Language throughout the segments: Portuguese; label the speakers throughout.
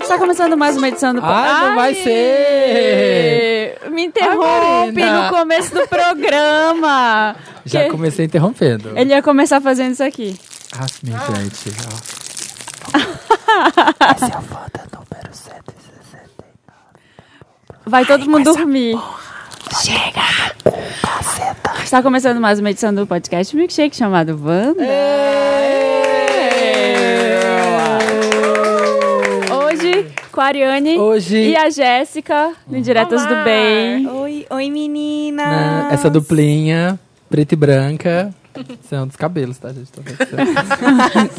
Speaker 1: Está Tá começando mais uma edição do
Speaker 2: Ah, não vai ser!
Speaker 1: Me interrompe
Speaker 2: Marina!
Speaker 1: no começo do programa!
Speaker 2: Já
Speaker 1: Que-
Speaker 2: comecei interrompendo.
Speaker 1: Ele ia começar fazendo isso aqui.
Speaker 2: Ah, minha gente. ó.
Speaker 1: Vai todo mundo dormir. Chega! Está Tá começando mais uma edição do podcast Milkshake chamado Wanda. Hoje, com a Ariane
Speaker 2: Hoje-
Speaker 1: e a Jéssica, no Diretas
Speaker 3: Olá.
Speaker 1: do Bem.
Speaker 3: Oi, oi meninas.
Speaker 2: Né? Essa duplinha, preta e branca. São dos cabelos, tá, gente? Tô vendo.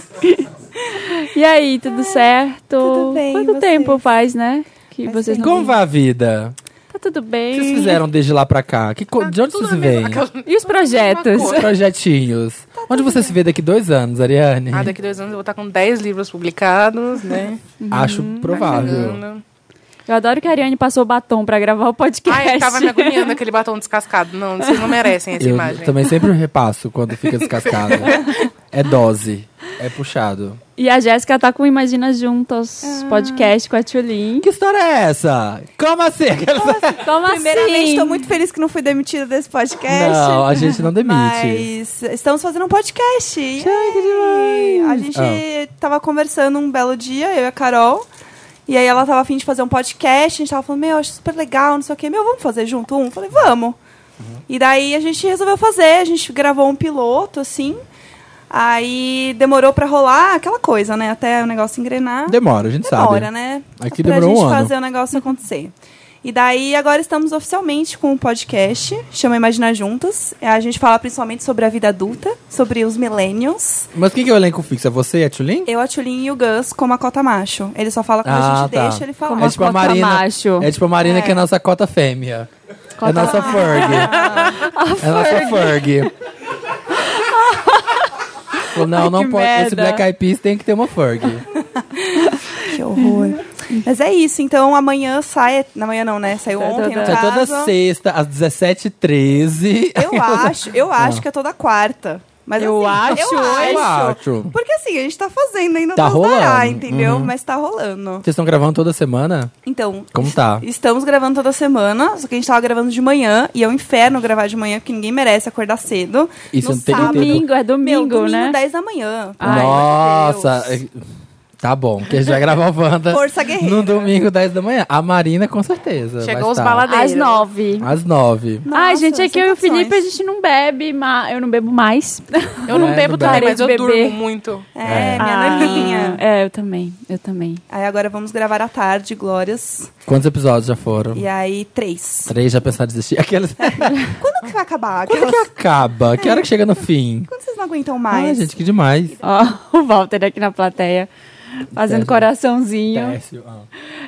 Speaker 1: E aí, tudo certo?
Speaker 3: tudo bem,
Speaker 1: Quanto
Speaker 3: e
Speaker 1: tempo
Speaker 3: vocês?
Speaker 1: faz, né? Que
Speaker 3: Faz
Speaker 1: vocês não
Speaker 2: Como vai a vida?
Speaker 1: Tá tudo
Speaker 2: O
Speaker 1: bem.
Speaker 2: que vocês fizeram desde lá pra cá? Que
Speaker 1: Tá
Speaker 2: co- de onde vocês vêm?
Speaker 1: E os projetos?
Speaker 2: Os projetinhos.
Speaker 1: Tá
Speaker 2: Onde você se vê daqui dois anos, Ariane?
Speaker 4: Ah, daqui dois anos eu vou estar com 10 livros publicados, né?
Speaker 2: Acho
Speaker 1: Uhum.
Speaker 2: provável.
Speaker 4: Chegando.
Speaker 1: Eu adoro que a Ariane passou batom pra gravar o podcast.
Speaker 4: Ai, tava me agoniando aquele batom descascado. Não, vocês não merecem essa
Speaker 2: Eu
Speaker 4: imagem.
Speaker 2: também sempre repasso quando fica descascado. é dose. É puxado.
Speaker 1: E a Jéssica tá com o Imagina Juntas
Speaker 3: Ah.
Speaker 1: podcast com a Tchulin.
Speaker 2: Que história é essa? Como assim?
Speaker 1: Como
Speaker 3: Primeiramente,
Speaker 1: assim?
Speaker 3: estou muito feliz que não fui demitida desse podcast.
Speaker 2: Não, a gente não demite.
Speaker 3: Mas estamos fazendo um podcast. Ai, que demais. A gente tava conversando um belo dia, eu e a Carol. E aí ela tava afim de fazer um podcast. A gente tava falando, meu, acho super legal, não sei o quê. Meu, vamos fazer junto um? Eu Falei, vamos. E daí a gente resolveu fazer. A gente gravou um piloto, assim. Aí demorou pra rolar aquela coisa, né? Até o negócio engrenar.
Speaker 2: Demora, a gente
Speaker 3: Demora,
Speaker 2: sabe.
Speaker 3: né?
Speaker 2: Aqui
Speaker 3: pra
Speaker 2: demorou
Speaker 3: gente
Speaker 2: um ano.
Speaker 3: fazer o negócio acontecer. E daí, agora estamos oficialmente com um podcast, chama Imagina Juntas. É, A gente fala principalmente sobre a vida adulta, sobre os millennials.
Speaker 2: Mas quem que é o elenco fixo? É você e a Tulin?
Speaker 3: Eu, a Tulin e o Gus como a cota macho. Ele só fala quando a gente deixa ele falar.
Speaker 2: É tipo Ah, a
Speaker 1: cota
Speaker 2: Marina.
Speaker 1: macho.
Speaker 2: É tipo a Marina que é a nossa cota fêmea. é a nossa Ferg. é a nossa Ferg. Falou, não, não
Speaker 1: que
Speaker 2: pode. Esse
Speaker 1: merda.
Speaker 2: Black Eyed Peas tem que ter uma Ferg.
Speaker 3: Que horror. Mas é isso, então amanhã sai... Na manhã não, né? Saiu
Speaker 1: Sai
Speaker 3: ontem,
Speaker 1: toda-
Speaker 3: no
Speaker 2: Então, é toda
Speaker 3: caso.
Speaker 2: sexta, às 17h13.
Speaker 3: Eu acho, eu acho que é toda quarta. Mas
Speaker 1: Eu
Speaker 3: assim,
Speaker 1: acho,
Speaker 3: eu acho.
Speaker 2: Ah. Eu acho.
Speaker 3: Porque assim, a gente tá fazendo ainda,
Speaker 2: Tá
Speaker 3: não dará,
Speaker 2: rolando.
Speaker 3: entendeu?
Speaker 2: Uhum.
Speaker 3: Mas tá rolando.
Speaker 2: Vocês estão gravando toda semana?
Speaker 3: Então,
Speaker 2: Como tá?
Speaker 3: Estamos gravando toda semana, só que a gente tava gravando de manhã, e é um inferno gravar de manhã, porque ninguém merece acordar cedo.
Speaker 2: Isso
Speaker 3: No
Speaker 2: não tem Ah.
Speaker 3: sábado.
Speaker 2: entendo.
Speaker 1: Domingo, é
Speaker 3: Meu,
Speaker 1: domingo,
Speaker 3: domingo
Speaker 1: né?
Speaker 3: 10 da manhã. pelo amor de
Speaker 2: Nossa!
Speaker 3: Deus.
Speaker 2: Tá bom, porque a gente vai gravar o Wanda
Speaker 3: Força guerreira.
Speaker 2: no domingo, 10 da manhã. A Marina, com certeza.
Speaker 4: Chegou
Speaker 2: vai
Speaker 4: os
Speaker 2: estar.
Speaker 4: baladeiros.
Speaker 1: Às nove.
Speaker 2: Às 9.
Speaker 1: Ai,
Speaker 3: Nossa,
Speaker 1: gente, é
Speaker 3: sem
Speaker 1: que eu e o
Speaker 3: condições.
Speaker 1: Felipe, a gente não bebe, mas eu não bebo mais.
Speaker 4: Eu não
Speaker 2: É,
Speaker 4: bebo
Speaker 2: não
Speaker 4: também,
Speaker 1: bebe.
Speaker 4: mas eu
Speaker 1: Parei de beber.
Speaker 4: durmo muito.
Speaker 3: É,
Speaker 2: É.
Speaker 3: minha
Speaker 1: Ah,
Speaker 3: naninha.
Speaker 1: É, eu também, eu também.
Speaker 3: Aí agora vamos gravar à tarde, Glórias.
Speaker 2: Quantos episódios já foram?
Speaker 3: E aí, três.
Speaker 2: Três já pensaram em desistir. Aquelas...
Speaker 3: Quando que vai acabar?
Speaker 2: Quando
Speaker 3: Aquelas-
Speaker 2: que é? acaba? Que hora que chega no fim?
Speaker 3: Quando vocês não aguentam
Speaker 2: Ai,
Speaker 3: mais?
Speaker 2: gente, que demais.
Speaker 1: Ó, o Walter aqui na plateia, fazendo
Speaker 2: Péssimo.
Speaker 1: coraçãozinho.
Speaker 2: Ah.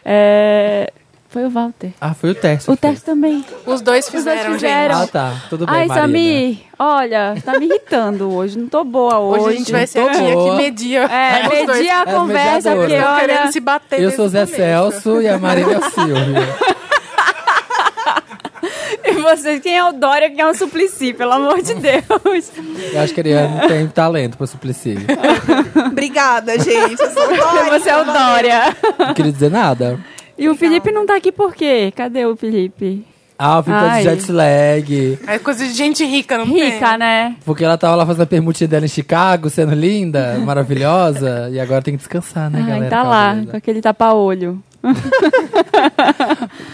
Speaker 1: É, Foi o Walter.
Speaker 2: Ah, foi o teste.
Speaker 1: O teste também.
Speaker 4: Os dois fizeram,
Speaker 1: fizeram.
Speaker 2: Ah, tá. Tudo bem,
Speaker 1: Ai,
Speaker 2: Marina.
Speaker 1: Samir, olha, tá me irritando hoje, não tô boa
Speaker 4: gente.
Speaker 1: hoje.
Speaker 4: Hoje, a gente vai ser
Speaker 2: tô
Speaker 4: o dia
Speaker 2: boa.
Speaker 4: que media.
Speaker 1: É,
Speaker 4: os dois.
Speaker 1: perdi a
Speaker 2: as
Speaker 1: conversa, porque
Speaker 2: mediadoras.
Speaker 4: Estão
Speaker 1: olha...
Speaker 4: querendo se bater.
Speaker 2: Eu
Speaker 4: desde
Speaker 2: sou o
Speaker 4: o
Speaker 2: Zé
Speaker 4: começo.
Speaker 2: Celso e a Marina é o Silvio.
Speaker 1: E vocês, quem é o Dória, quem é o Suplicy, pelo amor de Deus.
Speaker 2: Eu acho que ele é, não tem talento pra suplicir.
Speaker 3: Obrigada, gente. Eu sou Glória.
Speaker 1: Você é o Dória.
Speaker 2: Não queria dizer nada.
Speaker 4: Então.
Speaker 1: E o Felipe não tá aqui por quê? Cadê o Felipe?
Speaker 2: Ah, o Felipe tá
Speaker 1: Ai.
Speaker 2: de jet lag.
Speaker 4: É coisa de gente rica, não
Speaker 1: Rica,
Speaker 4: tem?
Speaker 1: né?
Speaker 2: Porque ela tava lá fazendo a permutinha dela em Chicago, sendo linda, maravilhosa. E agora tem que descansar, né, galera?
Speaker 1: Ai, tá
Speaker 2: Aquela
Speaker 1: lá,
Speaker 2: beleza.
Speaker 1: com aquele tapa-olho.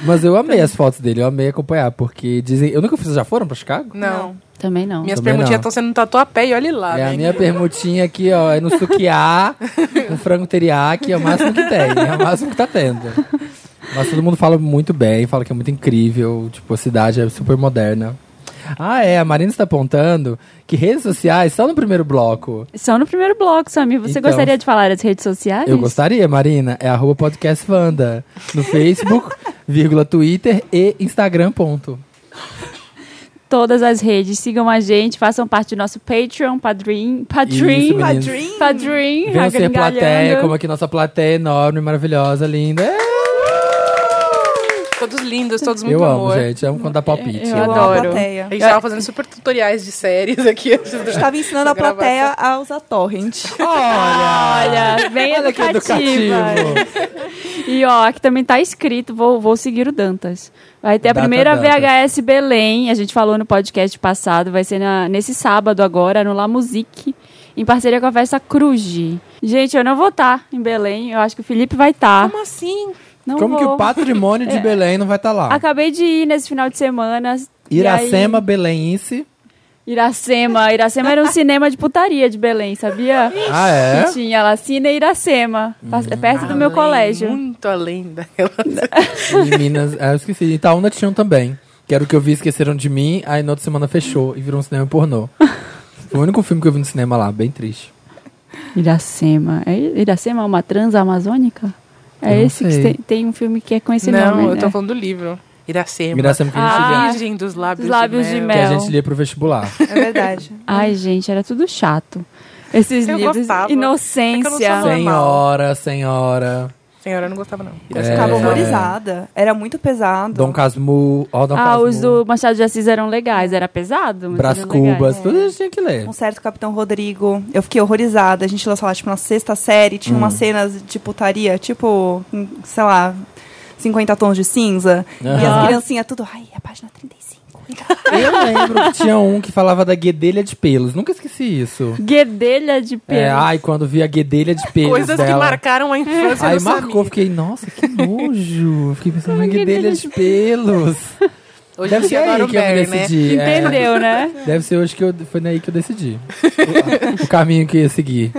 Speaker 2: Mas eu amei as fotos dele, eu amei acompanhar. Porque dizem... Eu nunca fiz... vocês Já foram pra Chicago?
Speaker 4: Não.
Speaker 1: Também não.
Speaker 4: Minhas
Speaker 2: Também
Speaker 4: perguntinhas
Speaker 2: não.
Speaker 4: estão sendo tatuapé e olhe
Speaker 1: Ah,
Speaker 4: lá.
Speaker 2: É a
Speaker 4: né?
Speaker 2: minha permutinha aqui, ó, é no suquiá, com frango teriyaki, é o máximo que tem, é o máximo que tá tendo. Mas todo mundo fala muito bem, fala que é muito incrível, tipo, a cidade é super moderna. Ah, é, a Marina está apontando que redes sociais só no primeiro bloco.
Speaker 1: Só no primeiro bloco, Samir. Você
Speaker 2: Então.
Speaker 1: gostaria de falar as redes sociais?
Speaker 2: Eu gostaria, Marina, é arroba podcast Wanda, no Facebook, vírgula, Twitter e Instagram, ponto.
Speaker 1: Todas as redes. Sigam a gente, façam parte do nosso Patreon, Padrim, Padrim,
Speaker 2: menino.
Speaker 3: Padrinho.
Speaker 1: Padrim,
Speaker 2: Venham ser
Speaker 1: agringalhando.
Speaker 2: assim, plateia, como aqui nossa plateia enorme, maravilhosa, linda. É,
Speaker 4: Todos lindos, todos muito
Speaker 2: eu amo,
Speaker 4: amor.
Speaker 2: gente, amo quando dá palpite.
Speaker 1: Eu
Speaker 3: Eu amo
Speaker 1: adoro.
Speaker 3: a plateia.
Speaker 4: A gente tava fazendo super tutoriais de séries aqui. antes
Speaker 3: A gente
Speaker 4: da-
Speaker 3: tava ensinando a
Speaker 4: da gravação.
Speaker 3: plateia a usar torrent.
Speaker 2: Olha!
Speaker 1: Olha, bem
Speaker 2: Olha que
Speaker 1: educativa.
Speaker 2: educativo!
Speaker 1: E ó, aqui também tá escrito, vou, vou seguir o Dantas. Vai ter a
Speaker 2: Data
Speaker 1: primeira
Speaker 2: Dantas.
Speaker 1: VHS Belém, a gente falou no podcast passado, vai ser na- nesse sábado agora, no La Musique, em parceria com a festa Cruz. Gente, eu não vou estar em Belém, eu acho que o Felipe vai estar.
Speaker 4: Como assim?
Speaker 1: Não
Speaker 2: Como que
Speaker 1: vou.
Speaker 2: o patrimônio
Speaker 1: É.
Speaker 2: de Belém não vai estar lá?
Speaker 1: Acabei de ir nesse final de semana. e
Speaker 2: Iracema, Belémice.
Speaker 1: aí- Iracema. Iracema era um cinema de putaria de Belém, sabia?
Speaker 2: Ah, é?
Speaker 1: Que tinha lá, Cine Iracema, pas-
Speaker 4: Hum.
Speaker 1: perto do meu
Speaker 4: Além,
Speaker 1: colégio.
Speaker 4: Muito além daquela.
Speaker 2: De Minas. Ah, eu esqueci. Em Itaúna tinha um também. Que era o que eu vi, esqueceram de mim. Aí na outra semana fechou e virou um cinema pornô. Foi o único filme que eu vi no cinema lá, bem triste.
Speaker 1: Iracema. É I- Iracema é uma trans amazônica? É
Speaker 2: Eu não
Speaker 1: esse que
Speaker 2: sei.
Speaker 1: tem, tem um filme que é com esse
Speaker 4: não,
Speaker 1: nome,
Speaker 4: eu tô
Speaker 1: né?
Speaker 4: falando do livro. Iracema.
Speaker 2: Iracema que a gente
Speaker 1: Ah,
Speaker 4: Virgem dos lábios,
Speaker 1: dos lábios de
Speaker 4: de
Speaker 2: Que
Speaker 1: mel.
Speaker 4: mel.
Speaker 2: a gente lia pro vestibular.
Speaker 3: É verdade.
Speaker 1: Ai, gente, era tudo chato. Esses
Speaker 4: Eu
Speaker 1: livros.
Speaker 4: gostava. É que eu
Speaker 1: Inocência.
Speaker 4: não sou-
Speaker 2: Senhora, senhora.
Speaker 4: Senhora, eu não gostava, não.
Speaker 3: Eu
Speaker 2: É.
Speaker 3: ficava horrorizada. Era muito pesado.
Speaker 2: Dom Casmu. Ó, Dom
Speaker 1: ah,
Speaker 2: Casmu.
Speaker 1: os do Machado de Assis eram legais, era pesado. mas
Speaker 2: Brás
Speaker 1: eram legais. É.
Speaker 2: Cubas. Tudo a gente tinha que ler.
Speaker 3: Um certo Capitão Rodrigo. Eu fiquei horrorizada. A gente lançou lá, tipo, na sexta série. Tinha
Speaker 2: Hum.
Speaker 3: umas cenas de putaria, tipo, hum, sei lá, 50 tons de cinza. E
Speaker 2: Aham.
Speaker 3: as criancinhas tudo, ai, é a página 35.
Speaker 2: Eu lembro que tinha um que falava da guedelha de pelos. Nunca esqueci isso.
Speaker 1: Guedelha de pelo.
Speaker 2: É, ai, quando vi a guedelha de pelos
Speaker 4: Coisas que
Speaker 2: dela.
Speaker 4: marcaram a infância
Speaker 2: Aí
Speaker 4: do
Speaker 2: marcou,
Speaker 4: Samir.
Speaker 2: fiquei, nossa, que nojo. Fiquei pensando na guedelha
Speaker 1: guedelha
Speaker 2: de pelos.
Speaker 4: Hoje
Speaker 2: Deve ser aí
Speaker 4: agora o
Speaker 2: que eu me
Speaker 4: Barry, né?
Speaker 2: decidi. é.
Speaker 1: Entendeu, né?
Speaker 2: Deve ser hoje que eu. Foi daí que eu decidi. O, o caminho que eu ia seguir.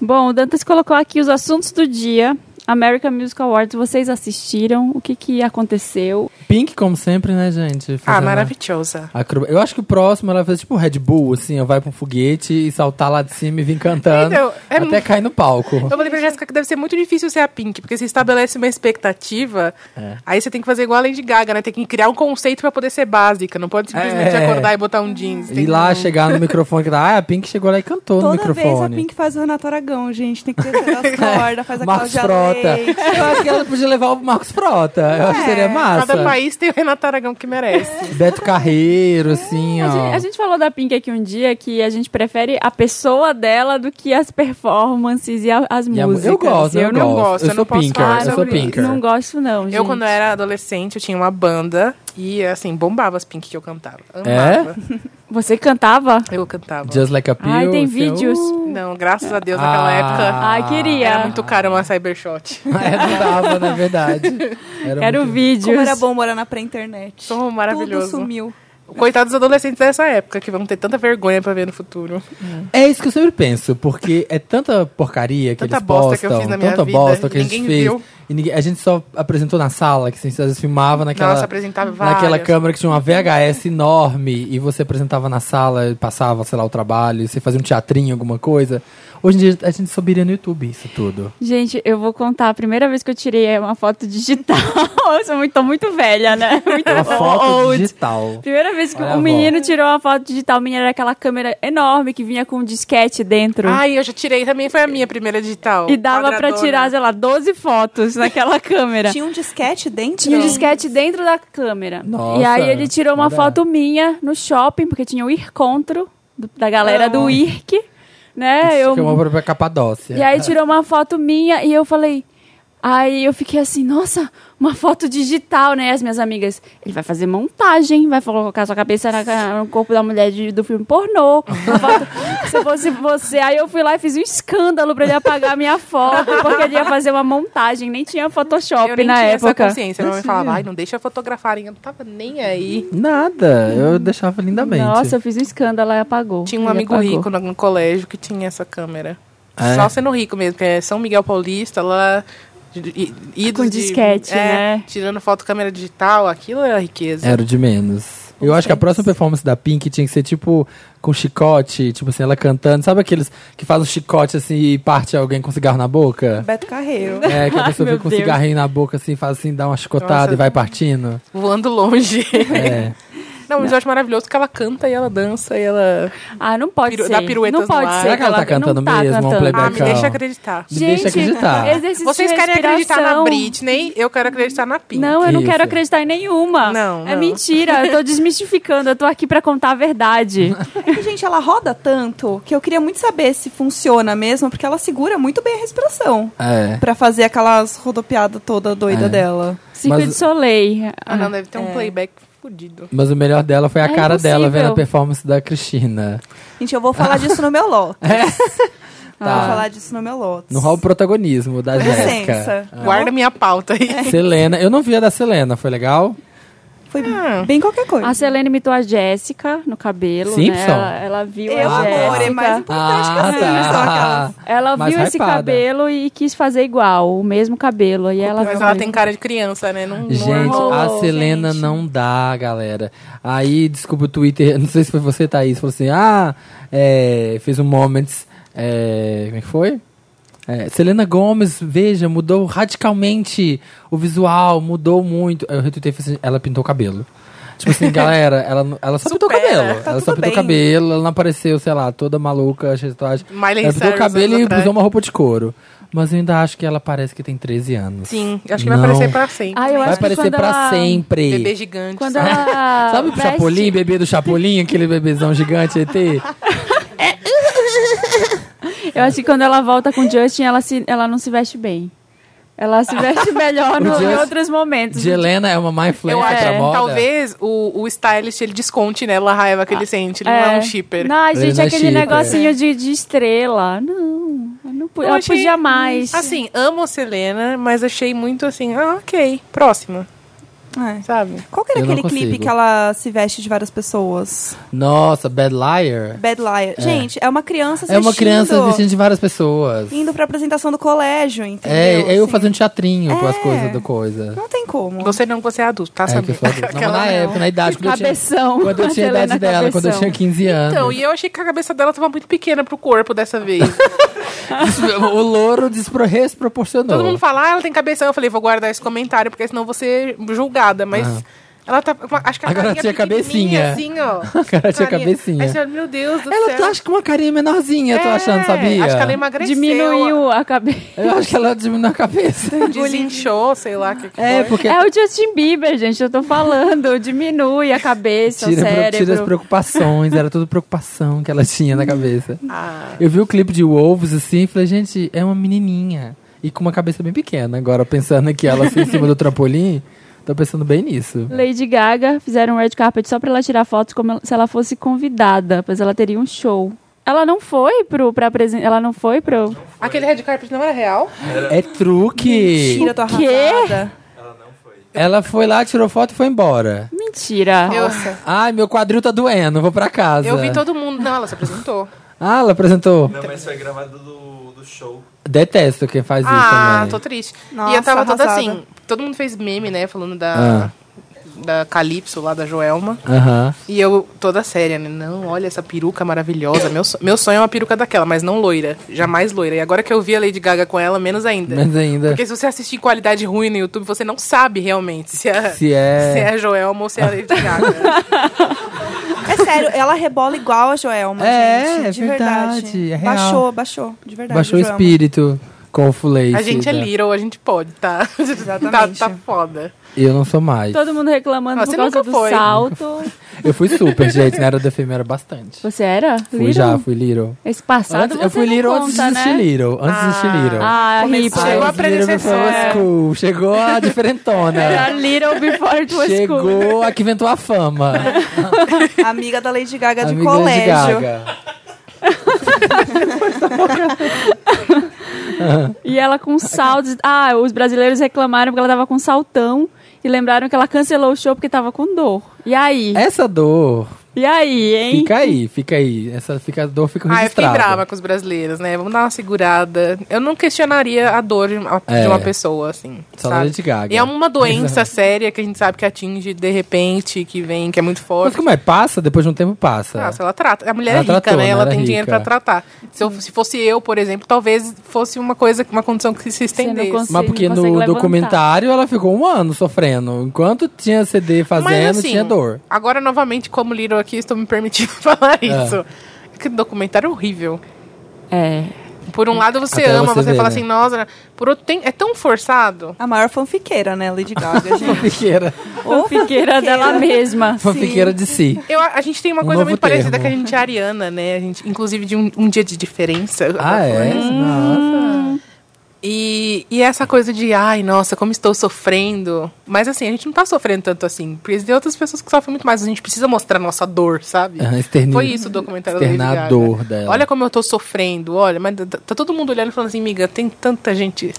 Speaker 1: Bom, o Dantas colocou aqui os assuntos do dia. American Music Awards, vocês assistiram? O que, que aconteceu?
Speaker 2: Pink, como sempre, né, gente?
Speaker 4: Ah,
Speaker 2: Fazendo
Speaker 4: maravilhosa.
Speaker 2: a acroba- Eu acho que o próximo ela fez tipo Red Bull, assim, ó, vai pra um foguete e saltar lá de cima e vir cantando.
Speaker 4: Então, é
Speaker 2: até
Speaker 4: mu-
Speaker 2: cair no palco.
Speaker 4: Eu falei pra Jéssica que deve ser muito difícil ser a Pink, porque você estabelece uma expectativa,
Speaker 2: É.
Speaker 4: aí você tem que fazer igual a Lady Gaga, né? Tem que criar um conceito pra poder ser básica. Não pode simplesmente
Speaker 2: É.
Speaker 4: acordar e botar um jeans.
Speaker 2: E
Speaker 4: Tem
Speaker 2: lá
Speaker 4: que-
Speaker 2: chegar no microfone que tá, ah, a Pink chegou lá e cantou no
Speaker 3: Toda
Speaker 2: microfone.
Speaker 3: vez a Pink faz o Renato Aragão, gente. Tem que descer das cordas, faz a
Speaker 2: Marcos
Speaker 3: Cláudia
Speaker 2: Frota.
Speaker 3: Leite.
Speaker 2: Eu acho que ela podia levar o Marcos Frota. Eu acho que seria massa.
Speaker 4: Cada país tem o Renato Aragão que merece.
Speaker 2: Beto Carreiro, assim,
Speaker 1: A
Speaker 2: ó.
Speaker 1: gente, a gente falou da Pink aqui um dia que a gente prefere a pessoa dela do que as performances e a- as
Speaker 2: E a mu-
Speaker 1: músicas.
Speaker 2: eu gosto, eu,
Speaker 4: eu não gosto,
Speaker 2: Eu sou
Speaker 4: eu não posso
Speaker 2: pinker,
Speaker 4: falar
Speaker 2: eu sou
Speaker 4: sobre isso.
Speaker 2: pinker.
Speaker 1: Não gosto, não. Gente.
Speaker 4: Eu, quando era adolescente, eu tinha uma banda e, assim, bombava as Pink que eu cantava.
Speaker 2: É?
Speaker 4: Amava.
Speaker 1: Você cantava?
Speaker 4: Eu cantava.
Speaker 2: Just like a pill.
Speaker 1: Ai, tem
Speaker 2: assim,
Speaker 1: vídeos.
Speaker 2: uh.
Speaker 4: Não, graças a Deus, naquela
Speaker 2: Ah.
Speaker 4: época
Speaker 1: Ai, queria.
Speaker 4: era muito caro uma Cybershot.
Speaker 2: É, não dava, na verdade. Era
Speaker 1: Quero
Speaker 2: muito-
Speaker 1: vídeos.
Speaker 3: Como era bom morar na pré-internet.
Speaker 4: Som
Speaker 3: Tudo
Speaker 4: maravilhoso.
Speaker 3: sumiu.
Speaker 4: Coitados dos adolescentes dessa época, que vão ter tanta vergonha pra ver no futuro.
Speaker 2: É isso que eu sempre penso, porque é tanta porcaria que
Speaker 4: Tanta
Speaker 2: eles
Speaker 4: bosta
Speaker 2: postam,
Speaker 4: que eu fiz na minha
Speaker 2: tanta
Speaker 4: vida,
Speaker 2: bosta que a
Speaker 4: ninguém
Speaker 2: gente fez.
Speaker 4: viu.
Speaker 2: E ninguém- a gente só apresentou na sala, que assim, às vezes filmava naquela,
Speaker 4: Nossa, apresentava várias.
Speaker 2: naquela câmera que tinha uma VHS enorme e você apresentava na sala, e passava, sei lá, o trabalho, e você fazia um teatrinho, alguma coisa. Hoje em dia a gente subiria no YouTube isso tudo.
Speaker 1: Gente, eu vou contar. A primeira vez que eu tirei é uma foto digital. eu sou muito, tô muito velha, né? Muito
Speaker 2: É
Speaker 4: É, oh,
Speaker 2: Uma foto
Speaker 1: old.
Speaker 2: digital.
Speaker 1: Primeira vez que
Speaker 2: Olha a
Speaker 1: um
Speaker 2: avó.
Speaker 1: menino tirou uma foto digital, menina, era aquela câmera enorme que vinha com um disquete dentro.
Speaker 4: Ai, eu já tirei também, foi a minha primeira digital.
Speaker 1: e dava pra
Speaker 4: Quadradona.
Speaker 1: tirar, sei lá, 12 fotos naquela câmera.
Speaker 3: Tinha um disquete dentro?
Speaker 1: Tinha um disquete dentro da câmera.
Speaker 2: Nossa,
Speaker 1: e aí ele tirou uma
Speaker 2: olha.
Speaker 1: foto minha no shopping, porque tinha o Ircontro, do- da galera do IRC, né?
Speaker 2: Eu...
Speaker 1: Eu-
Speaker 2: Que é uma própria Capadócia.
Speaker 1: e aí
Speaker 4: tipo,
Speaker 1: tirou uma foto minha e eu falei... Aí eu fiquei assim, nossa, uma foto digital, né? As minhas amigas, ele vai fazer montagem, vai colocar sua cabeça na ca- no corpo da mulher de- do filme pornô. Uma foto- se fosse você. Aí eu fui lá e fiz um escândalo pra ele apagar a minha foto, porque ele ia fazer uma montagem, nem tinha Photoshop
Speaker 4: Eu nem
Speaker 1: na
Speaker 4: tinha
Speaker 1: época.
Speaker 4: essa consciência. Minha mãe falava, ai, não deixa fotografarem. Eu não tava nem aí.
Speaker 2: Nada, eu deixava lindamente.
Speaker 1: Nossa, eu fiz um escândalo e apagou.
Speaker 4: Tinha um
Speaker 1: Ele
Speaker 4: amigo
Speaker 1: apagou.
Speaker 4: rico no, no colégio que tinha essa câmera.
Speaker 2: É?
Speaker 4: Só sendo rico mesmo, que é São Miguel Paulista, lá. i- idos
Speaker 1: Ah, Com
Speaker 4: de-
Speaker 1: disquete,
Speaker 4: é,
Speaker 1: né?
Speaker 4: Tirando foto câmera digital, aquilo era riqueza.
Speaker 2: Era o de menos. Eu acho que a próxima performance da Pink tinha que ser tipo com chicote, tipo assim, ela cantando. Sabe aqueles que fazem um chicote assim e parte alguém com cigarro na boca?
Speaker 3: Beto Carreiro.
Speaker 2: É, que a pessoa
Speaker 1: Ai,
Speaker 2: fica com
Speaker 1: meu Deus.
Speaker 2: cigarrinho na boca assim, faz assim, dá uma chicotada
Speaker 4: Nossa.
Speaker 2: e vai partindo.
Speaker 4: Voando longe.
Speaker 2: É.
Speaker 4: Não, mas eu acho maravilhoso que ela canta e ela dança e ela.
Speaker 1: Ah, não pode
Speaker 4: Piru-
Speaker 1: ser.
Speaker 4: dá piruetas
Speaker 1: não pode
Speaker 4: no ar.
Speaker 1: ser.
Speaker 4: Será
Speaker 2: que ela tá
Speaker 1: não
Speaker 2: cantando mesmo? É um playback?
Speaker 4: Ah, me
Speaker 2: Legal.
Speaker 4: deixa acreditar.
Speaker 2: Me deixa acreditar.
Speaker 1: exercício
Speaker 4: Vocês
Speaker 1: de
Speaker 4: querem acreditar na
Speaker 1: respiração.
Speaker 4: Britney, eu quero acreditar na Pink.
Speaker 1: Não, eu não
Speaker 2: Isso.
Speaker 1: quero acreditar em nenhuma.
Speaker 4: Não,
Speaker 1: É
Speaker 4: não.
Speaker 1: mentira, eu tô desmistificando, eu tô aqui pra contar a verdade.
Speaker 3: É que, gente, ela roda tanto que eu queria muito saber se funciona mesmo, porque ela segura muito bem a respiração.
Speaker 2: É.
Speaker 3: Pra fazer aquelas rodopiadas toda doida
Speaker 2: É.
Speaker 3: dela.
Speaker 1: Cinco
Speaker 2: Mas-
Speaker 1: de Soleil.
Speaker 4: Ah, não, deve ter um playback fudido.
Speaker 2: Mas o melhor dela foi a
Speaker 1: É
Speaker 2: cara dela
Speaker 1: impossível.
Speaker 2: vendo a performance da Cristina.
Speaker 3: Gente, eu vou falar disso no meu lote. Vou
Speaker 2: É? Tá.
Speaker 3: falar disso no meu lote.
Speaker 2: Não rola o protagonismo da Jéssica.
Speaker 3: Licença.
Speaker 2: Ah.
Speaker 4: Guarda minha pauta aí.
Speaker 2: Selena. Eu não vi a da Selena, foi legal?
Speaker 3: Foi bem qualquer coisa.
Speaker 1: A Selena imitou a Jéssica no cabelo, né?
Speaker 2: Simpson?
Speaker 1: Ela, ela viu
Speaker 3: Eu,
Speaker 1: a
Speaker 3: amor, é
Speaker 1: Jéssica.
Speaker 3: mais importante que
Speaker 2: Ah,
Speaker 3: a Selena.
Speaker 2: tá.
Speaker 3: são aquelas-
Speaker 1: Ela
Speaker 2: Mais
Speaker 1: viu esse
Speaker 2: hypada.
Speaker 1: cabelo e quis fazer igual, o mesmo cabelo. E ela
Speaker 4: Mas
Speaker 1: viu-
Speaker 4: ela tem cara de criança, né? Não,
Speaker 2: Gente,
Speaker 4: não é-
Speaker 2: a
Speaker 1: rolou,
Speaker 2: Selena
Speaker 1: gente.
Speaker 2: não dá, galera. Aí, desculpa o Twitter, não sei se foi você, Thaís, falou assim: ah, é, fez um Moments. é, como é que foi? É, Selena Gomes, veja, mudou radicalmente o visual, mudou muito. Aí Eu retuitei e falei assim: ela pintou o cabelo. Tipo assim, galera, ela, não- ela só pintou o
Speaker 4: Supera,
Speaker 2: cabelo.
Speaker 3: tá
Speaker 2: ela só pintou
Speaker 3: tudo
Speaker 2: o
Speaker 3: bem.
Speaker 2: cabelo, ela não apareceu, sei lá, toda maluca, cheia de tatuagem.
Speaker 4: Miley
Speaker 2: Ela pintou o
Speaker 4: Cyrus
Speaker 2: cabelo
Speaker 4: anos
Speaker 2: e
Speaker 4: atrás.
Speaker 2: usou uma roupa de couro. Mas eu ainda acho que ela parece que tem 13 anos.
Speaker 4: Sim, assim. acho que
Speaker 2: Não.
Speaker 4: vai aparecer pra sempre.
Speaker 1: Ah, eu
Speaker 2: Vai
Speaker 1: acho que
Speaker 2: aparecer
Speaker 1: quando
Speaker 2: pra
Speaker 1: ela...
Speaker 2: sempre.
Speaker 4: Bebê gigante.
Speaker 1: Quando
Speaker 4: sabe?
Speaker 1: ela
Speaker 2: Sabe o
Speaker 1: veste-
Speaker 2: Chapolin, bebê do Chapolin, aquele bebezão gigante ET?
Speaker 1: Eu acho que quando ela volta com o Justin, ela, se, ela não se veste bem. Ela se veste melhor no- em
Speaker 2: Justin-
Speaker 1: outros momentos.
Speaker 2: De Helena é uma má influência
Speaker 4: Eu acho
Speaker 2: pra
Speaker 4: que
Speaker 2: moda.
Speaker 4: talvez o, o stylist ele desconte nela a raiva que ele sente. Ele não é um shipper.
Speaker 1: Ah, Não, gente,
Speaker 2: Ele não é
Speaker 1: aquele
Speaker 2: shipper.
Speaker 1: negocinho de, de estrela. Não, eu não pu-
Speaker 4: Eu
Speaker 1: ela
Speaker 4: achei-
Speaker 1: podia mais.
Speaker 4: Assim, amo a Selena, mas achei muito assim, ah, ok, próxima,
Speaker 3: É.
Speaker 4: sabe?
Speaker 3: Qual que era
Speaker 2: Eu não
Speaker 3: aquele clipe
Speaker 2: consigo.
Speaker 3: que ela se veste de várias pessoas?
Speaker 2: Nossa, Bad Liar.
Speaker 3: Bad Liar. Gente, é uma criança se
Speaker 2: É uma
Speaker 3: vestindo-
Speaker 2: criança vestindo de várias pessoas.
Speaker 3: Indo pra apresentação do colégio, entendeu?
Speaker 2: É, é eu
Speaker 3: Assim,
Speaker 2: fazendo teatrinho com as
Speaker 3: É.
Speaker 2: coisas da coisa.
Speaker 3: Não tem como.
Speaker 4: Você não, você é adulto, tá
Speaker 2: É, que eu
Speaker 4: sabendo?
Speaker 2: sou adulto. Não, mas
Speaker 4: Aquela
Speaker 2: na
Speaker 4: não.
Speaker 2: época, na idade, quando eu tinha,
Speaker 1: Cabeção.
Speaker 2: quando eu tinha a
Speaker 1: Helena
Speaker 2: idade dela, quando eu
Speaker 1: Cabeção.
Speaker 2: tinha 15 anos.
Speaker 4: Então, e eu achei que a cabeça dela tava muito pequena pro corpo dessa vez.
Speaker 2: O louro despro- desproporcionou.
Speaker 4: Todo mundo fala, ah, ela tem cabeção. Eu falei, vou guardar esse comentário, porque senão vou ser julgada. Mas
Speaker 2: Aham.
Speaker 4: ela tá. Acho que a
Speaker 2: Agora
Speaker 4: carinha
Speaker 2: tinha
Speaker 4: pequenininha,
Speaker 2: cabecinha.
Speaker 4: Assim, ó.
Speaker 2: Agora tinha
Speaker 4: Carinha.
Speaker 2: cabecinha.
Speaker 4: Aí você olha, meu Deus do
Speaker 2: Ela
Speaker 4: céu.
Speaker 2: tá, acho que uma carinha menorzinha, eu tô
Speaker 4: É,
Speaker 2: achando, sabia?
Speaker 4: Acho que ela é emagreceu.
Speaker 1: Diminuiu a cabeça.
Speaker 2: Eu acho que ela diminuiu a cabeça.
Speaker 4: Desinchou, sei lá o que, que
Speaker 2: É,
Speaker 4: foi.
Speaker 2: porque
Speaker 1: É o Justin Bieber, gente, eu tô falando. Diminui a cabeça, o
Speaker 2: Tira, pro-
Speaker 1: cérebro.
Speaker 2: tira as preocupações, era tudo preocupação que ela tinha na cabeça.
Speaker 4: Hum. Ah,
Speaker 2: Eu vi o clipe de Wolves assim e falei, gente, é uma menininha. E com uma cabeça bem pequena. Agora, pensando que ela foi em cima do trampolim, tô pensando bem nisso.
Speaker 1: Lady Gaga fizeram um red carpet só pra ela tirar fotos como se ela fosse convidada, pois ela teria um show. Ela não foi pro pra apresen- ela não foi pro
Speaker 4: aquele red carpet não era real?
Speaker 2: É truque!
Speaker 3: Mentira, tô
Speaker 1: O quê?
Speaker 3: arrasada.
Speaker 2: Ela foi lá, tirou foto e foi embora.
Speaker 1: Mentira.
Speaker 4: Eu,
Speaker 2: Ai, meu quadril tá doendo, vou pra casa.
Speaker 4: eu vi todo mundo. Não, ela se apresentou.
Speaker 2: Ah, ela apresentou.
Speaker 5: Não, mas foi gravado do, do show.
Speaker 2: Detesto quem faz
Speaker 4: Ah,
Speaker 2: isso também.
Speaker 4: tô triste. e eu
Speaker 3: Nossa,
Speaker 4: tava toda
Speaker 3: arrasada.
Speaker 4: assim. Todo mundo fez meme, né? Falando da. Da Calypso lá da Joelma.
Speaker 2: Aham.
Speaker 4: E eu, toda séria, né? Não, olha essa peruca maravilhosa. Meu, so- meu sonho é uma peruca daquela, mas não loira. Jamais loira. E agora que eu vi a Lady Gaga com ela, menos ainda.
Speaker 2: Mas ainda,
Speaker 4: Porque se você assistir qualidade ruim no YouTube, você não sabe realmente se é, se
Speaker 2: se
Speaker 4: é...
Speaker 2: é...
Speaker 4: a Joelma ou se é a Lady Gaga.
Speaker 3: É sério, ela rebola igual a Joelma,
Speaker 2: É,
Speaker 3: gente.
Speaker 2: é
Speaker 3: de verdade.
Speaker 2: verdade, é real.
Speaker 3: baixou, baixou. De verdade.
Speaker 2: Baixou o
Speaker 3: Joelma.
Speaker 2: espírito com o Fulei.
Speaker 4: a gente é little, a gente pode, tá? tá,
Speaker 3: Exatamente.
Speaker 4: tá foda.
Speaker 2: Eu não sou mais.
Speaker 1: Todo mundo reclamando
Speaker 4: Ah,
Speaker 1: por
Speaker 4: você
Speaker 1: causa
Speaker 4: nunca
Speaker 1: do
Speaker 4: foi.
Speaker 1: salto.
Speaker 2: Eu fui super, gente. Na era do FM era bastante.
Speaker 1: Você era?
Speaker 2: Fui
Speaker 1: Little?
Speaker 2: já, fui Little.
Speaker 1: Esse passado
Speaker 2: Antes-
Speaker 1: você
Speaker 2: eu fui
Speaker 1: não
Speaker 2: Little
Speaker 1: conta,
Speaker 2: antes de existir
Speaker 1: né?
Speaker 2: Little. Antes de existir Little.
Speaker 1: Ah,
Speaker 3: Começou.
Speaker 1: hipster.
Speaker 4: Chegou
Speaker 2: Aí,
Speaker 4: a
Speaker 2: Little
Speaker 4: predecessora.
Speaker 2: before school. Chegou a diferentona.
Speaker 1: Era Little Before It Was Cool.
Speaker 2: Chegou a que inventou a fama.
Speaker 3: Amiga da Lady
Speaker 1: é
Speaker 3: Gaga de
Speaker 2: Amiga
Speaker 3: colégio.
Speaker 2: de Gaga.
Speaker 1: E ela com saltos. Ah, os brasileiros reclamaram porque ela tava
Speaker 2: É.
Speaker 1: com saltão e lembraram que ela cancelou o show porque tava com dor. E aí?
Speaker 2: Essa dor
Speaker 1: E aí, hein?
Speaker 2: Fica aí, fica aí. Essa fica, a dor fica
Speaker 4: Ah, eu fiquei
Speaker 2: registrada.
Speaker 4: brava com os brasileiros, né? Vamos dar uma segurada. Eu não questionaria a dor de uma, de
Speaker 2: É.
Speaker 4: uma pessoa, assim.
Speaker 2: Só da
Speaker 4: sabe?
Speaker 2: Lady Gaga.
Speaker 4: E é uma doença séria que a gente sabe que atinge de repente, que vem, que é muito
Speaker 2: Mas
Speaker 4: forte.
Speaker 2: como é? Passa, depois de um tempo passa.
Speaker 1: Ah,
Speaker 4: Nossa, ela trata. A mulher
Speaker 2: Ela
Speaker 4: é rica,
Speaker 2: tratou,
Speaker 4: né?
Speaker 2: né?
Speaker 4: Ela
Speaker 2: Era
Speaker 4: tem dinheiro
Speaker 2: rica.
Speaker 4: pra tratar. Se, eu- se fosse eu, por exemplo, talvez fosse uma coisa, uma condição que se
Speaker 1: não
Speaker 4: estendesse.
Speaker 1: consegue-
Speaker 2: Mas porque
Speaker 1: não
Speaker 2: no
Speaker 1: consegue levantar.
Speaker 2: documentário ela ficou um ano sofrendo. Enquanto tinha CD fazendo,
Speaker 1: assim,
Speaker 2: tinha dor.
Speaker 4: assim,
Speaker 2: É.
Speaker 4: Agora, novamente, como Little aqui, estou me permitindo falar isso. Que documentário horrível.
Speaker 1: É.
Speaker 4: Por um lado, você
Speaker 2: Hum, Até
Speaker 4: ama,
Speaker 2: você
Speaker 4: você
Speaker 2: ver,
Speaker 4: fala
Speaker 2: né?
Speaker 4: assim, nossa. Por outro, tem- é tão forçado.
Speaker 3: A maior fanfiqueira, né, Lady Gaga, gente?
Speaker 2: Fanfiqueira.
Speaker 3: Ô,
Speaker 1: Fanfiqueira dela mesma.
Speaker 2: Fanfiqueira de si.
Speaker 4: Eu, a gente tem uma
Speaker 2: Um
Speaker 4: coisa
Speaker 2: novo
Speaker 4: muito
Speaker 2: termo.
Speaker 4: parecida com a gente é ariana, né? A gente, inclusive, de um, um dia de diferença. Eu
Speaker 2: Ah,
Speaker 4: tava
Speaker 2: é?
Speaker 4: falando isso.
Speaker 2: Nossa.
Speaker 4: E, e essa coisa de, ai, nossa, como estou sofrendo. Mas assim, a gente não tá sofrendo tanto assim. Porque tem outras pessoas que sofrem muito mais. A gente precisa mostrar a nossa dor, sabe?
Speaker 2: Ah, externi-
Speaker 4: Foi isso o documentário da Lady
Speaker 2: externar a
Speaker 4: Gaga.
Speaker 2: dor dela.
Speaker 4: Olha como eu tô sofrendo, olha. Mas tá tá todo mundo olhando e falando assim, amiga, tem tanta gente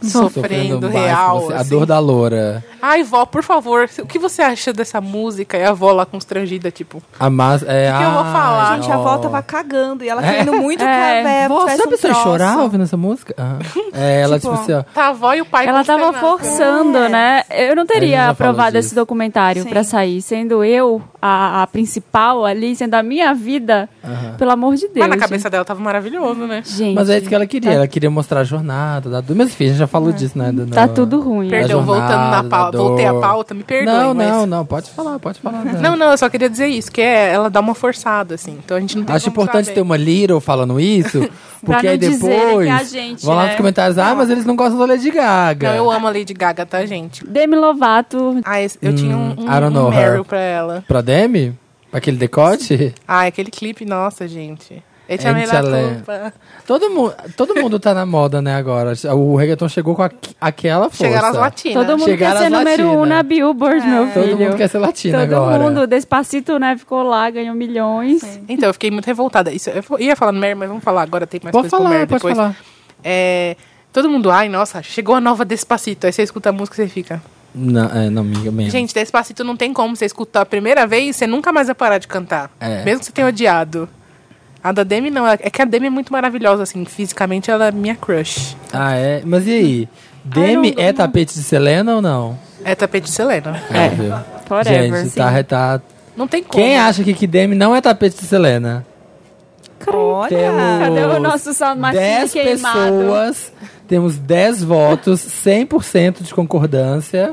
Speaker 4: sofrendo,
Speaker 2: mais que
Speaker 4: real.
Speaker 2: você. A
Speaker 4: assim.
Speaker 2: dor da loura.
Speaker 4: Ai, vó, por favor, o que você acha dessa música? E a vó lá constrangida, tipo...
Speaker 2: A massa. É,
Speaker 4: que eu vou
Speaker 2: ai,
Speaker 4: falar?
Speaker 3: Gente, a
Speaker 2: ó.
Speaker 3: avó tava cagando e ela
Speaker 2: É.
Speaker 3: querendo muito que
Speaker 1: É.
Speaker 3: a véia
Speaker 2: Nossa,
Speaker 3: tivesse
Speaker 2: sabe
Speaker 3: um
Speaker 2: você
Speaker 3: troço.
Speaker 2: chorar ouvindo essa música? Ah. É, ela, tipo, assim, ó.
Speaker 4: Tá a avó e o pai
Speaker 1: Ela tava
Speaker 4: consternados.
Speaker 1: forçando,
Speaker 4: É.
Speaker 1: né? Eu
Speaker 2: A
Speaker 1: não
Speaker 2: gente já
Speaker 1: teria
Speaker 2: falou
Speaker 1: aprovado
Speaker 2: disso.
Speaker 1: esse documentário
Speaker 3: Sim.
Speaker 1: pra sair, sendo eu a, a principal ali, sendo a minha vida,
Speaker 2: Aham.
Speaker 1: pelo amor de Deus.
Speaker 4: Mas na cabeça dela tava maravilhoso, né?
Speaker 1: Gente,
Speaker 2: Mas é isso que ela
Speaker 4: tá
Speaker 2: queria. Ela queria mostrar a jornada da dor. Mas enfim, a gente já
Speaker 4: É.
Speaker 2: falou disso, né? do-
Speaker 1: tá
Speaker 2: do-
Speaker 1: tudo ruim.
Speaker 2: Perdão.
Speaker 4: Perdão,
Speaker 2: jornada,
Speaker 4: voltando na
Speaker 2: da dor.
Speaker 4: pauta. Voltei a pauta, me perdoe.
Speaker 2: Não,
Speaker 4: mas...
Speaker 2: não, não. Pode falar, pode falar. né?
Speaker 4: Não, não, eu só queria dizer isso, que é, ela dá uma forçada, assim. Então a gente não tem
Speaker 2: Acho
Speaker 4: como
Speaker 2: importante
Speaker 4: saber.
Speaker 2: ter uma Little falando isso, porque
Speaker 1: não
Speaker 2: aí
Speaker 4: né,
Speaker 1: dizerem
Speaker 2: depois
Speaker 1: que é a gente,
Speaker 2: vão lá
Speaker 1: né?
Speaker 2: nos comentários, ah, mas eles não gostam da Lady Gaga.
Speaker 4: Não, eu amo a Lady Gaga, tá, gente?
Speaker 1: Demi Lovato.
Speaker 4: Ah, esse- eu tinha um,
Speaker 2: Hum,
Speaker 4: um,
Speaker 2: I don't know
Speaker 4: um Meryl
Speaker 2: her.
Speaker 4: pra ela.
Speaker 2: Pra Demi? Aquele decote?
Speaker 4: Ah, aquele clipe, nossa, gente. Eu tinha
Speaker 2: Gente, ela é-
Speaker 4: culpa.
Speaker 2: Todo, mu todo mundo tá na moda, né, agora. O reggaeton chegou com aqu- aquela força.
Speaker 4: Chegaram as latinas.
Speaker 1: Todo mundo
Speaker 2: Chegaram
Speaker 1: quer ser
Speaker 2: as
Speaker 1: número um
Speaker 2: latinas.
Speaker 1: na
Speaker 4: É.
Speaker 1: Billboard, meu filho.
Speaker 2: Todo mundo quer ser latino
Speaker 1: Todo
Speaker 2: agora.
Speaker 1: mundo, Despacito, né? Ficou lá, ganhou milhões.
Speaker 4: Então, eu fiquei muito revoltada. Isso, eu ia falar no Meryl, mas vamos falar agora, tem mais
Speaker 2: Pode
Speaker 4: coisa com o
Speaker 2: falar,
Speaker 4: Meryl
Speaker 2: pode
Speaker 4: depois.
Speaker 2: falar.
Speaker 4: É, todo mundo, ai, nossa, chegou a nova Despacito. Aí você escuta a música e você fica...
Speaker 2: Não, é, não, amiga, mesmo.
Speaker 4: Gente, Despacito não tem como. Você escutar a primeira vez, você nunca mais vai parar de cantar.
Speaker 2: É.
Speaker 4: Mesmo que você tenha odiado. A da Demi não. É que a Demi é muito maravilhosa, assim. Fisicamente, ela é minha crush.
Speaker 2: Ah, é? Mas e aí? Demi é tapete de Selena ou não?
Speaker 4: É tapete de Selena.
Speaker 1: É.
Speaker 2: viu?
Speaker 1: Forever.
Speaker 2: Gente, tá, tá...
Speaker 4: Não tem como.
Speaker 2: Quem acha que, que Demi não é tapete de Selena?
Speaker 3: Olha,
Speaker 2: Temos-
Speaker 1: Cadê o nosso sound machine
Speaker 2: 10
Speaker 1: queimado?
Speaker 2: pessoas, temos 10 votos, 100% de concordância.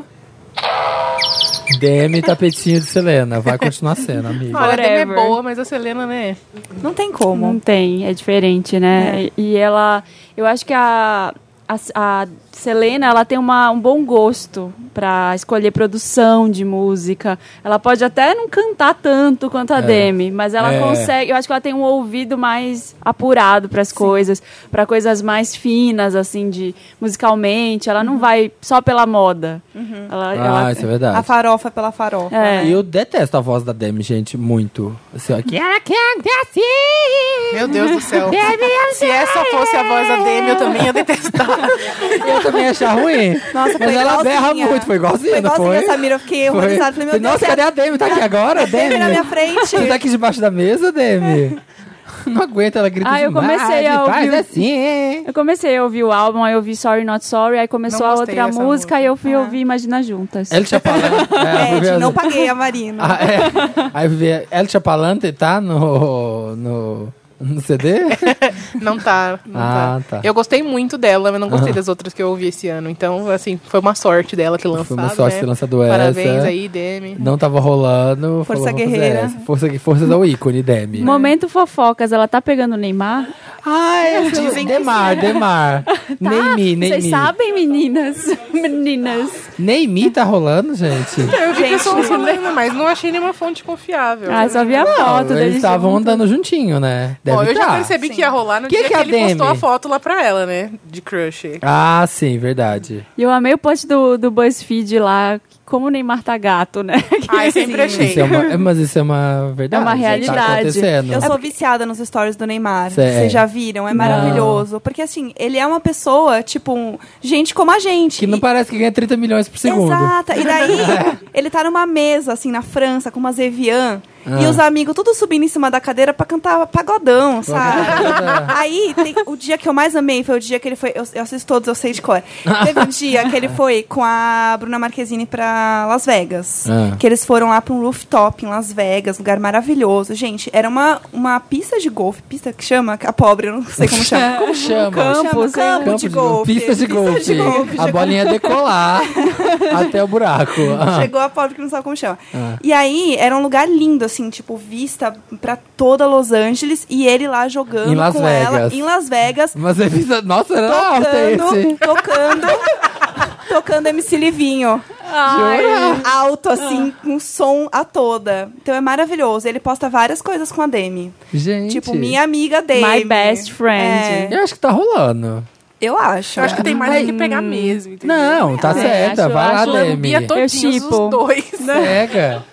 Speaker 2: Demi tapetinho de Selena. Vai continuar sendo, amiga.
Speaker 4: Olha, a Demi é
Speaker 1: Forever.
Speaker 4: boa, mas a Selena, né?
Speaker 3: não tem como.
Speaker 2: Hum.
Speaker 1: Não tem, é diferente,
Speaker 2: É.
Speaker 1: né? E ela. Eu acho que a. A, a Selena, ela tem uma, um bom gosto pra escolher produção de música. Ela pode até não cantar tanto quanto a
Speaker 2: É.
Speaker 1: Demi, mas ela
Speaker 2: É.
Speaker 1: consegue. Eu acho que ela tem um ouvido mais apurado pras coisas, pra coisas mais finas, assim, de musicalmente. Ela não vai só pela moda. Ela,
Speaker 2: Uhum. Ah,
Speaker 1: ela-
Speaker 2: isso é
Speaker 3: A
Speaker 2: verdade.
Speaker 3: farofa pela farofa.
Speaker 1: É.
Speaker 2: Eu detesto a voz da Demi, gente, muito. Assim, ó, que ela canta assim!
Speaker 4: Meu Deus do céu.
Speaker 2: é
Speaker 4: Se essa fosse a voz da Demi, eu também ia detestar.
Speaker 2: Eu também achar ruim.
Speaker 3: Nossa,
Speaker 2: Mas
Speaker 3: foi
Speaker 2: ela
Speaker 3: igualzinha.
Speaker 2: berra muito, foi igualzinha,
Speaker 3: Foi
Speaker 2: não
Speaker 3: igualzinha
Speaker 2: foi?
Speaker 3: a Samira, eu fiquei
Speaker 2: Foi.
Speaker 3: horrorizada. Falei, meu
Speaker 2: Falei, Nossa,
Speaker 3: Deus,
Speaker 2: cadê a Demi? Tá aqui agora, Demi?
Speaker 3: Demi na minha frente.
Speaker 2: Você tá aqui debaixo da mesa, Demi? Não aguenta, ela grita
Speaker 1: Ah, eu
Speaker 2: demais.
Speaker 1: comecei a
Speaker 2: Faz
Speaker 1: ouvir-
Speaker 2: assim, hein?
Speaker 1: Eu comecei a ouvir o álbum, aí eu ouvi Sorry Not Sorry, aí começou
Speaker 4: Não
Speaker 1: a
Speaker 4: gostei
Speaker 1: outra
Speaker 4: dessa
Speaker 1: música,
Speaker 4: música.
Speaker 1: e eu fui ouvir Imagina Juntas.
Speaker 2: El Chapalante.
Speaker 3: É,
Speaker 2: É,
Speaker 3: de
Speaker 2: eu
Speaker 3: não
Speaker 2: vi-
Speaker 3: paguei a Marina.
Speaker 2: Ah, é. Aí eu vi El Chapalante tá no, no, no CD?
Speaker 4: Não tá. Não
Speaker 2: Ah, tá.
Speaker 4: Eu gostei muito dela, mas não gostei das outras que eu ouvi esse ano. Então, assim, foi uma sorte dela ter lançado.
Speaker 2: Foi uma sorte
Speaker 4: né?
Speaker 2: ter lançado essa.
Speaker 4: Parabéns aí, Demi.
Speaker 2: Não tava rolando. falou,
Speaker 3: Força
Speaker 2: vamos fazer
Speaker 3: guerreira.
Speaker 2: essa. Força, força do ícone, Demi.
Speaker 1: Momento fofocas, ela tá pegando o Neymar?
Speaker 2: Ah, é.
Speaker 4: Dizem que
Speaker 2: Demar, Demar.
Speaker 3: Tá,
Speaker 2: Neimi, Neimi.
Speaker 1: Vocês sabem, meninas? Meninas.
Speaker 2: Neimi tá rolando, gente?
Speaker 4: Eu vi que são falando, mas não achei nenhuma fonte confiável.
Speaker 1: Ah, só vi a foto
Speaker 2: Não, eles
Speaker 1: deles.
Speaker 2: estavam
Speaker 1: juntos.
Speaker 2: andando juntinho, né? Deve
Speaker 4: Bom, eu já
Speaker 2: tá.
Speaker 4: percebi que ia rolar no
Speaker 2: Que
Speaker 4: dia
Speaker 2: que
Speaker 4: que,
Speaker 2: é a
Speaker 4: ele postou a
Speaker 2: Demi?
Speaker 4: foto lá pra ela, né? De crush.
Speaker 2: Ah, sim, verdade.
Speaker 1: E eu amei o post do, do BuzzFeed lá, como o Neymar tá gato, né?
Speaker 4: Ai, sempre achei.
Speaker 2: Isso é uma- é, mas isso é uma verdade.
Speaker 1: É uma
Speaker 2: Tá
Speaker 1: realidade.
Speaker 2: acontecendo.
Speaker 3: Eu sou viciada nos stories do Neymar.
Speaker 2: Cê é.
Speaker 3: Vocês já viram? É maravilhoso. Porque, assim, ele é uma pessoa, tipo, um- gente como a gente.
Speaker 2: Que não
Speaker 3: E-
Speaker 2: parece que ganha 30 milhões por segundo. É.
Speaker 3: Exata. E daí, ele tá numa mesa, assim, na França, com uma Zevian.
Speaker 2: Ah.
Speaker 3: E os amigos tudo subindo em cima da cadeira pra cantar pagodão, sabe? Aí, tem- o dia que eu mais amei foi o dia que ele foi. Eu, eu assisto todos, eu sei de cor. Teve um dia que ele foi com a Bruna Marquezine pra Las Vegas.
Speaker 2: Ah.
Speaker 3: Que eles foram lá pra um rooftop em Las Vegas, um lugar maravilhoso. Gente, era uma, uma pista de golfe, pista que chama? A pobre, eu não sei como chama. Como
Speaker 2: Chama.
Speaker 3: chama?
Speaker 1: Campo, sei lá.
Speaker 3: Campo de golfe.
Speaker 2: Pista de golfe.
Speaker 3: Pista de golfe.
Speaker 2: A bolinha é decolar até o buraco. Ah.
Speaker 3: Chegou a pobre que não sabe como chama. E aí, era um lugar lindo, assim, tipo, vista pra toda Los Angeles. E ele lá jogando
Speaker 2: Em Las
Speaker 3: com ela
Speaker 2: Vegas.
Speaker 3: em Las Vegas,
Speaker 2: Mas é pista... Nossa, era alta
Speaker 3: tocando,
Speaker 2: esse.
Speaker 3: tocando, tocando MC Livinho.
Speaker 2: Jura?
Speaker 3: Alto, assim,
Speaker 2: Ah.
Speaker 3: com som a toda. Então é maravilhoso. Ele posta várias coisas com a Demi.
Speaker 2: Gente.
Speaker 3: Tipo, minha amiga Demi.
Speaker 1: My best friend.
Speaker 3: É,
Speaker 2: Eu acho que tá rolando.
Speaker 3: eu acho.
Speaker 4: Eu acho que tem mais do que pegar
Speaker 1: Hum.
Speaker 4: mesmo, entendeu?
Speaker 2: Não, tá
Speaker 1: acho,
Speaker 2: certa. Vai lá,
Speaker 1: É, acho-
Speaker 2: Demi.
Speaker 4: Bia todinhos
Speaker 1: tipo.
Speaker 4: os dois.
Speaker 2: Pega.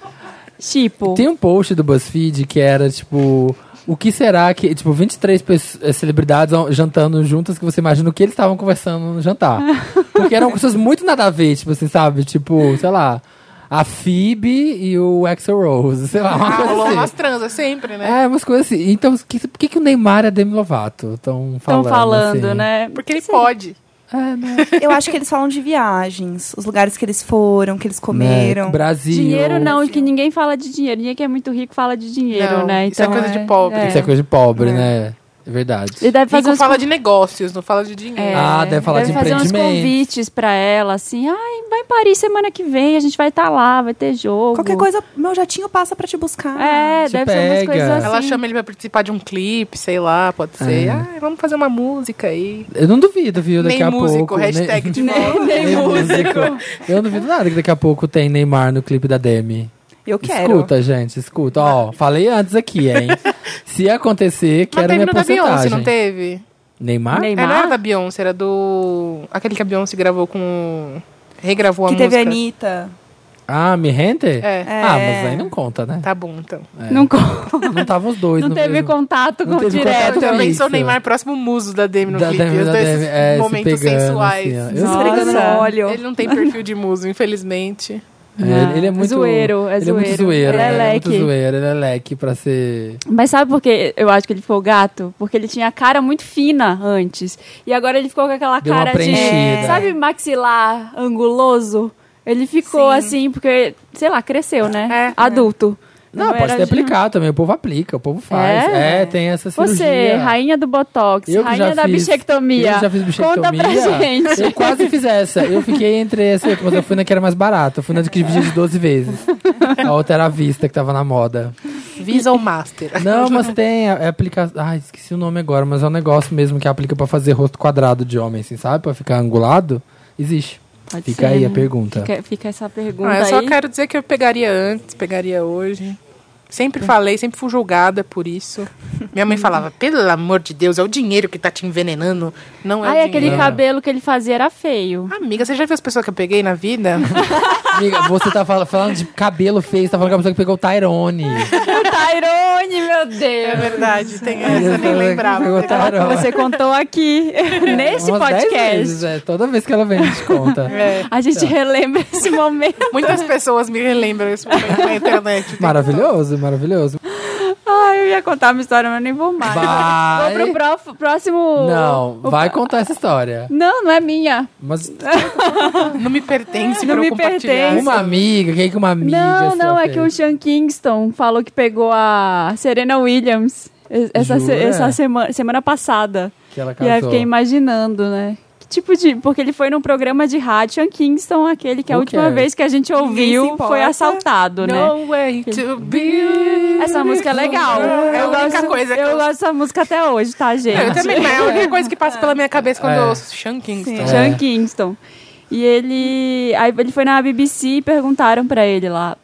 Speaker 1: Tipo,
Speaker 2: Tem um post do BuzzFeed que era, tipo... O que será que... Tipo, 23 pesso- eh, celebridades jantando juntas que você imagina o que eles estavam conversando no jantar. Porque eram coisas muito nada a ver, tipo assim, sabe? Tipo, sei lá... A Phoebe e o Axel Rose. Sei lá, uma
Speaker 4: Ah,
Speaker 2: coisa
Speaker 4: rolou
Speaker 2: assim.
Speaker 4: umas transas sempre, né?
Speaker 2: É, umas coisas assim. Então, por que, por que, que o Neymar é Demi Lovato? Estão
Speaker 1: estão
Speaker 2: falando,
Speaker 1: falando,
Speaker 2: assim?
Speaker 1: né?
Speaker 4: Porque ele pode.
Speaker 2: É, né?
Speaker 3: Eu acho que eles falam de viagens, os lugares que eles foram, que eles
Speaker 2: Né?
Speaker 3: comeram.
Speaker 2: Brasil.
Speaker 1: Dinheiro não, que ninguém fala de dinheiro. Ninguém que é muito rico fala de dinheiro,
Speaker 4: Não,
Speaker 1: né?
Speaker 4: isso é coisa de pobre.
Speaker 2: Isso é coisa de pobre, né? É verdade.
Speaker 1: Ele deve fazer
Speaker 4: Rico
Speaker 1: uns
Speaker 4: fala de negócios, não fala de dinheiro.
Speaker 1: É,
Speaker 2: Ah, deve falar de
Speaker 1: fazer uns
Speaker 2: empreendimento.
Speaker 1: convites pra ela, assim. Ai, vai em Paris semana que vem, a gente vai estar lá, vai ter jogo.
Speaker 3: Qualquer coisa, meu jatinho passa pra te buscar.
Speaker 1: É,
Speaker 2: Ah, Te
Speaker 1: deve ser umas
Speaker 2: pega.
Speaker 1: coisas assim.
Speaker 4: Ela chama ele pra participar de um clipe, sei lá, pode ser.
Speaker 2: É.
Speaker 4: Ah, vamos fazer uma música aí.
Speaker 2: Eu não duvido, viu? Daqui
Speaker 4: Nem
Speaker 2: a
Speaker 4: músico,
Speaker 2: pouco.
Speaker 4: hashtag de
Speaker 1: Nem-
Speaker 4: volta.
Speaker 1: nem
Speaker 2: Nem
Speaker 1: música.
Speaker 2: músico. Eu não duvido nada que daqui a pouco tem Neymar no clipe da Demi.
Speaker 3: Eu quero.
Speaker 2: Escuta, gente, escuta. Ó, falei antes aqui, hein? Se acontecer,
Speaker 4: Mas
Speaker 2: quero
Speaker 4: teve
Speaker 2: minha
Speaker 4: no da Beyoncé,
Speaker 2: porcentagem.
Speaker 4: não teve?
Speaker 2: Neymar?
Speaker 1: Neymar.
Speaker 4: É, não era da Beyoncé, era do... Aquele que a Beyoncé gravou com... Regravou a
Speaker 3: Que
Speaker 4: música.
Speaker 3: teve a Anitta.
Speaker 2: Ah, me rende?
Speaker 4: É.
Speaker 2: Ah, mas aí não conta, né?
Speaker 4: Tá bom, então.
Speaker 2: É.
Speaker 1: Não, con-
Speaker 2: Não estavam os dois
Speaker 1: não
Speaker 2: no
Speaker 1: teve
Speaker 2: mesmo-
Speaker 1: contato
Speaker 2: Não
Speaker 1: com
Speaker 2: teve
Speaker 1: direto. então.
Speaker 2: contato
Speaker 4: Eu
Speaker 2: isso.
Speaker 4: pensei o Neymar próximo muso da Demi no
Speaker 2: Da
Speaker 4: clipe.
Speaker 2: Demi,
Speaker 4: os
Speaker 2: da
Speaker 4: dois
Speaker 2: Demi, é, se
Speaker 4: momentos
Speaker 2: pegando,
Speaker 4: sensuais.
Speaker 2: assim, ó.
Speaker 1: Nossa.
Speaker 3: Esfregando no óleo.
Speaker 4: Ele não tem perfil de muso, infelizmente.
Speaker 2: É,
Speaker 1: Não,
Speaker 2: ele- ele é muito
Speaker 1: zoeiro, é
Speaker 2: ele é muito
Speaker 1: zoeiro.
Speaker 2: zoeiro.
Speaker 1: Ele é
Speaker 2: né? Ele é muito
Speaker 1: leque.
Speaker 2: zoeiro, ele é leque pra ser.
Speaker 1: Mas sabe por que eu acho que ele ficou gato? Porque ele tinha a cara muito fina antes. E agora ele ficou com aquela
Speaker 2: Deu uma
Speaker 1: cara de.
Speaker 2: preenchida.
Speaker 1: Sabe, maxilar anguloso? Ele ficou
Speaker 3: Sim.
Speaker 1: assim, porque, sei lá, cresceu, né?
Speaker 4: É.
Speaker 1: Adulto.
Speaker 2: Não,
Speaker 1: Não
Speaker 2: pode
Speaker 1: era
Speaker 2: ter
Speaker 1: de-
Speaker 2: aplicado também. O povo aplica, o povo faz.
Speaker 1: É?
Speaker 2: É, tem essa cirurgia.
Speaker 1: Você, rainha do Botox,
Speaker 2: Eu que
Speaker 1: rainha
Speaker 2: já
Speaker 1: da
Speaker 2: fiz-
Speaker 1: bichectomia.
Speaker 2: Eu já fiz bichectomia.
Speaker 1: Conta pra gente.
Speaker 2: Eu quase fiz essa. Eu fiquei entre essa e outra, mas eu fui na que era mais barata. Eu fui na que dividia de 12 vezes. A outra era a vista, que tava na moda.
Speaker 4: Visa ou Master. Ah,
Speaker 2: Não, mas tem. É aplica... Ai, esqueci o nome agora, mas é um negócio mesmo que aplica pra fazer rosto quadrado de homem, assim, sabe? Pra ficar angulado. Existe.
Speaker 1: Pode
Speaker 2: Fica
Speaker 1: ser,
Speaker 2: aí
Speaker 1: né?
Speaker 2: a pergunta.
Speaker 1: Fica, fica essa pergunta
Speaker 4: Ah, eu só
Speaker 1: aí.
Speaker 4: quero dizer que eu pegaria antes, pegaria hoje. Sempre falei, sempre fui julgada por isso. Minha mãe falava, pelo amor de Deus, é o dinheiro que tá te envenenando. Não é
Speaker 1: Ai,
Speaker 4: o dinheiro.
Speaker 1: aquele cabelo que ele fazia era feio.
Speaker 4: Amiga, você já viu as pessoas que eu peguei na vida?
Speaker 2: Amiga, você tá fala- falando de cabelo feio, você tá falando que a pessoa que pegou o Tyrone.
Speaker 1: O Tyrone, meu
Speaker 4: é
Speaker 1: Deus.
Speaker 4: verdade, tem essa, eu nem
Speaker 2: Ela Pegou o
Speaker 4: lembrava.
Speaker 2: Tyrone.
Speaker 1: Você contou aqui, neste
Speaker 2: Umas dez vezes, Então.
Speaker 1: podcast.
Speaker 2: é. Toda vez que ela vem, a gente conta.
Speaker 4: É.
Speaker 1: A gente relembra esse momento.
Speaker 4: Muitas pessoas me relembram esse momento na internet.
Speaker 2: Maravilhoso, maravilhoso.
Speaker 1: Ai, eu ia contar uma história, mas nem vou mais.
Speaker 2: Vai.
Speaker 1: Vou pro pró- próximo.
Speaker 2: Não,
Speaker 1: o-
Speaker 2: vai contar essa história.
Speaker 1: Não, não é minha.
Speaker 2: Mas
Speaker 4: Não me pertence
Speaker 1: Não
Speaker 4: pra
Speaker 1: me
Speaker 4: eu compartilhar.
Speaker 1: pertence.
Speaker 2: uma amiga, quem é que uma amiga?
Speaker 1: não, não, é que o
Speaker 2: eu
Speaker 1: Sean Kingston falou que pegou a Serena Williams e- essa, se-
Speaker 2: Jura?
Speaker 1: essa semana, semana passada.
Speaker 2: Que ela
Speaker 1: E aí eu
Speaker 2: casou.
Speaker 1: fiquei imaginando, né? Que tipo de. Porque ele foi num programa de rádio, Sean Kingston, aquele que a
Speaker 2: Who
Speaker 1: última
Speaker 2: cares?
Speaker 1: vez que a gente ouviu
Speaker 3: importa.
Speaker 1: foi assaltado, né?
Speaker 4: No way to be.
Speaker 1: Essa música é legal.
Speaker 4: É a
Speaker 1: eu
Speaker 4: única
Speaker 1: gosto,
Speaker 4: coisa que
Speaker 1: eu
Speaker 4: eu-
Speaker 1: gosto dessa música até hoje, tá, gente?
Speaker 4: Eu também, mas é a única coisa que passa pela minha cabeça quando
Speaker 2: É.
Speaker 4: eu ouço Sean então. Kingston.
Speaker 2: É.
Speaker 1: Sean Kingston. E ele. Aí ele foi na BBC e perguntaram pra ele lá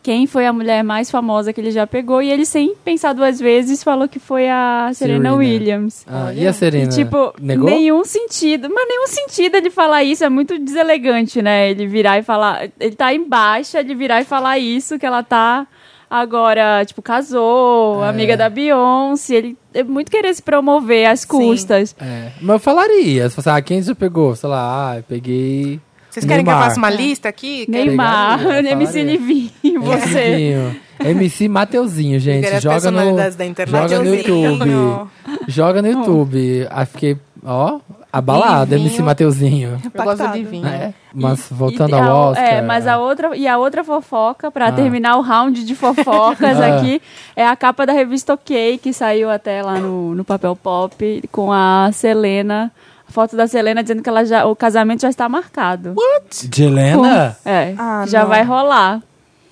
Speaker 1: quem foi a mulher mais famosa que ele já pegou. E ele, sem pensar duas vezes, falou que foi a Serena
Speaker 2: Serena.
Speaker 1: Williams.
Speaker 2: Ah, e a Serena?
Speaker 1: E, tipo,
Speaker 2: negou?
Speaker 1: nenhum sentido. Mas nenhum sentido ele falar isso. É muito deselegante, né? Ele virar e falar. Ele tá em baixa, ele virar e falar isso, que ela tá agora, tipo, casou,
Speaker 2: É.
Speaker 1: amiga da Beyoncé. Ele é muito querer se promover às custas.
Speaker 2: É, mas eu falaria. Se fosse, ah, quem já pegou? Sei lá, ah, eu peguei.
Speaker 4: Vocês querem que eu
Speaker 2: Neymar.
Speaker 4: faça uma lista aqui?
Speaker 1: É. Neymar,
Speaker 2: Pegaria,
Speaker 1: MC
Speaker 2: falaria.
Speaker 1: Livinho, você.
Speaker 2: Livinho. MC Mateuzinho, gente.
Speaker 4: Ver as
Speaker 2: Joga no,
Speaker 4: personalidades da internet.
Speaker 2: joga no
Speaker 3: Mateuzinho.
Speaker 2: YouTube. Joga no YouTube. Aí fiquei, ó, abalado,
Speaker 6: Livinho.
Speaker 2: MC Mateuzinho.
Speaker 6: Eu gosto
Speaker 3: Impactado.
Speaker 6: de vinho.
Speaker 2: É, mas
Speaker 1: E
Speaker 2: voltando
Speaker 1: tem a-
Speaker 2: ao Oscar.
Speaker 1: É, mas a outra, e a outra fofoca, pra
Speaker 2: Ah.
Speaker 1: terminar o round de fofocas
Speaker 2: Ah.
Speaker 1: aqui, é a capa da revista OK, que saiu até lá no, no Papel Pop, com a Selena, a foto da Selena dizendo que ela já, o casamento já está marcado.
Speaker 2: De Helena?
Speaker 1: É,
Speaker 3: Ah,
Speaker 1: já
Speaker 3: não.
Speaker 1: vai rolar.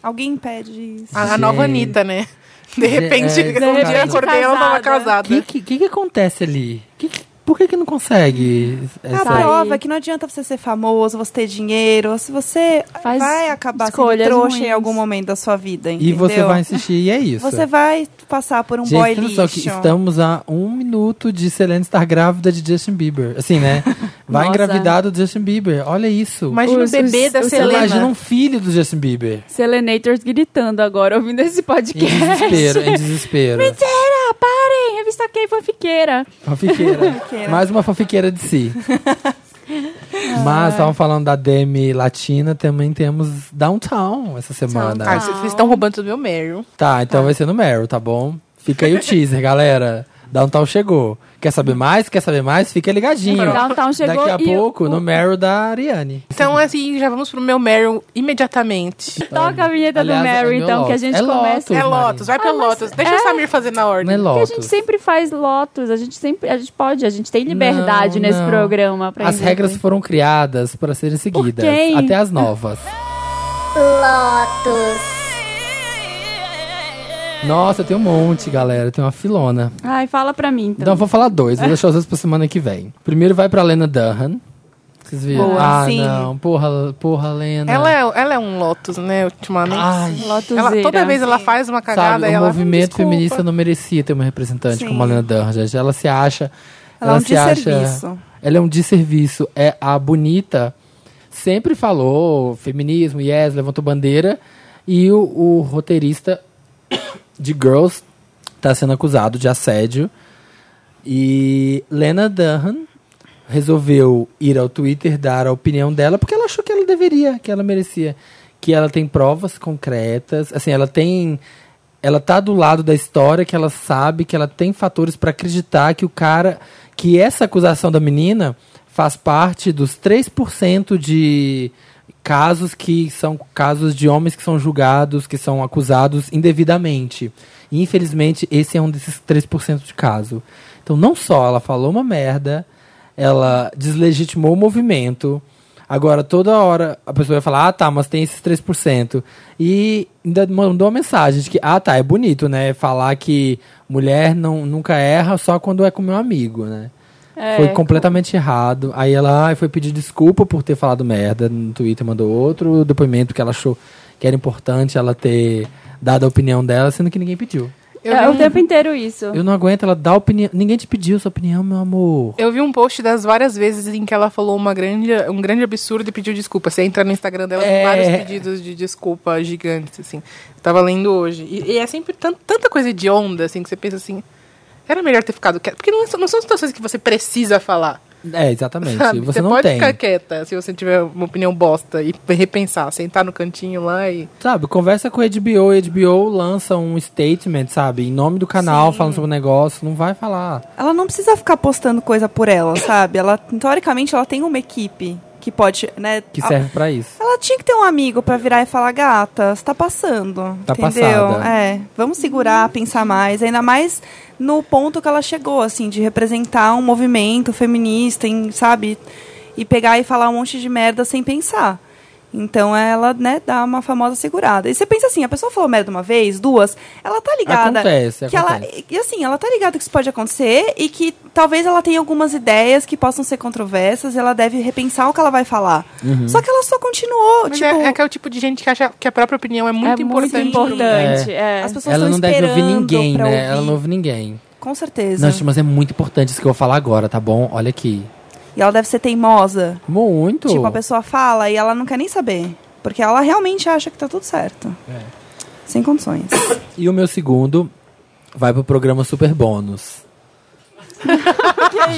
Speaker 3: Alguém pede isso.
Speaker 4: A, a nova
Speaker 2: Gente.
Speaker 4: Anitta, né? De repente,
Speaker 2: é,
Speaker 4: um
Speaker 1: de
Speaker 4: dia
Speaker 1: repente
Speaker 4: acordei e ela tava
Speaker 2: O
Speaker 4: casada.
Speaker 2: que, que, que que acontece ali? Que que- por que que não consegue?
Speaker 3: A
Speaker 2: essa-
Speaker 3: prova é que não adianta você ser famoso, você ter dinheiro, se você
Speaker 1: Faz
Speaker 3: vai acabar sendo
Speaker 1: escolhas
Speaker 3: trouxa em
Speaker 1: ruins.
Speaker 3: algum momento da sua vida,
Speaker 2: E
Speaker 3: entendeu?
Speaker 2: você vai insistir e é isso.
Speaker 3: Você vai passar por um
Speaker 2: Gente,
Speaker 3: boy
Speaker 2: você não sabe que
Speaker 3: lixo.
Speaker 2: estamos a um minuto de Selena estar grávida de Justin Bieber. Assim, né? Vai
Speaker 1: Nossa.
Speaker 2: engravidar do Justin Bieber. Olha isso.
Speaker 4: Imagina
Speaker 1: Os-
Speaker 4: o bebê
Speaker 1: os-
Speaker 4: da
Speaker 1: os-
Speaker 2: Você
Speaker 4: Selena.
Speaker 2: imagina um filho do Justin Bieber.
Speaker 1: Selenators gritando agora, ouvindo esse
Speaker 2: Em
Speaker 1: podcast.
Speaker 2: desespero, em desespero.
Speaker 1: Mentira! Parem! Revista OK fanfiqueira.
Speaker 2: Fofiqueira.
Speaker 3: Fofiqueira.
Speaker 2: Mais uma fofiqueira de si. Mas estavam falando da Demi Latina, também temos Downtown essa semana.
Speaker 4: Ah, vocês estão roubando do meu Meryl.
Speaker 2: Tá, então vai ser no Meryl, tá bom? Fica aí o teaser, galera. Downtown chegou. Quer saber mais? Quer saber mais? Fica ligadinho.
Speaker 1: Downtown chegou
Speaker 2: Daqui a
Speaker 1: e
Speaker 2: pouco,
Speaker 1: o-
Speaker 2: no Meryl da Ariane.
Speaker 4: Então, assim, já vamos pro meu Meryl imediatamente.
Speaker 1: Toca a vinheta
Speaker 2: Aliás,
Speaker 1: do Mary,
Speaker 2: é meu
Speaker 1: então, que a
Speaker 2: Lotus.
Speaker 1: gente
Speaker 2: É
Speaker 1: começa.
Speaker 2: Lotus.
Speaker 4: é Lotus, vai pra Lotus. Deixa o Samir fazer na
Speaker 2: Não é
Speaker 4: ordem.
Speaker 1: Porque
Speaker 2: Lotus.
Speaker 1: a gente sempre faz lotos, a gente sempre, a gente pode, a gente tem liberdade
Speaker 2: Não,
Speaker 1: nesse
Speaker 2: não.
Speaker 1: programa pra
Speaker 2: As
Speaker 1: inventar.
Speaker 2: regras foram criadas para serem seguidas.
Speaker 1: né? quem?
Speaker 2: Até as novas.
Speaker 6: Lotus.
Speaker 2: Nossa, tem um monte, galera. Tem uma filona.
Speaker 1: Ai, fala pra mim então.
Speaker 2: Então eu vou falar dois, vou deixar os outros pra semana que vem. Primeiro vai pra Lena Dunham. Vocês viram?
Speaker 3: Boa,
Speaker 2: ah,
Speaker 3: sim.
Speaker 2: não. Porra, porra, Lena.
Speaker 4: Ela é, ela é um Lotus, né, ultimamente.
Speaker 2: Ai,
Speaker 1: Lotuseira.
Speaker 4: Ela, toda vez ela faz uma cagada
Speaker 2: sabe,
Speaker 4: e
Speaker 2: o
Speaker 4: ela.
Speaker 2: movimento
Speaker 4: "Desculpa."
Speaker 2: feminista não merecia ter uma representante
Speaker 3: Sim.
Speaker 2: como a Lena Dunham, gente. Ela se acha...
Speaker 3: Ela é um
Speaker 2: se acha...
Speaker 3: desserviço.
Speaker 2: Ela é um desserviço. É a bonita sempre falou feminismo, yes, levantou bandeira. E o, o roteirista de Girls tá sendo acusado de assédio. E Lena Dunham resolveu ir ao Twitter dar a opinião dela porque ela achou que ela deveria, que ela merecia, que ela tem provas concretas, assim, ela tem ela tá do lado da história que ela sabe que ela tem fatores para acreditar que o cara que essa acusação da menina faz parte dos 3% de casos que são casos de homens que são julgados, que são acusados indevidamente. E, infelizmente, esse é um desses 3% de caso. Então, não só ela falou uma merda, ela deslegitimou o movimento. Agora, toda hora, a pessoa vai falar, ah, tá, mas tem esses 3%. E ainda mandou uma mensagem de que, ah, tá, é bonito, né? Falar que mulher não, nunca erra só quando é com meu amigo, né?
Speaker 1: É.
Speaker 2: Foi completamente errado. Aí ela ai, foi pedir desculpa por ter falado merda no Twitter, mandou outro depoimento que ela achou que era importante ela ter dado a opinião dela, sendo que ninguém pediu.
Speaker 4: Eu
Speaker 1: é
Speaker 4: vi
Speaker 1: o tempo inteiro isso.
Speaker 2: Eu não aguento ela dar opinião. Ninguém te pediu sua opinião, meu amor.
Speaker 4: Eu vi um post das várias vezes em que ela falou uma grande, um grande absurdo e pediu desculpa. Você entra no Instagram dela,
Speaker 2: É.
Speaker 4: tem vários pedidos de desculpa gigantes, assim. Eu tava lendo hoje. E, e é sempre tan- tanta coisa de onda, assim, que você pensa assim... Era melhor ter ficado quieto. Porque não, são- não são situações que você precisa falar.
Speaker 2: É, exatamente.
Speaker 4: sabe?
Speaker 2: Você, não
Speaker 4: pode
Speaker 2: tem.
Speaker 4: ficar quieta se você tiver uma opinião bosta e repensar. Sentar no cantinho lá e...
Speaker 2: Sabe, conversa com a HBO, a HBO lança um statement, sabe? Em nome do canal, falando sobre o negócio, não vai falar.
Speaker 3: Ela não precisa ficar postando coisa por ela, sabe? Ela, teoricamente, ela tem uma equipe que pode, né?
Speaker 2: Que
Speaker 3: a-
Speaker 2: serve pra isso.
Speaker 3: Ela tinha que ter um amigo pra virar e falar, gata, você tá passando.
Speaker 2: Tá
Speaker 3: entendeu?
Speaker 2: passada.
Speaker 3: É. Vamos segurar, pensar mais. Ainda mais no ponto que ela chegou, assim, de representar um movimento feminista, em, sabe? E pegar e falar um monte de merda sem pensar. Então ela, né, dá uma famosa segurada. E você pensa assim, a pessoa falou merda uma vez, duas, ela tá ligada.
Speaker 2: Acontece,
Speaker 3: que
Speaker 2: acontece.
Speaker 3: Ela, e assim, ela tá ligada que isso pode acontecer e que talvez ela tenha algumas ideias que possam ser controversas e ela deve repensar o que ela vai falar.
Speaker 2: Uhum.
Speaker 3: Só que ela só continuou,
Speaker 4: Mas
Speaker 3: tipo...
Speaker 4: é, é que é o tipo de gente que acha que a própria opinião é muito
Speaker 1: é
Speaker 4: importante.
Speaker 1: muito importante. é.
Speaker 3: As pessoas
Speaker 2: Ela
Speaker 3: estão
Speaker 2: não deve
Speaker 3: esperando
Speaker 2: ouvir ninguém,
Speaker 3: pra
Speaker 2: né?
Speaker 3: ouvir.
Speaker 2: Ela não ouve ninguém.
Speaker 3: Com certeza.
Speaker 2: Não, gente, mas é muito importante isso que eu vou falar agora, tá bom? Olha aqui.
Speaker 3: E ela deve ser teimosa.
Speaker 2: Muito.
Speaker 3: Tipo, a pessoa fala e ela não quer nem saber. Porque ela realmente acha que tá tudo certo.
Speaker 2: É.
Speaker 3: Sem condições.
Speaker 2: E o meu segundo vai pro programa Super Bônus.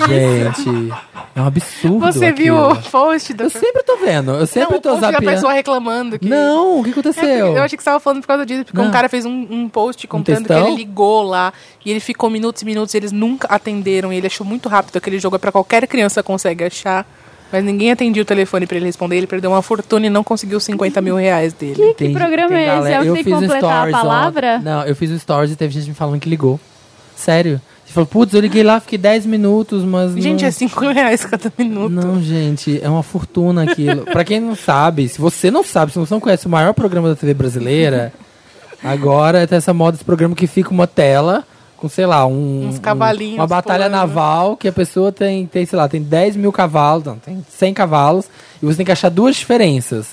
Speaker 2: Gente, É um absurdo.
Speaker 4: Você viu
Speaker 2: aquilo.
Speaker 4: o post do.
Speaker 2: Eu sempre tô vendo. Eu sempre
Speaker 4: não, o
Speaker 2: tô
Speaker 4: post da
Speaker 2: zapeando.
Speaker 4: pessoa reclamando que.
Speaker 2: Não, o que
Speaker 4: É, porque
Speaker 2: aconteceu?
Speaker 4: eu achei que você tava falando por causa disso, porque
Speaker 2: Não.
Speaker 4: um cara fez um, um post contando que
Speaker 2: textão?
Speaker 4: ele ligou lá e ele ficou minutos e minutos, eles nunca atenderam, e ele achou muito rápido aquele jogo é pra qualquer criança consegue achar. Mas ninguém atendia o telefone pra ele responder, ele perdeu uma fortuna e não conseguiu os 50 mil reais dele.
Speaker 1: Que programa é esse? É o que
Speaker 2: eu
Speaker 1: tem que
Speaker 2: fiz um
Speaker 1: completar a
Speaker 2: stories ontem.
Speaker 1: palavra?
Speaker 2: Não, eu fiz um stories e teve gente me falando que ligou. Sério. Você falou, putz, eu liguei lá, fiquei 10 minutos, mas.
Speaker 4: Gente,
Speaker 2: não...
Speaker 4: é 5 reais cada minuto.
Speaker 2: Não, gente, é uma fortuna aquilo. pra quem não sabe, se você não sabe, se você não conhece o maior programa da TV brasileira, agora tem essa moda, esse programa que fica uma tela com, sei lá, um,
Speaker 4: Uns cavalinhos
Speaker 2: uma batalha
Speaker 4: pulando.
Speaker 2: naval que a pessoa tem, tem, sei lá, tem 10 mil cavalos, não, tem 100 cavalos, e você tem que achar duas diferenças.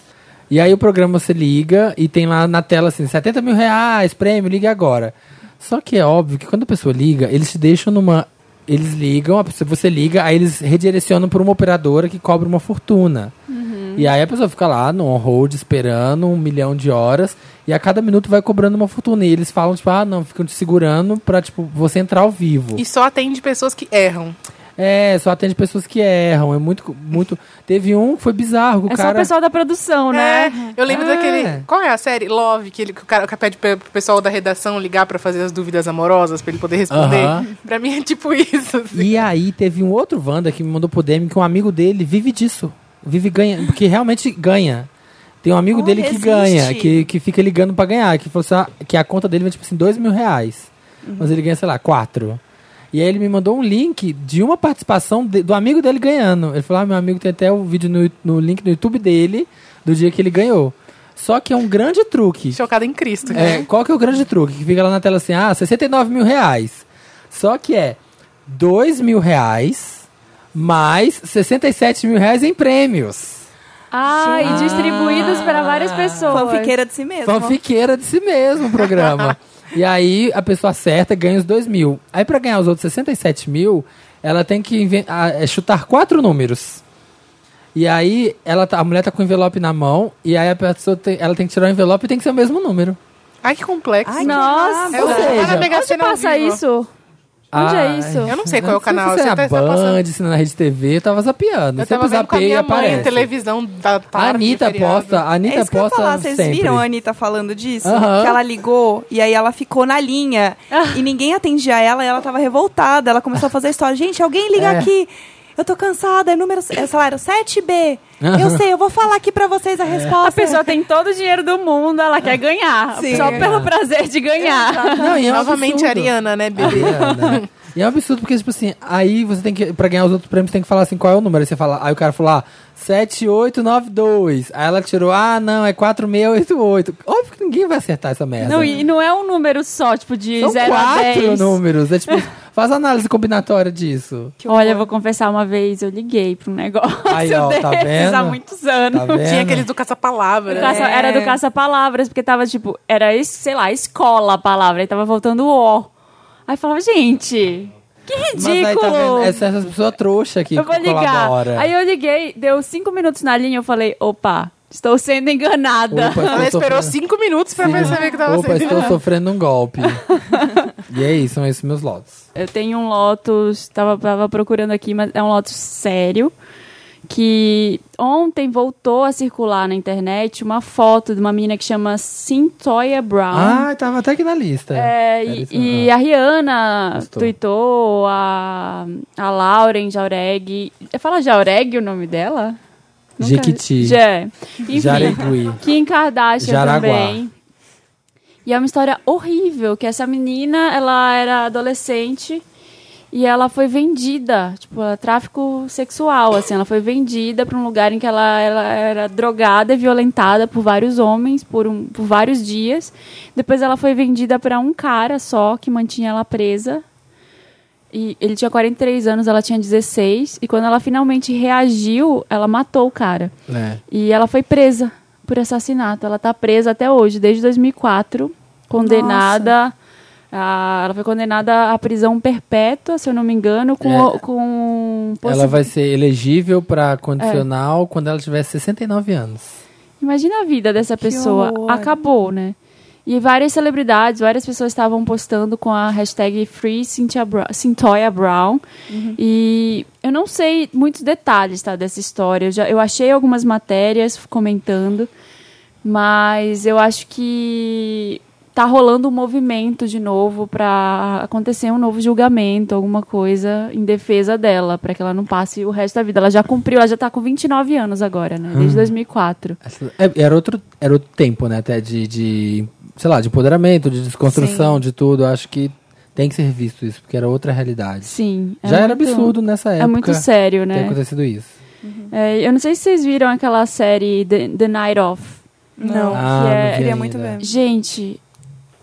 Speaker 2: E aí o programa você liga e tem lá na tela assim, 70 mil reais, prêmio, ligue agora. Só que é óbvio que quando a pessoa liga, eles te deixam numa. Eles ligam, a pessoa- você liga, aí eles redirecionam para uma operadora que cobra uma fortuna. E aí a pessoa fica lá no on-hold esperando um milhão de horas e a cada minuto vai cobrando uma fortuna. E eles falam, tipo, ah, não, ficam te segurando pra, tipo, você entrar ao vivo.
Speaker 4: E só atende pessoas que erram.
Speaker 2: É, só atende pessoas que erram. É muito. muito... Teve um que foi bizarro, que o
Speaker 1: É só o
Speaker 2: cara.
Speaker 1: pessoal da produção,
Speaker 4: É,
Speaker 1: né?
Speaker 4: eu lembro
Speaker 2: É.
Speaker 4: daquele. Qual é a série? Love, que, ele, que o cara que pede pra- pro pessoal da redação ligar pra fazer as dúvidas amorosas, pra ele poder responder.
Speaker 2: Aham.
Speaker 4: Pra mim é tipo isso. assim.
Speaker 2: E aí teve um outro Wanda que me mandou pro DM que um amigo dele vive disso. Vive ganha, porque realmente ganha. Tem um amigo
Speaker 3: Oh,
Speaker 2: dele que
Speaker 3: resiste.
Speaker 2: ganha, que, que fica ligando pra ganhar, que falou assim, ah, que a conta dele vem tipo assim, dois mil reais. Mas ele ganha, sei lá, quatro. E aí ele me mandou um link de uma participação de- do amigo dele ganhando. Ele falou, ah, meu amigo tem até o vídeo no, no link do YouTube dele, do dia que ele ganhou. Só que é um grande truque.
Speaker 4: Chocada em Cristo. né?
Speaker 2: É, qual que é o grande truque? Que fica lá na tela assim, ah, 69 mil reais. Só que é 2 mil reais mais 67 mil reais em prêmios.
Speaker 1: Ah, e distribuídos para várias pessoas.
Speaker 3: Fanfiqueira de si mesmo.
Speaker 2: Fanfiqueira de si mesmo o programa. e aí a pessoa acerta e ganha os 2 mil. Aí pra ganhar os outros 67 mil, ela tem que inven- ah, é, chutar quatro números. E aí ela tá- a mulher tá com o envelope na mão e aí a pessoa tem- ela tem que tirar o envelope e tem que ser o mesmo número.
Speaker 4: Ai, que complexo.
Speaker 3: Ai, que
Speaker 1: Nossa.
Speaker 3: raiva.
Speaker 4: É o-
Speaker 2: Ou seja,
Speaker 4: tá na Mega
Speaker 1: Onde
Speaker 4: Sena ao
Speaker 1: passa
Speaker 4: vivo.
Speaker 1: isso? Onde é isso?
Speaker 4: Eu não sei qual é o
Speaker 2: se
Speaker 4: canal.
Speaker 2: Se
Speaker 4: você
Speaker 2: na
Speaker 4: tá- tá
Speaker 2: Band,
Speaker 4: passando-
Speaker 2: se na Rede TV, eu tava zapeando. Sempre
Speaker 4: Eu tava vendo com a
Speaker 2: zapeei e
Speaker 4: minha mãe a
Speaker 2: aparece.
Speaker 4: televisão da
Speaker 2: a
Speaker 4: tarde.
Speaker 2: Anitta
Speaker 4: feriado.
Speaker 2: posta, a
Speaker 3: É
Speaker 2: Anitta
Speaker 3: isso que eu ia
Speaker 2: posta
Speaker 3: falar, vocês
Speaker 2: sempre.
Speaker 3: viram a Anitta falando disso?
Speaker 2: Aham.
Speaker 3: Que ela ligou e aí ela ficou na linha
Speaker 1: Ah.
Speaker 3: e ninguém atendia ela e ela tava revoltada. Ela começou a fazer a história. Gente, alguém liga
Speaker 2: É.
Speaker 3: aqui. Eu tô cansada, é número, é salário 7B. Eu
Speaker 2: Aham. É.
Speaker 3: sei, eu vou falar aqui pra vocês a resposta.
Speaker 1: A pessoa tem todo o dinheiro do mundo, ela quer ganhar.
Speaker 3: Sim.
Speaker 1: Só
Speaker 3: É.
Speaker 1: pelo prazer de ganhar.
Speaker 2: Não, e é um
Speaker 4: Novamente a
Speaker 2: absurdo.
Speaker 4: Ariana, né, bebê?
Speaker 2: Ariana. E é um absurdo, porque, tipo assim, aí você tem que, pra ganhar os outros prêmios, tem que falar assim, qual é o número? Aí você fala, aí o cara falou, ah, 7892. Aí ela tirou, ah, não, é 4688. Óbvio que ninguém vai acertar essa merda.
Speaker 1: Não, e não é um número só, tipo, de
Speaker 2: São
Speaker 1: 0 a
Speaker 2: quatro
Speaker 1: 10.
Speaker 2: números. É tipo, faz a análise combinatória disso.
Speaker 1: Olha, eu vou confessar uma vez, eu liguei pra um negócio
Speaker 2: Aí, ó, tá
Speaker 1: desses há
Speaker 2: vendo?
Speaker 1: muitos anos.
Speaker 2: Tá vendo?
Speaker 4: Tinha aqueles do
Speaker 1: Do
Speaker 4: caça-palavra.
Speaker 1: caça-
Speaker 4: né?
Speaker 1: Era do caça-palavras, porque tava tipo, era, es- sei lá, escola a palavra, aí tava voltando o O. Aí falava, gente, que ridículo!
Speaker 2: Mas aí tá vendo, essa, essa pessoa trouxa que
Speaker 1: eu vou ligar.
Speaker 2: colabora.
Speaker 1: Aí eu liguei, deu cinco minutos na linha, eu falei, opa, estou sendo enganada.
Speaker 2: Opa,
Speaker 4: né? Ela
Speaker 2: estou
Speaker 4: esperou
Speaker 2: sofrendo-
Speaker 4: cinco minutos pra perceber que tava
Speaker 2: Opa,
Speaker 4: sendo.
Speaker 2: estou sofrendo um golpe. e é isso, são esses meus lotes.
Speaker 1: Eu tenho um Lotus, tava, tava procurando aqui, mas é um Lotus sério. Que ontem voltou a circular na internet uma foto de uma menina que chama Cintoya Brown.
Speaker 2: Ah, tava até aqui na lista.
Speaker 1: É,
Speaker 2: Era
Speaker 1: e,
Speaker 2: isso,
Speaker 1: e
Speaker 2: ah.
Speaker 1: a Rihanna
Speaker 2: Gostou.
Speaker 1: tweetou, a, a Lauren Jaureg. Fala Jaureg o nome dela? Nunca-
Speaker 2: Jequiti.
Speaker 1: Jé. Enfim,
Speaker 2: Jaregui.
Speaker 1: Kim Kardashian
Speaker 2: Jaraguá.
Speaker 1: também. E é uma história horrível, que essa menina, ela era adolescente e ela foi vendida, tipo, a tráfico sexual, assim, ela foi vendida para um lugar em que ela, ela era drogada e violentada por vários homens por, um, por vários dias. Depois ela foi vendida para um cara só que mantinha ela presa. E ele tinha 43 anos, ela tinha 16, e quando ela finalmente reagiu, ela matou o cara.
Speaker 2: É.
Speaker 1: E ela foi presa por assassinato. Ela tá presa até hoje, desde 2004, condenada. a- ela foi condenada à prisão perpétua, se eu não me engano, com,
Speaker 2: É.
Speaker 1: com possi-
Speaker 2: Ela vai ser elegível pra condicional
Speaker 1: É.
Speaker 2: quando ela tiver 69 anos.
Speaker 1: Imagina a vida dessa pessoa.
Speaker 3: horror.
Speaker 1: Acabou, né? E várias celebridades, várias pessoas estavam postando com a hashtag Free Cynthia Bra- Cynthia Brown. E eu não sei muitos detalhes tá, dessa história. Eu, já, eu achei algumas matérias comentando, mas eu acho que tá rolando um movimento de novo para acontecer um novo julgamento, alguma coisa em defesa dela, para que ela não passe o resto da vida. Ela já cumpriu, ela já tá com 29 anos agora, né? Desde 2004.
Speaker 2: Essa- é, Era outro, era outro tempo, né? Até de, de, sei lá, de empoderamento, de desconstrução, de tudo. Eu Acho que tem que ser visto isso, porque era outra realidade.
Speaker 1: Sim. é
Speaker 2: Já era
Speaker 1: muito-
Speaker 2: absurdo nessa época.
Speaker 1: É muito sério,
Speaker 2: Ter
Speaker 1: né?
Speaker 2: acontecido isso.
Speaker 1: É, eu não sei se vocês viram aquela série The, The Night Of.
Speaker 3: Não.
Speaker 2: Ah,
Speaker 1: que é-
Speaker 2: não vi
Speaker 3: Queria
Speaker 2: ainda.
Speaker 3: muito ver.
Speaker 1: Gente,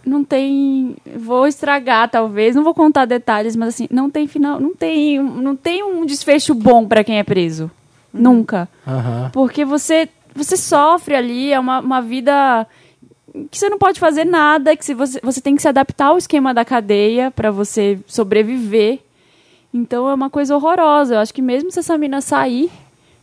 Speaker 1: não tem. Vou estragar, talvez. Não vou contar detalhes, mas assim, não tem final. Não tem, não tem um desfecho bom pra quem é preso. Nunca.
Speaker 2: Aham.
Speaker 1: Porque você, você sofre ali, é uma, uma vida que você não pode fazer nada, que se você, você tem que se adaptar ao esquema da cadeia pra você sobreviver. Então é uma coisa horrorosa. Eu acho que mesmo se essa mina sair,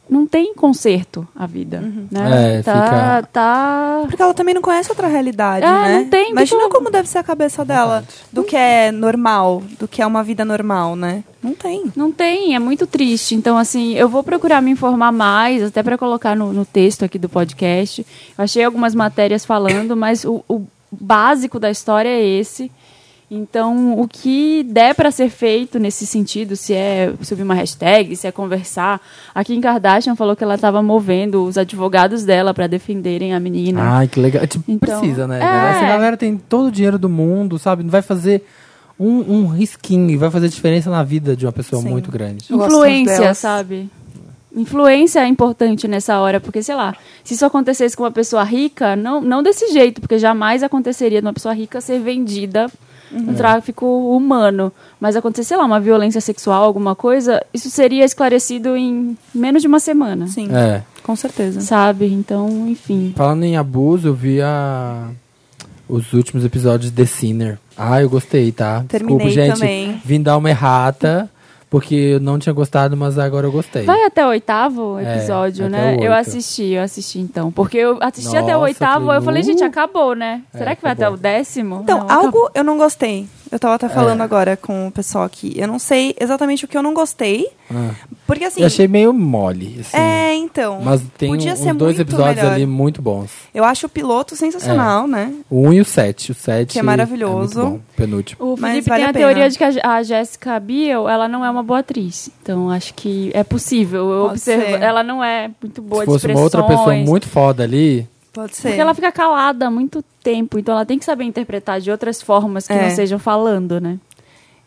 Speaker 1: não tem conserto a vida. Né?
Speaker 2: É,
Speaker 1: tá,
Speaker 2: fica-
Speaker 1: tá.
Speaker 3: Porque ela também não conhece outra realidade,
Speaker 1: É,
Speaker 3: né?
Speaker 1: não tem,
Speaker 3: Imagina
Speaker 1: tipo-
Speaker 3: como deve ser a cabeça dela. Do que é normal, do que é uma vida normal, né? Não tem.
Speaker 1: Não tem, é muito triste. Então, assim, eu vou procurar me informar mais, até para colocar no, no texto aqui do podcast. Eu achei algumas matérias falando, mas o, o básico da história é esse. Então, o que der para ser feito nesse sentido, se é subir uma hashtag, se é conversar. A Kim Kardashian falou que ela estava movendo os advogados dela para defenderem a menina.
Speaker 2: Ai, que legal. Tipo,
Speaker 1: Então,
Speaker 2: precisa, né?
Speaker 1: é.
Speaker 2: Essa galera tem todo o dinheiro do mundo, sabe? Não vai fazer um, um risquinho e vai fazer diferença na vida de uma pessoa
Speaker 3: Sim.
Speaker 2: muito grande.
Speaker 4: Eu gosto muito
Speaker 1: Influência,
Speaker 4: delas.
Speaker 1: sabe? Influência é importante nessa hora, porque, sei lá, se isso acontecesse com uma pessoa rica, não, não desse jeito, porque jamais aconteceria de uma pessoa rica ser vendida
Speaker 2: Uhum.
Speaker 1: no tráfico humano. Mas acontecer, sei lá, uma violência sexual, alguma coisa, isso seria esclarecido em menos de uma semana,
Speaker 3: Sim,
Speaker 2: É.
Speaker 3: com certeza.
Speaker 1: sabe? Então, enfim.
Speaker 2: Falando em abuso, eu vi a... os últimos episódios de The Sinner. Ah, eu gostei, tá?
Speaker 3: Terminei
Speaker 2: Desculpa, gente.
Speaker 3: também.
Speaker 2: Vim dar uma errata, porque eu não tinha gostado, mas agora eu gostei.
Speaker 1: Vai até o oitavo
Speaker 2: É,
Speaker 1: episódio,
Speaker 2: até
Speaker 1: né?
Speaker 2: o oito.
Speaker 1: Eu assisti, eu assisti então. Porque eu assisti até o
Speaker 2: Nossa,
Speaker 1: oitavo,
Speaker 2: falei,
Speaker 1: eu falei,
Speaker 2: "Uh".
Speaker 1: gente, acabou, né? Será que vai até
Speaker 2: acabou.
Speaker 1: o décimo?
Speaker 3: Então,
Speaker 1: Não,
Speaker 3: algo eu não gostei. Eu tava até
Speaker 2: É.
Speaker 3: falando agora com o pessoal aqui. Eu não sei exatamente o que eu não gostei.
Speaker 2: Ah.
Speaker 3: Porque assim.
Speaker 2: Eu achei meio mole, assim.
Speaker 3: É, então.
Speaker 2: Mas tem
Speaker 3: podia
Speaker 2: um- uns
Speaker 3: ser
Speaker 2: dois
Speaker 3: muito
Speaker 2: episódios
Speaker 3: melhor.
Speaker 2: ali muito bons.
Speaker 3: Eu acho o piloto sensacional, né?
Speaker 2: O 1 um e o 7. O 7
Speaker 3: Que é maravilhoso.
Speaker 2: muito bom, penúltimo.
Speaker 1: O
Speaker 3: Mas
Speaker 1: Felipe
Speaker 3: vale
Speaker 1: tem
Speaker 3: a
Speaker 1: a
Speaker 3: pena.
Speaker 1: teoria de que a, J- a Jessica Biel, ela não é uma boa atriz. Então, acho que é possível. Eu
Speaker 3: Pode
Speaker 1: observo,
Speaker 3: ser.
Speaker 1: ela não é muito boa
Speaker 2: Se
Speaker 1: de
Speaker 2: fosse
Speaker 1: expressões.
Speaker 2: uma outra pessoa muito foda ali,
Speaker 3: Pode ser.
Speaker 1: Porque ela fica calada há muito tempo. Então, ela tem que saber interpretar de outras formas que
Speaker 3: É.
Speaker 1: não sejam falando, né?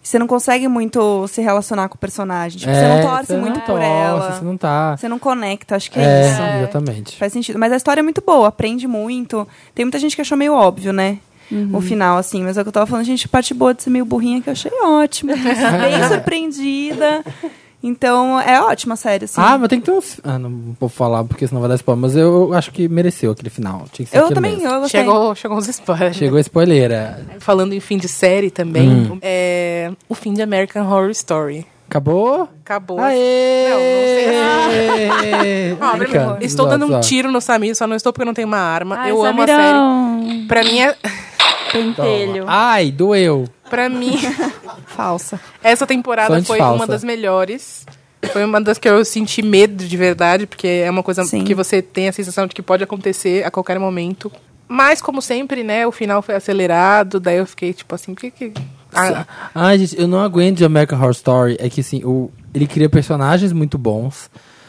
Speaker 3: Você não consegue muito se relacionar com o personagem. Tipo,
Speaker 2: É,
Speaker 3: você não torce
Speaker 2: você
Speaker 3: muito
Speaker 2: não
Speaker 3: por
Speaker 2: torce,
Speaker 3: ela.
Speaker 2: Você não tá.
Speaker 3: Você não conecta, acho que é,
Speaker 2: é,
Speaker 3: isso.
Speaker 2: exatamente.
Speaker 3: Faz sentido. Mas a história é muito boa, aprende muito. Tem muita gente que achou meio óbvio, né?
Speaker 2: Uhum.
Speaker 3: O final, assim. Mas é o que eu tava falando, gente, parte boa de ser meio burrinha que eu achei ótimo. Bem surpreendida. Então, é ótima a série, assim.
Speaker 2: Ah, mas tem que ter uns. Ah, não vou falar porque senão vai dar spoiler, mas eu acho que mereceu aquele final. Tinha que ser
Speaker 3: eu
Speaker 2: aquilo
Speaker 3: também,
Speaker 2: mesmo.
Speaker 3: eu gostei.
Speaker 4: Chegou, chegou os spoilers.
Speaker 2: Chegou a spoileira.
Speaker 4: Falando em fim de série também, é, o fim de American Horror Story.
Speaker 2: Acabou?
Speaker 4: Acabou.
Speaker 2: Ah, Aê!
Speaker 4: Não,
Speaker 2: não sei.
Speaker 4: Ah, Estou dando um tiro no Samir, só não estou porque eu não tenho uma arma.
Speaker 1: Ai,
Speaker 4: eu amo a série.
Speaker 1: Samirão,
Speaker 4: Pra mim é.
Speaker 1: Pentelho.
Speaker 2: Ai, doeu.
Speaker 4: Pra mim.
Speaker 3: Falsa.
Speaker 4: Essa temporada
Speaker 2: Fonte
Speaker 4: foi
Speaker 2: falsa.
Speaker 4: uma das melhores. Foi uma das que eu senti medo de verdade, porque é uma coisa
Speaker 3: Sim.
Speaker 4: que você tem a sensação de que pode acontecer a qualquer momento. Mas, como sempre, né, o final foi acelerado, daí eu fiquei tipo assim, por que que. Ah,
Speaker 2: Ai, gente, eu não aguento de American Horror Story. É que assim, o, ele cria personagens muito bons,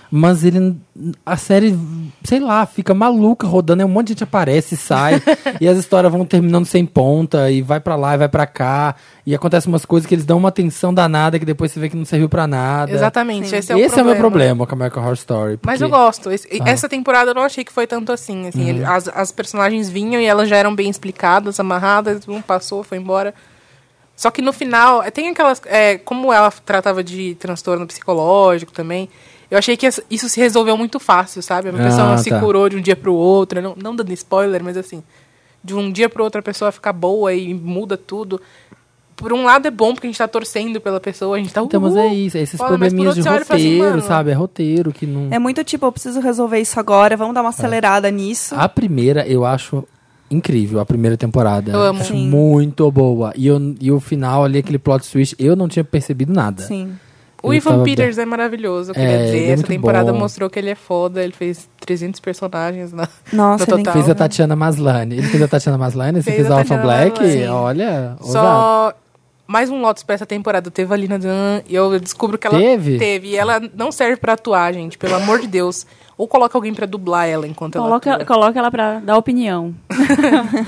Speaker 2: mas ele. A série, sei lá, fica maluca rodando. Aí um monte de gente aparece, e sai. e as histórias vão terminando sem ponta, e vai pra lá e vai pra cá. E acontece umas coisas que eles dão uma atenção danada que depois você vê que não serviu pra nada.
Speaker 4: exatamente, esse é o
Speaker 2: Esse é o meu problema com American Horror Story.
Speaker 4: Mas
Speaker 2: porque- Ah. Uhum.
Speaker 4: eu gosto. Esse- Essa temporada eu não achei que foi tanto assim. assim ele- as, as personagens vinham e elas já eram bem explicadas, amarradas, um passou, foi embora. Só que no final, eh, tem aquelas. eh, como ela tratava de transtorno psicológico também, eu achei que essa- isso se resolveu muito fácil, sabe? A pessoa não
Speaker 2: Ah,
Speaker 4: se
Speaker 2: tá.
Speaker 4: curou de um dia pro outro, não, não dando spoiler, mas assim. De um dia pro outro a pessoa fica boa e muda tudo. Por um lado é bom, porque a gente tá torcendo pela pessoa, a gente tá.
Speaker 2: Então, mas é
Speaker 4: "Uhul!"
Speaker 2: isso, é esses
Speaker 4: Olha, mas por
Speaker 2: probleminhas de
Speaker 4: outro lado, eu falo assim,
Speaker 2: roteiro,
Speaker 4: mano,
Speaker 2: sabe? É roteiro que não. Ah,
Speaker 3: É muito tipo, eu preciso resolver isso agora, vamos dar uma acelerada nisso.
Speaker 2: A primeira eu acho incrível a primeira temporada.
Speaker 4: Eu amo.
Speaker 2: Acho
Speaker 3: Sim.
Speaker 2: muito boa. E, eu- e o final ali, aquele plot twist, eu não tinha percebido nada.
Speaker 3: Sim.
Speaker 4: O
Speaker 2: Ele
Speaker 4: Ivan
Speaker 2: tava bem.
Speaker 4: Peters é maravilhoso, eu queria
Speaker 2: É,
Speaker 4: dizer.
Speaker 2: ele é
Speaker 4: Essa
Speaker 2: muito
Speaker 4: temporada
Speaker 2: bom.
Speaker 4: mostrou que ele é foda, ele fez 300 personagens na.
Speaker 3: Nossa,
Speaker 4: Total.
Speaker 3: é legal.
Speaker 2: Fez a Tatiana Maslany. Ele fez a Tatiana Maslany, você
Speaker 4: Fez
Speaker 2: fez,
Speaker 4: a
Speaker 2: a Alpha
Speaker 4: Tatiana
Speaker 2: Black.
Speaker 4: Maslany.
Speaker 2: Olha, ousado.
Speaker 4: Só mais um Lotus pra essa temporada. Teve a Lina Dan e eu descubro que ela
Speaker 2: Teve?
Speaker 4: E ela não serve pra atuar, gente, pelo amor de Deus. Ou coloca alguém pra dublar ela enquanto ela.
Speaker 1: Coloca,
Speaker 4: atua.
Speaker 1: coloca ela pra dar opinião.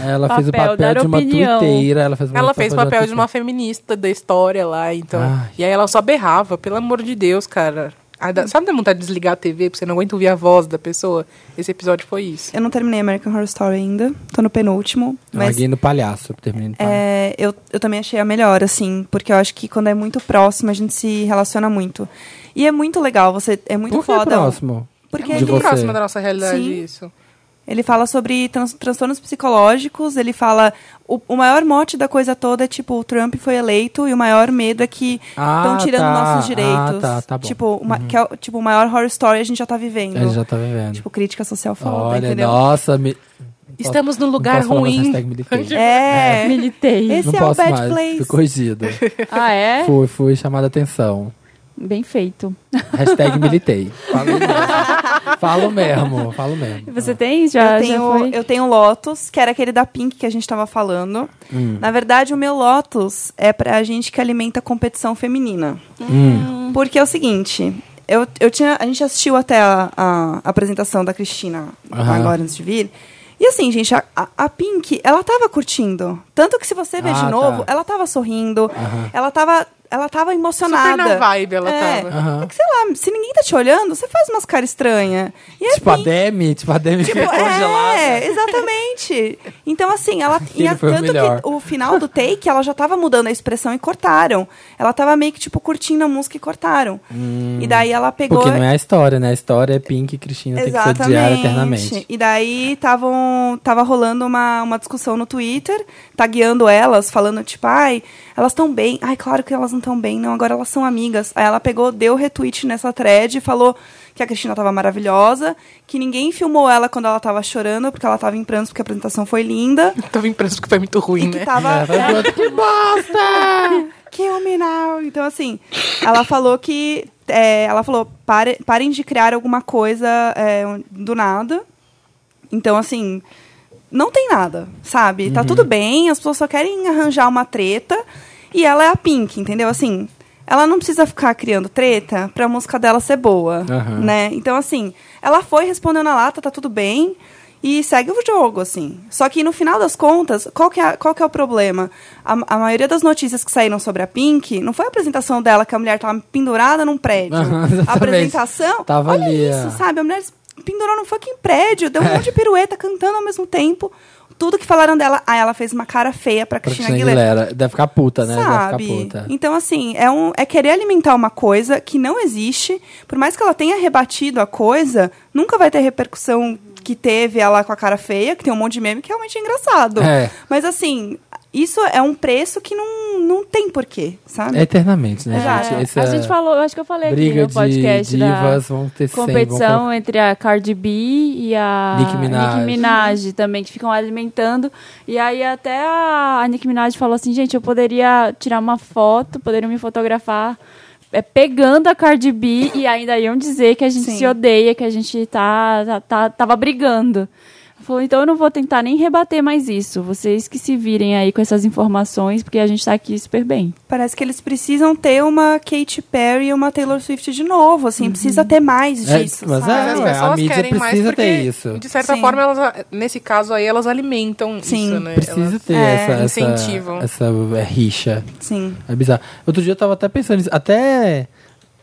Speaker 2: Ela fez o
Speaker 1: Papel,
Speaker 2: papel
Speaker 1: dar
Speaker 2: de uma
Speaker 1: opinião.
Speaker 2: tuiteira. Ela fez,
Speaker 4: Ela fez o papel de
Speaker 2: tuiteira.
Speaker 4: uma feminista da história lá, então.
Speaker 2: Ai.
Speaker 4: E aí ela só berrava, pelo amor de Deus, cara. A da- Sabe da vontade de desligar a TV porque você não aguenta ouvir a voz da pessoa? Esse episódio foi isso.
Speaker 3: Eu não terminei American Horror Story ainda. Tô no penúltimo.
Speaker 2: Eu
Speaker 3: Mas
Speaker 2: larguei no palhaço, terminei no palhaço.
Speaker 3: é, eu, eu também achei a melhor, assim. Porque eu acho que quando é muito próximo, a gente se relaciona muito. E é muito legal. Você, é muito
Speaker 2: Por que
Speaker 3: foda.
Speaker 2: próximo?
Speaker 3: Porque
Speaker 4: é
Speaker 2: de
Speaker 4: muito
Speaker 3: ele,
Speaker 2: você.
Speaker 4: próximo da nossa realidade
Speaker 3: Sim.
Speaker 4: isso.
Speaker 3: ele fala sobre trans- transtornos psicológicos. Ele fala... O, o maior mote da coisa toda é, tipo, o Trump foi eleito e o maior medo é que
Speaker 2: Ah,
Speaker 3: estão tirando
Speaker 2: tá.
Speaker 3: nossos
Speaker 2: Ah,
Speaker 3: direitos.
Speaker 2: tá, tá bom.
Speaker 3: Tipo, uma- que é o- tipo, o maior horror story a gente já tá vivendo.
Speaker 2: Ele já tá vivendo.
Speaker 3: Tipo, crítica social foda,
Speaker 2: Olha,
Speaker 3: entendeu?
Speaker 2: nossa, me...
Speaker 4: Estamos num
Speaker 2: não
Speaker 4: lugar
Speaker 2: posso falar mais
Speaker 4: ruim.
Speaker 2: hashtag militei.
Speaker 3: É.
Speaker 1: Militei.
Speaker 3: Esse
Speaker 2: não
Speaker 3: é o
Speaker 2: posso
Speaker 3: Bad
Speaker 2: mais,
Speaker 3: Place.
Speaker 2: fui corrigido.
Speaker 1: Ah, é?
Speaker 2: Fui, fui chamada atenção.
Speaker 1: Bem feito.
Speaker 2: Hashtag militei. Falo mesmo. falo mesmo, falo mesmo.
Speaker 1: E Você tem?
Speaker 4: Ah,
Speaker 1: Já,
Speaker 3: eu,
Speaker 1: já
Speaker 3: tenho,
Speaker 1: foi?
Speaker 3: eu tenho Lotus, que era aquele da Pink que a gente tava falando.
Speaker 2: Hum.
Speaker 3: Na verdade, o meu Lotus é pra gente que alimenta a competição feminina.
Speaker 2: Hum.
Speaker 3: Porque é o seguinte. Eu, eu tinha, a gente assistiu até a, a apresentação da Cristina
Speaker 2: Aham.
Speaker 3: agora antes de vir. E assim, gente, a, a- a Pink, ela tava curtindo. Tanto que se você ver
Speaker 2: Ah,
Speaker 3: de
Speaker 2: tá.
Speaker 3: novo, ela tava sorrindo, ela tava. Ela tava emocionada.
Speaker 4: Super na vibe ela
Speaker 3: é.
Speaker 4: tava.
Speaker 2: Aham.
Speaker 3: É que, sei lá, se ninguém tá te olhando, você faz umas caras estranhas. E é a
Speaker 2: Tipo a
Speaker 3: Pink-
Speaker 2: Demi, tipo a Demi
Speaker 3: Tipo,
Speaker 2: fica congelada.
Speaker 3: é, exatamente. Então, assim, ela.
Speaker 2: Ele
Speaker 3: e a-
Speaker 2: foi o
Speaker 3: tanto
Speaker 2: melhor.
Speaker 3: que o final do take, ela já tava mudando a expressão e cortaram. Ela tava meio que, tipo, curtindo a música e cortaram. E daí ela pegou.
Speaker 2: Hum. Porque não é a história, né? A história é Pink e Cristina tem que se odiar eternamente.
Speaker 3: E daí tavam, tava rolando uma, uma discussão no Twitter, tagueando elas, falando tipo, ai, elas estão bem. Ai, claro que elas não estão bem, não, agora elas são amigas. Aí ela pegou, deu retweet nessa thread e falou que a Cristina tava maravilhosa, que ninguém filmou ela quando ela tava chorando, porque ela tava em prantos, porque a apresentação foi linda.
Speaker 4: Tava impresso que foi muito ruim,
Speaker 3: E que
Speaker 2: É,
Speaker 4: né?
Speaker 3: tava.
Speaker 2: Que bosta!
Speaker 3: Kill me now. Então, assim, ela falou que. é, ela falou: "Pare- parem de criar alguma coisa é, um- do nada. Então, assim, não tem nada, sabe? Tá
Speaker 2: Uhum.
Speaker 3: tudo bem, as pessoas só querem arranjar uma treta. E ela é a Pink, entendeu? Assim, ela não precisa ficar criando treta pra música dela ser boa,
Speaker 2: Aham.
Speaker 3: né? Então, assim, ela foi, respondeu na lata, tá tudo bem. E segue o jogo, assim. Só que no final das contas, qual que é, qual que é o problema? A, a maioria das notícias que saíram sobre a Pink não foi a apresentação dela que a mulher tava pendurada num prédio.
Speaker 2: Aham,
Speaker 3: a
Speaker 2: exatamente.
Speaker 3: apresentação.
Speaker 2: Tava
Speaker 3: olha
Speaker 2: ali,
Speaker 3: isso,
Speaker 2: é.
Speaker 3: sabe? A mulher pendurou num fucking prédio, deu um monte de pirueta cantando ao mesmo tempo. Tudo que falaram dela, ah, ela fez uma cara feia pra
Speaker 2: Pra
Speaker 3: Cristina
Speaker 2: Cristina Aguilera. Deve ficar puta, né? Deve
Speaker 3: Sabe?
Speaker 2: ficar puta.
Speaker 3: Então, assim, é, um, é querer alimentar uma coisa que não existe. Por mais que ela tenha rebatido a coisa, nunca vai ter repercussão que teve ela com a cara feia, que tem um monte de meme que realmente é engraçado.
Speaker 2: É.
Speaker 3: Mas, assim, isso é um preço que não, não tem porquê, sabe?
Speaker 2: É eternamente, né,
Speaker 1: Já,
Speaker 2: gente?
Speaker 1: é.
Speaker 2: Essa
Speaker 1: a gente falou, acho que eu falei aqui
Speaker 2: briga
Speaker 1: no
Speaker 2: de
Speaker 1: podcast da
Speaker 2: divas vão ter sempre.
Speaker 1: competição entre a Cardi B e a
Speaker 2: Nicki Minaj.
Speaker 1: Minaj também, que ficam alimentando. E aí até a, a Nicki Minaj falou assim, gente, eu poderia tirar uma foto, poderiam me fotografar é, pegando a Cardi B e ainda iam dizer que a gente
Speaker 3: Sim.
Speaker 1: se odeia, que a gente tá, tá, tá- tava brigando. Ela Falou, então eu não vou tentar nem rebater mais isso. Vocês que se virem aí com essas informações, porque a gente tá aqui super bem.
Speaker 3: Parece que eles precisam ter uma Katy Perry e uma Taylor Swift de novo, assim, precisa ter mais
Speaker 2: Uhum. É,
Speaker 3: disso.
Speaker 2: mas
Speaker 3: sabe?
Speaker 2: é,
Speaker 4: As
Speaker 2: ué,
Speaker 4: pessoas
Speaker 2: a mídia
Speaker 4: querem mais
Speaker 2: precisa
Speaker 4: porque,
Speaker 2: ter isso.
Speaker 4: De certa
Speaker 3: Sim.
Speaker 4: forma, elas, nesse caso aí, elas alimentam
Speaker 3: Sim.
Speaker 4: isso, né?
Speaker 2: Precisa
Speaker 4: Elas-
Speaker 2: ter
Speaker 3: É,
Speaker 2: essa, essa,
Speaker 4: incentivam.
Speaker 2: essa é, rixa.
Speaker 3: Sim.
Speaker 2: É bizarro. Outro dia eu tava até pensando nisso. Até,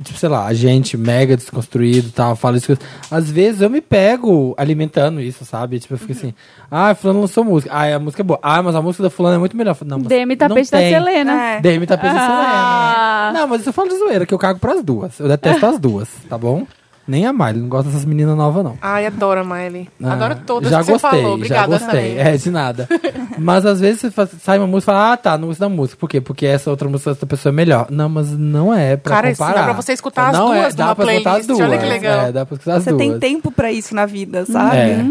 Speaker 2: tipo, sei lá, a gente mega desconstruído e tal, fala isso. Às vezes eu me pego alimentando isso, sabe? Tipo, eu
Speaker 1: Uhum.
Speaker 2: fico assim, ah, fulano lançou música. Ah, a música é boa. Ah, mas a música da fulana é muito melhor. Eu falo, Não, mas
Speaker 1: Demi
Speaker 2: não
Speaker 1: tapete da
Speaker 2: tem.
Speaker 1: Selena.
Speaker 3: É.
Speaker 2: Demi tá pensando
Speaker 1: Ah.
Speaker 2: Selena. Não, mas isso eu falo de zoeira, que eu cago pras duas. Eu detesto as duas, tá bom? Nem a Miley, não gosto dessas meninas novas, não.
Speaker 4: Ai, adoro a Miley.
Speaker 2: Ah,
Speaker 4: adoro todas
Speaker 2: já
Speaker 4: que
Speaker 2: gostei,
Speaker 4: você falou. Obrigada
Speaker 2: já gostei.
Speaker 4: também.
Speaker 2: É, de nada. mas às vezes você faz- sai uma música e fala, ah, tá, não gosto da música. Por quê? Porque essa outra música dessa pessoa é melhor. Não, mas não é pra
Speaker 4: Cara, isso dá
Speaker 2: comparar.
Speaker 4: pra você escutar
Speaker 2: não
Speaker 4: as
Speaker 2: é,
Speaker 4: duas
Speaker 2: dá
Speaker 4: numa
Speaker 2: pra escutar as duas.
Speaker 4: playlist, olha que legal.
Speaker 2: É, dá pra escutar as
Speaker 3: Você
Speaker 2: duas. Uhum.
Speaker 3: tem tempo pra isso na vida, sabe?
Speaker 2: É.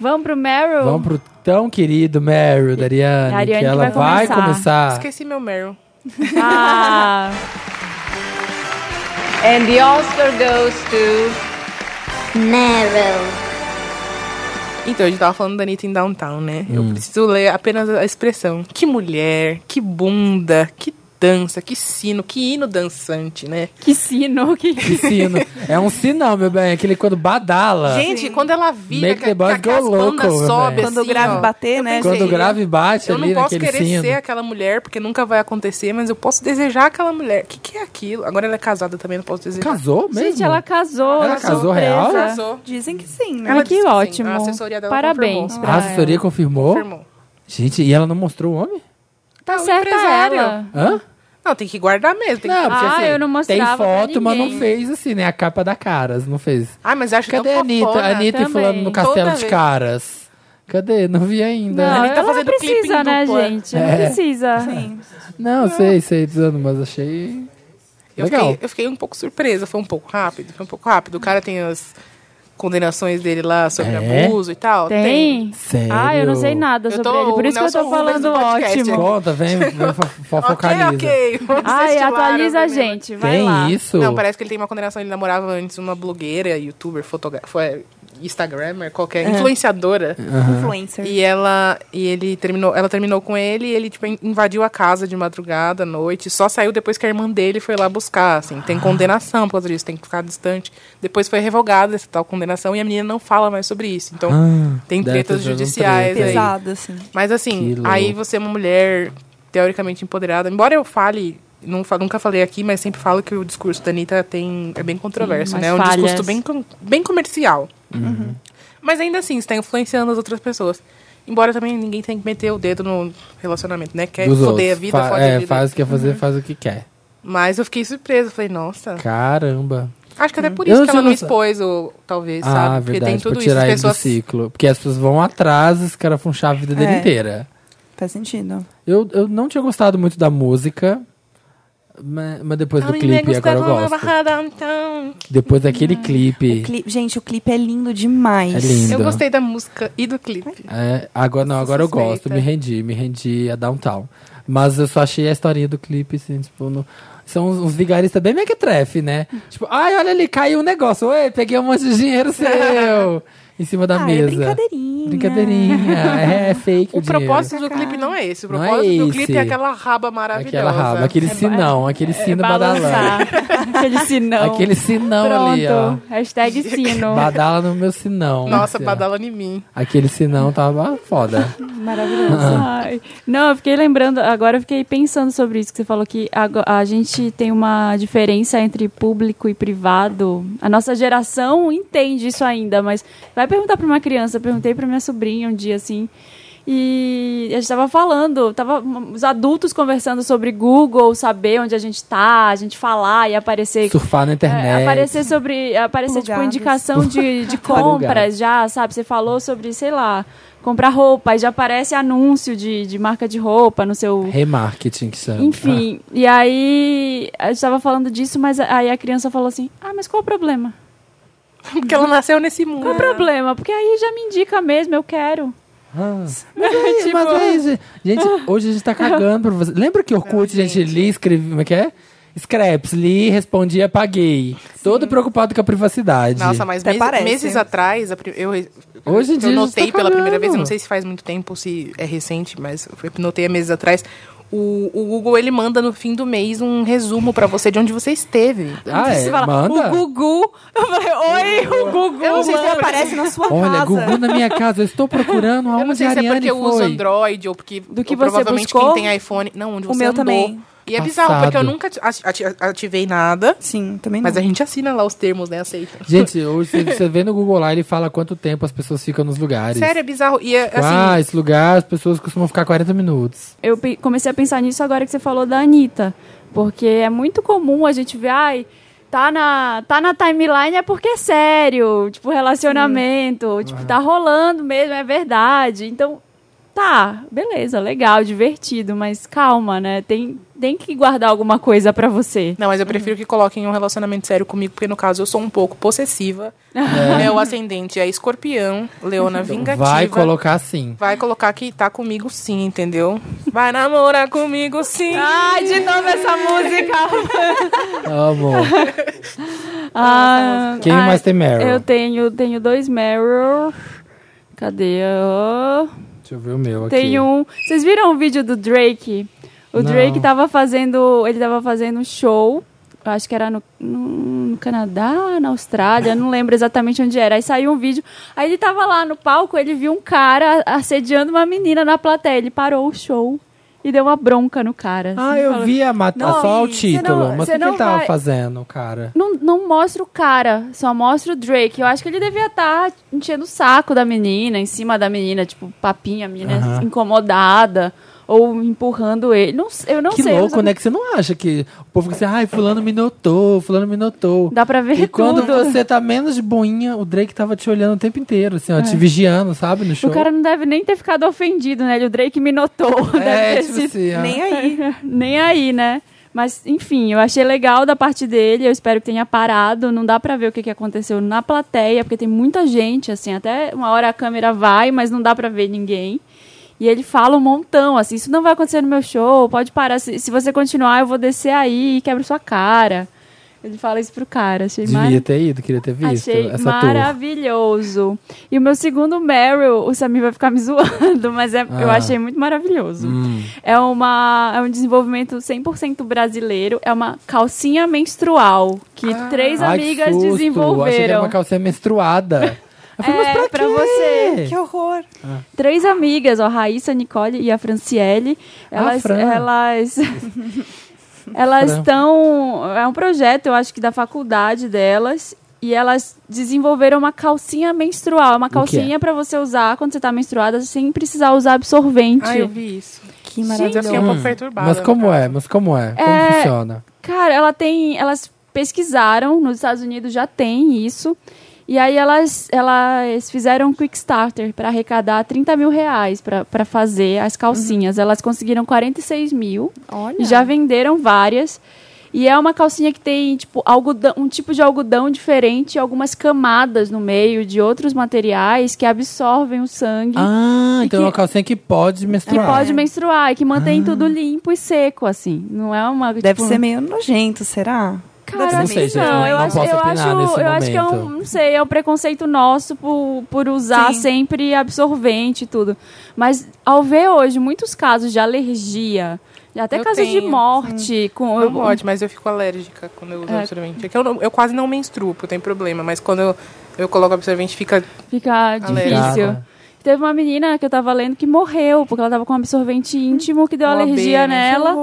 Speaker 1: Vamos pro Meryl?
Speaker 2: Vamos pro tão querido Meryl da Ariane,
Speaker 1: A Ariane
Speaker 2: que
Speaker 1: que
Speaker 2: ela vai
Speaker 1: vai
Speaker 2: começar.
Speaker 4: Esqueci meu Meryl.
Speaker 1: Ah,
Speaker 6: And the Oscar goes to.
Speaker 7: Meryl.
Speaker 4: Então, a gente tava falando da Anitta em Downtown, né?
Speaker 2: Hum.
Speaker 4: Eu preciso ler apenas a expressão. Que mulher, que bunda, que dança, que sino, que hino dançante, né?
Speaker 1: que sino. Que...
Speaker 2: Que sino. é um sinal, meu bem. Aquele quando badala.
Speaker 4: Gente, quando ela vira
Speaker 2: Ah. Make
Speaker 4: que,
Speaker 2: the
Speaker 4: que,
Speaker 2: boys
Speaker 4: que as
Speaker 2: go loco,
Speaker 4: bandas
Speaker 2: meu
Speaker 4: sobem
Speaker 2: velho.
Speaker 4: assim,
Speaker 3: Quando o grave
Speaker 4: ó,
Speaker 3: bater,
Speaker 4: eu
Speaker 3: né?
Speaker 4: pensei,
Speaker 2: Quando o grave bate
Speaker 4: Eu
Speaker 2: ali
Speaker 4: não posso
Speaker 2: naquele
Speaker 4: querer
Speaker 2: sino.
Speaker 4: ser aquela mulher, porque nunca vai acontecer, mas eu posso desejar aquela mulher. O que, que é aquilo? Agora ela é casada também, não posso desejar.
Speaker 2: Casou mesmo?
Speaker 1: Gente, ela casou.
Speaker 2: Ela
Speaker 1: surpresa.
Speaker 2: casou real?
Speaker 4: Casou.
Speaker 3: Dizem que sim, né?
Speaker 1: Ela
Speaker 4: disse
Speaker 1: que
Speaker 4: sim.
Speaker 1: ótimo.
Speaker 4: A assessoria dela
Speaker 1: Parabéns.
Speaker 4: confirmou.
Speaker 1: pra
Speaker 2: A Ah, assessoria
Speaker 1: ela.
Speaker 2: confirmou?
Speaker 4: Confirmou.
Speaker 2: Gente, e ela não mostrou o homem?
Speaker 1: Tá
Speaker 4: É o
Speaker 1: certa
Speaker 4: empresário.
Speaker 1: ela.
Speaker 2: Hã?
Speaker 4: Não, tem que guardar mesmo. Tem que-
Speaker 2: Não, porque
Speaker 1: Ah,
Speaker 2: assim,
Speaker 1: eu não
Speaker 2: tem
Speaker 1: mostrava pra
Speaker 2: foto, mas não
Speaker 1: ninguém.
Speaker 2: fez assim, né? A capa da Caras, não fez.
Speaker 4: Ah, mas acho
Speaker 2: Cadê
Speaker 4: que
Speaker 2: a Anitta? A Anitta e
Speaker 1: também.
Speaker 2: fulano no castelo
Speaker 4: Toda
Speaker 2: de
Speaker 4: vez.
Speaker 2: Caras. Cadê? Não vi ainda.
Speaker 1: Não,
Speaker 4: Anitta
Speaker 1: ela não
Speaker 4: tá fazendo clipe em
Speaker 1: precisa, né,
Speaker 4: dupla.
Speaker 1: gente? Não
Speaker 2: É.
Speaker 1: precisa.
Speaker 3: Sim.
Speaker 2: Não, sei, sei, dizendo, mas achei.
Speaker 4: Eu
Speaker 2: Legal.
Speaker 4: fiquei, eu fiquei um pouco surpresa, foi um pouco rápido, foi um pouco rápido. O cara tem as condenações dele lá sobre
Speaker 2: É?
Speaker 4: abuso e tal.
Speaker 1: Tem?
Speaker 2: Sério?
Speaker 1: Ah, eu não sei nada
Speaker 4: Eu
Speaker 1: sobre
Speaker 4: tô-
Speaker 1: ele. Por isso que eu
Speaker 4: Nelson
Speaker 1: tô
Speaker 4: Rubens
Speaker 1: falando
Speaker 4: do podcast,
Speaker 1: ótimo.
Speaker 2: Conta, vem, vem fo- fofocaliza.
Speaker 4: Ok, ok. Vamos
Speaker 1: Ai,
Speaker 4: destilar
Speaker 1: atualiza a
Speaker 4: o problema.
Speaker 1: gente. Vai
Speaker 2: Tem
Speaker 1: lá.
Speaker 2: isso?
Speaker 4: Não, parece que ele tem uma condenação. Ele namorava antes uma blogueira, youtuber, fotógrafa, instagrammer,
Speaker 2: É.
Speaker 4: qualquer influenciadora.
Speaker 3: Uhum. Influencer.
Speaker 4: E ela e ele terminou, ela terminou com ele e ele tipo in- invadiu a casa de madrugada, à noite, só saiu depois que a irmã dele foi lá buscar, assim,
Speaker 2: Ah.
Speaker 4: tem condenação por causa disso, tem que ficar distante. Depois foi revogada essa tal condenação e a menina não fala mais sobre isso. Então,
Speaker 2: Ah,
Speaker 4: tem
Speaker 2: deve
Speaker 4: tretas
Speaker 2: ter dado um
Speaker 4: judiciais
Speaker 2: treta.
Speaker 4: aí.
Speaker 3: Pesado, assim.
Speaker 4: Mas assim,
Speaker 2: Que
Speaker 4: aí
Speaker 2: louco.
Speaker 4: você é uma mulher teoricamente empoderada. Embora eu fale, não fa- nunca falei aqui, mas sempre falo que o discurso da Anitta tem, é bem controverso,
Speaker 1: Tem
Speaker 4: né? É um
Speaker 1: umas
Speaker 4: discurso
Speaker 1: falhas.
Speaker 4: bem, com- bem comercial.
Speaker 2: Uhum.
Speaker 4: Mas ainda assim, está influenciando as outras pessoas. Embora também ninguém tenha que meter o dedo no relacionamento, né? Quer
Speaker 2: Dos
Speaker 4: foder
Speaker 2: outros.
Speaker 4: a vida,
Speaker 2: Fa-
Speaker 4: fode
Speaker 2: é,
Speaker 4: a vida. Uhum.
Speaker 2: faz o que quer fazer, faz o que quer.
Speaker 4: Mas eu fiquei surpresa. Falei, nossa.
Speaker 2: Caramba.
Speaker 4: Acho que até por
Speaker 2: Uhum. Eu não
Speaker 4: isso que ela
Speaker 2: tinha
Speaker 4: não
Speaker 2: noção.
Speaker 4: expôs, ou, talvez,
Speaker 2: ah,
Speaker 4: sabe? Porque
Speaker 2: verdade,
Speaker 4: tem tudo
Speaker 2: pra
Speaker 4: isso.
Speaker 2: tirar
Speaker 4: As
Speaker 2: ele do
Speaker 4: pessoas
Speaker 2: ciclo. Porque as pessoas vão atrás, os caras funchar a vida dele
Speaker 3: É.
Speaker 2: inteira.
Speaker 3: Faz sentido.
Speaker 2: Eu, eu não tinha gostado muito da música, mas, mas depois
Speaker 4: "Ah,
Speaker 2: do clipe, agora eu gosto.
Speaker 4: barrada, então.
Speaker 2: Depois daquele clipe.
Speaker 3: O clipe- gente, o clipe é lindo demais.
Speaker 2: É lindo.
Speaker 4: Eu gostei da música e do clipe.
Speaker 2: É, agora não,
Speaker 4: Sou
Speaker 2: agora eu
Speaker 4: suspeita.
Speaker 2: gosto, me rendi, me rendi a Downtown. Mas eu só achei a historinha do clipe, assim, tipo, no- são uns, uns vigaristas bem mequetrefe, né? Tipo, ai, olha ali, caiu um negócio, oi, peguei um monte de dinheiro seu em cima da
Speaker 3: Ah, é
Speaker 2: mesa.
Speaker 3: brincadeirinha.
Speaker 2: Brincadeirinha, é, fake
Speaker 4: O
Speaker 2: dinheiro.
Speaker 4: propósito do clipe não é esse. O
Speaker 2: Não é
Speaker 4: propósito do clipe
Speaker 2: esse.
Speaker 4: é aquela raba maravilhosa.
Speaker 2: Aquela raba, aquele sinão, aquele sino badalando.
Speaker 1: Balançar. Aquele sinão.
Speaker 2: Aquele sinão
Speaker 1: Pronto.
Speaker 2: ali, ó.
Speaker 1: Hashtag sino.
Speaker 2: Badala no meu sinão.
Speaker 4: Nossa,
Speaker 2: assim, ó.
Speaker 4: badala em mim.
Speaker 2: Aquele sinão tava foda.
Speaker 1: Maravilhoso. Ai. Não, eu fiquei lembrando, agora eu fiquei pensando sobre isso, que você falou que ago- a, gente tem uma diferença entre público e privado. A nossa geração entende isso ainda, mas vai perguntar pra uma criança. Eu perguntei pra minha sobrinha um dia assim. E a gente tava falando, tava m- os adultos conversando sobre Google, saber onde a gente tá, a gente falar e aparecer
Speaker 2: Surfar na internet.
Speaker 1: é, aparecer sobre. Aparecer, tipo,
Speaker 3: Plugados.
Speaker 1: indicação de, de
Speaker 2: Plugados.
Speaker 1: compras já, sabe? Você falou sobre, sei lá, comprar roupa, e já aparece anúncio de, de marca de roupa no seu.
Speaker 2: Remarketing que chama.
Speaker 1: Enfim.
Speaker 2: Ah.
Speaker 1: E aí. A gente tava falando disso, mas a- aí a criança falou assim: ah, mas qual o problema?
Speaker 4: Porque ela nasceu nesse mundo.
Speaker 2: é
Speaker 1: Qual o problema? Porque aí já me indica mesmo, eu quero.
Speaker 2: Ah. Mas,
Speaker 1: tipo,
Speaker 2: mas aí, gente, gente, hoje a gente tá cagando pra você. Lembra que Orkut, gente, li, escrevi, como é que é? Scraps, li, respondi, apaguei. Todo preocupado com a privacidade.
Speaker 4: Nossa, mas
Speaker 3: Até
Speaker 4: meses,
Speaker 3: parece,
Speaker 4: meses
Speaker 3: hein?
Speaker 4: atrás, a pri- eu,
Speaker 2: Hoje em
Speaker 4: eu
Speaker 2: dia a gente
Speaker 4: notei
Speaker 2: tá
Speaker 4: pela primeira
Speaker 2: cagando.
Speaker 4: vez, eu não sei se faz muito tempo, se é recente, mas eu notei há meses atrás. O, o Google, ele manda no fim do mês um resumo pra você de onde você esteve.
Speaker 2: Ah, é?
Speaker 1: Você fala,
Speaker 2: Manda.
Speaker 1: o Gugu. Eu falei, oi, o Gugu.
Speaker 4: Eu não sei se
Speaker 3: Ele
Speaker 4: é
Speaker 3: aparece na sua
Speaker 2: Olha,
Speaker 3: casa.
Speaker 2: Gugu na minha casa, eu estou procurando
Speaker 4: Eu não
Speaker 2: aonde
Speaker 4: sei
Speaker 2: a
Speaker 4: se é
Speaker 2: Ariane
Speaker 4: porque eu uso
Speaker 2: foi.
Speaker 4: Android ou porque
Speaker 1: Do que
Speaker 4: ou
Speaker 1: você
Speaker 4: provavelmente
Speaker 1: buscou?
Speaker 4: quem tem iPhone. Não, onde
Speaker 3: O
Speaker 4: você
Speaker 3: meu
Speaker 4: andou.
Speaker 3: também.
Speaker 4: E é bizarro,
Speaker 2: Passado.
Speaker 4: porque eu nunca ati- ati- ativei nada,
Speaker 3: Sim, também não.
Speaker 4: mas a gente assina lá os termos, né? Aceita.
Speaker 2: Gente, hoje você- você vê no Google lá, ele fala quanto tempo as pessoas ficam nos lugares.
Speaker 4: Sério, é bizarro. E é, assim,
Speaker 2: Ah, esse lugar as pessoas costumam ficar 40 minutos.
Speaker 1: eu pe- comecei a pensar nisso agora que você falou da Anitta. Porque é muito comum a gente ver, ai, tá na, tá na timeline é porque é sério. Tipo, relacionamento. Tipo, tá rolando mesmo, é verdade. Então, tá, beleza, legal, divertido, mas calma, né? Tem, tem que guardar alguma coisa pra você.
Speaker 4: Não, mas eu prefiro que coloquem um relacionamento sério comigo, porque no caso eu sou um pouco possessiva. Meu ascendente é escorpião, leona vingativa.
Speaker 2: Então Vai colocar assim. sim.
Speaker 4: Vai colocar que tá comigo sim, entendeu? Vai namorar comigo sim.
Speaker 1: Ai, de novo essa música!
Speaker 2: Amo.
Speaker 1: Ah,
Speaker 2: Quem
Speaker 1: ai,
Speaker 2: mais tem Meryl?
Speaker 1: Eu tenho, tenho dois Meryl. Cadê? Ah,
Speaker 2: Deixa eu ver o meu aqui.
Speaker 1: Tem um. Vocês viram o vídeo do Drake? O
Speaker 2: Não.
Speaker 1: Drake tava fazendo. Ele tava fazendo um show. eu Acho que era no, no Canadá, na Austrália, não lembro exatamente onde era. Aí saiu um vídeo. Aí ele tava lá no palco, ele viu um cara assediando uma menina na plateia. Ele parou o show e deu uma bronca no cara.
Speaker 2: Ah,
Speaker 1: assim,
Speaker 2: eu
Speaker 1: falando,
Speaker 2: vi a mata
Speaker 1: Não,
Speaker 2: só o
Speaker 1: você não-
Speaker 2: título. mas o
Speaker 1: você
Speaker 2: que que
Speaker 1: não
Speaker 2: ele tava
Speaker 1: vai-
Speaker 2: fazendo, cara?
Speaker 1: Não, não mostra o cara, só mostra o Drake. Eu acho que ele devia estar enchendo o saco da menina, em cima da menina, tipo, papinha, a menina
Speaker 2: Aham.
Speaker 1: incomodada, ou empurrando ele. Não s- eu não
Speaker 2: que
Speaker 1: sei. eu não
Speaker 2: louco,
Speaker 1: sei
Speaker 2: né? Que você não acha que o povo que você, ai, fulano me notou, fulano me notou.
Speaker 1: Dá pra ver
Speaker 2: E quando
Speaker 1: tudo.
Speaker 2: você tá menos de boinha, o Drake tava te olhando o tempo inteiro, assim, ó, te vigiando, sabe, no show.
Speaker 1: É. O cara não deve nem ter ficado ofendido, né? Ele- O Drake me notou.
Speaker 2: é,
Speaker 1: deve ter
Speaker 2: tipo
Speaker 1: sido-
Speaker 2: assim, ó.
Speaker 3: Nem aí.
Speaker 1: Nem aí, né? Mas, enfim, eu achei legal da parte dele, eu espero que tenha parado. Não dá pra ver o que, que aconteceu na plateia, porque tem muita gente, assim, até uma hora a câmera vai, mas não dá pra ver ninguém. E ele fala um montão, assim, isso não vai acontecer no meu show, pode parar. Se, se você continuar, eu vou descer aí e quebro sua cara. Ele fala isso pro cara, achei
Speaker 2: Devia ter ido, queria ter visto
Speaker 1: Achei
Speaker 2: essa tour.
Speaker 1: maravilhoso. E o meu segundo Meryl, o Samir vai ficar me zoando, mas é- eu
Speaker 2: Ah.
Speaker 1: achei muito maravilhoso.
Speaker 2: Hum.
Speaker 1: É, uma, é um desenvolvimento 100% brasileiro, é uma calcinha menstrual que três
Speaker 2: Ah. Ai, que
Speaker 1: amigas
Speaker 2: susto. Achei que era
Speaker 1: desenvolveram.
Speaker 2: uma calcinha menstruada. Eu falei,
Speaker 1: É,
Speaker 2: mas pra,
Speaker 1: pra
Speaker 2: quê?
Speaker 1: você.
Speaker 3: Que horror.
Speaker 1: Três amigas, ó, Raíssa, Nicole e a Franciele.
Speaker 2: Ah,
Speaker 1: Elas.
Speaker 2: Fran.
Speaker 1: elas... Elas
Speaker 2: Fran.
Speaker 1: estão. É um projeto, eu acho que da faculdade delas. E elas desenvolveram uma calcinha menstrual. É uma
Speaker 2: que
Speaker 1: calcinha pra você usar quando você tá menstruada sem precisar usar absorvente.
Speaker 4: Ah, eu vi isso.
Speaker 3: Que
Speaker 4: Mas eu fiquei um pouco perturbada.
Speaker 2: Hum. Mas
Speaker 4: no
Speaker 2: como
Speaker 4: caso.
Speaker 2: é? Mas como é? Como
Speaker 1: É,
Speaker 2: funciona?
Speaker 1: Cara, ela tem. Elas pesquisaram, nos Estados Unidos já tem isso. E aí elas, elas fizeram um Kickstarter para arrecadar 30 mil reais para fazer as
Speaker 2: Uhum.
Speaker 1: calcinhas. Elas conseguiram 46 mil.
Speaker 3: Olha.
Speaker 1: E Já venderam várias. E é uma calcinha que tem, tipo, algodão, um tipo de algodão diferente, algumas camadas no meio de outros materiais que absorvem o sangue.
Speaker 2: Ah,
Speaker 1: e
Speaker 2: então
Speaker 1: que-
Speaker 2: é uma calcinha que pode
Speaker 1: Que
Speaker 2: menstruar.
Speaker 1: pode menstruar e que mantém tudo limpo e seco, assim. Não é uma.
Speaker 3: Deve
Speaker 1: tipo,
Speaker 3: ser meio nojento, será?
Speaker 1: Cara,
Speaker 2: Não
Speaker 1: acho
Speaker 2: sei,
Speaker 1: que
Speaker 2: gente, não-
Speaker 1: eu
Speaker 2: não
Speaker 1: acho,
Speaker 2: posso
Speaker 1: eu
Speaker 2: opinar
Speaker 1: acho,
Speaker 2: nesse
Speaker 1: eu acho que é um,
Speaker 2: momento.
Speaker 1: não sei, é um preconceito nosso por, por usar
Speaker 3: Sim.
Speaker 1: sempre absorvente e tudo. Mas ao ver hoje muitos casos de alergia, até
Speaker 4: Eu
Speaker 1: casos de
Speaker 4: tenho,
Speaker 1: morte com
Speaker 4: Não morde, mas eu fico alérgica quando eu uso
Speaker 1: É.
Speaker 4: absorvente. É que eu, não- eu quase não menstruo, porque tem problema. Mas quando eu, eu coloco absorvente, fica...
Speaker 1: fica
Speaker 2: Tá.
Speaker 1: difícil.
Speaker 2: Cara,
Speaker 1: Teve uma menina que eu tava lendo que morreu, porque ela tava com um absorvente íntimo que deu
Speaker 4: OAB,
Speaker 1: alergia
Speaker 4: né?
Speaker 1: nela.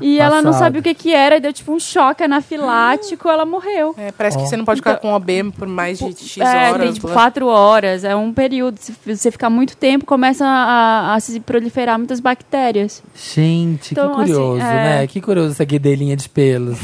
Speaker 1: E ela não
Speaker 2: Passado.
Speaker 1: sabia o que que era, e deu tipo um choque anafilático, ela morreu.
Speaker 4: É, parece que
Speaker 2: Ó.
Speaker 4: você não pode ficar com OB por mais de X
Speaker 1: Então, É,
Speaker 4: horas. né?
Speaker 1: tem tipo
Speaker 4: lá.
Speaker 1: quatro horas, é um período. Se f- você ficar muito tempo, começa a, a se proliferar muitas bactérias.
Speaker 2: Gente,
Speaker 1: Então,
Speaker 2: que curioso,
Speaker 1: assim, é.
Speaker 2: né? Que curioso essa guidelinha de pelos.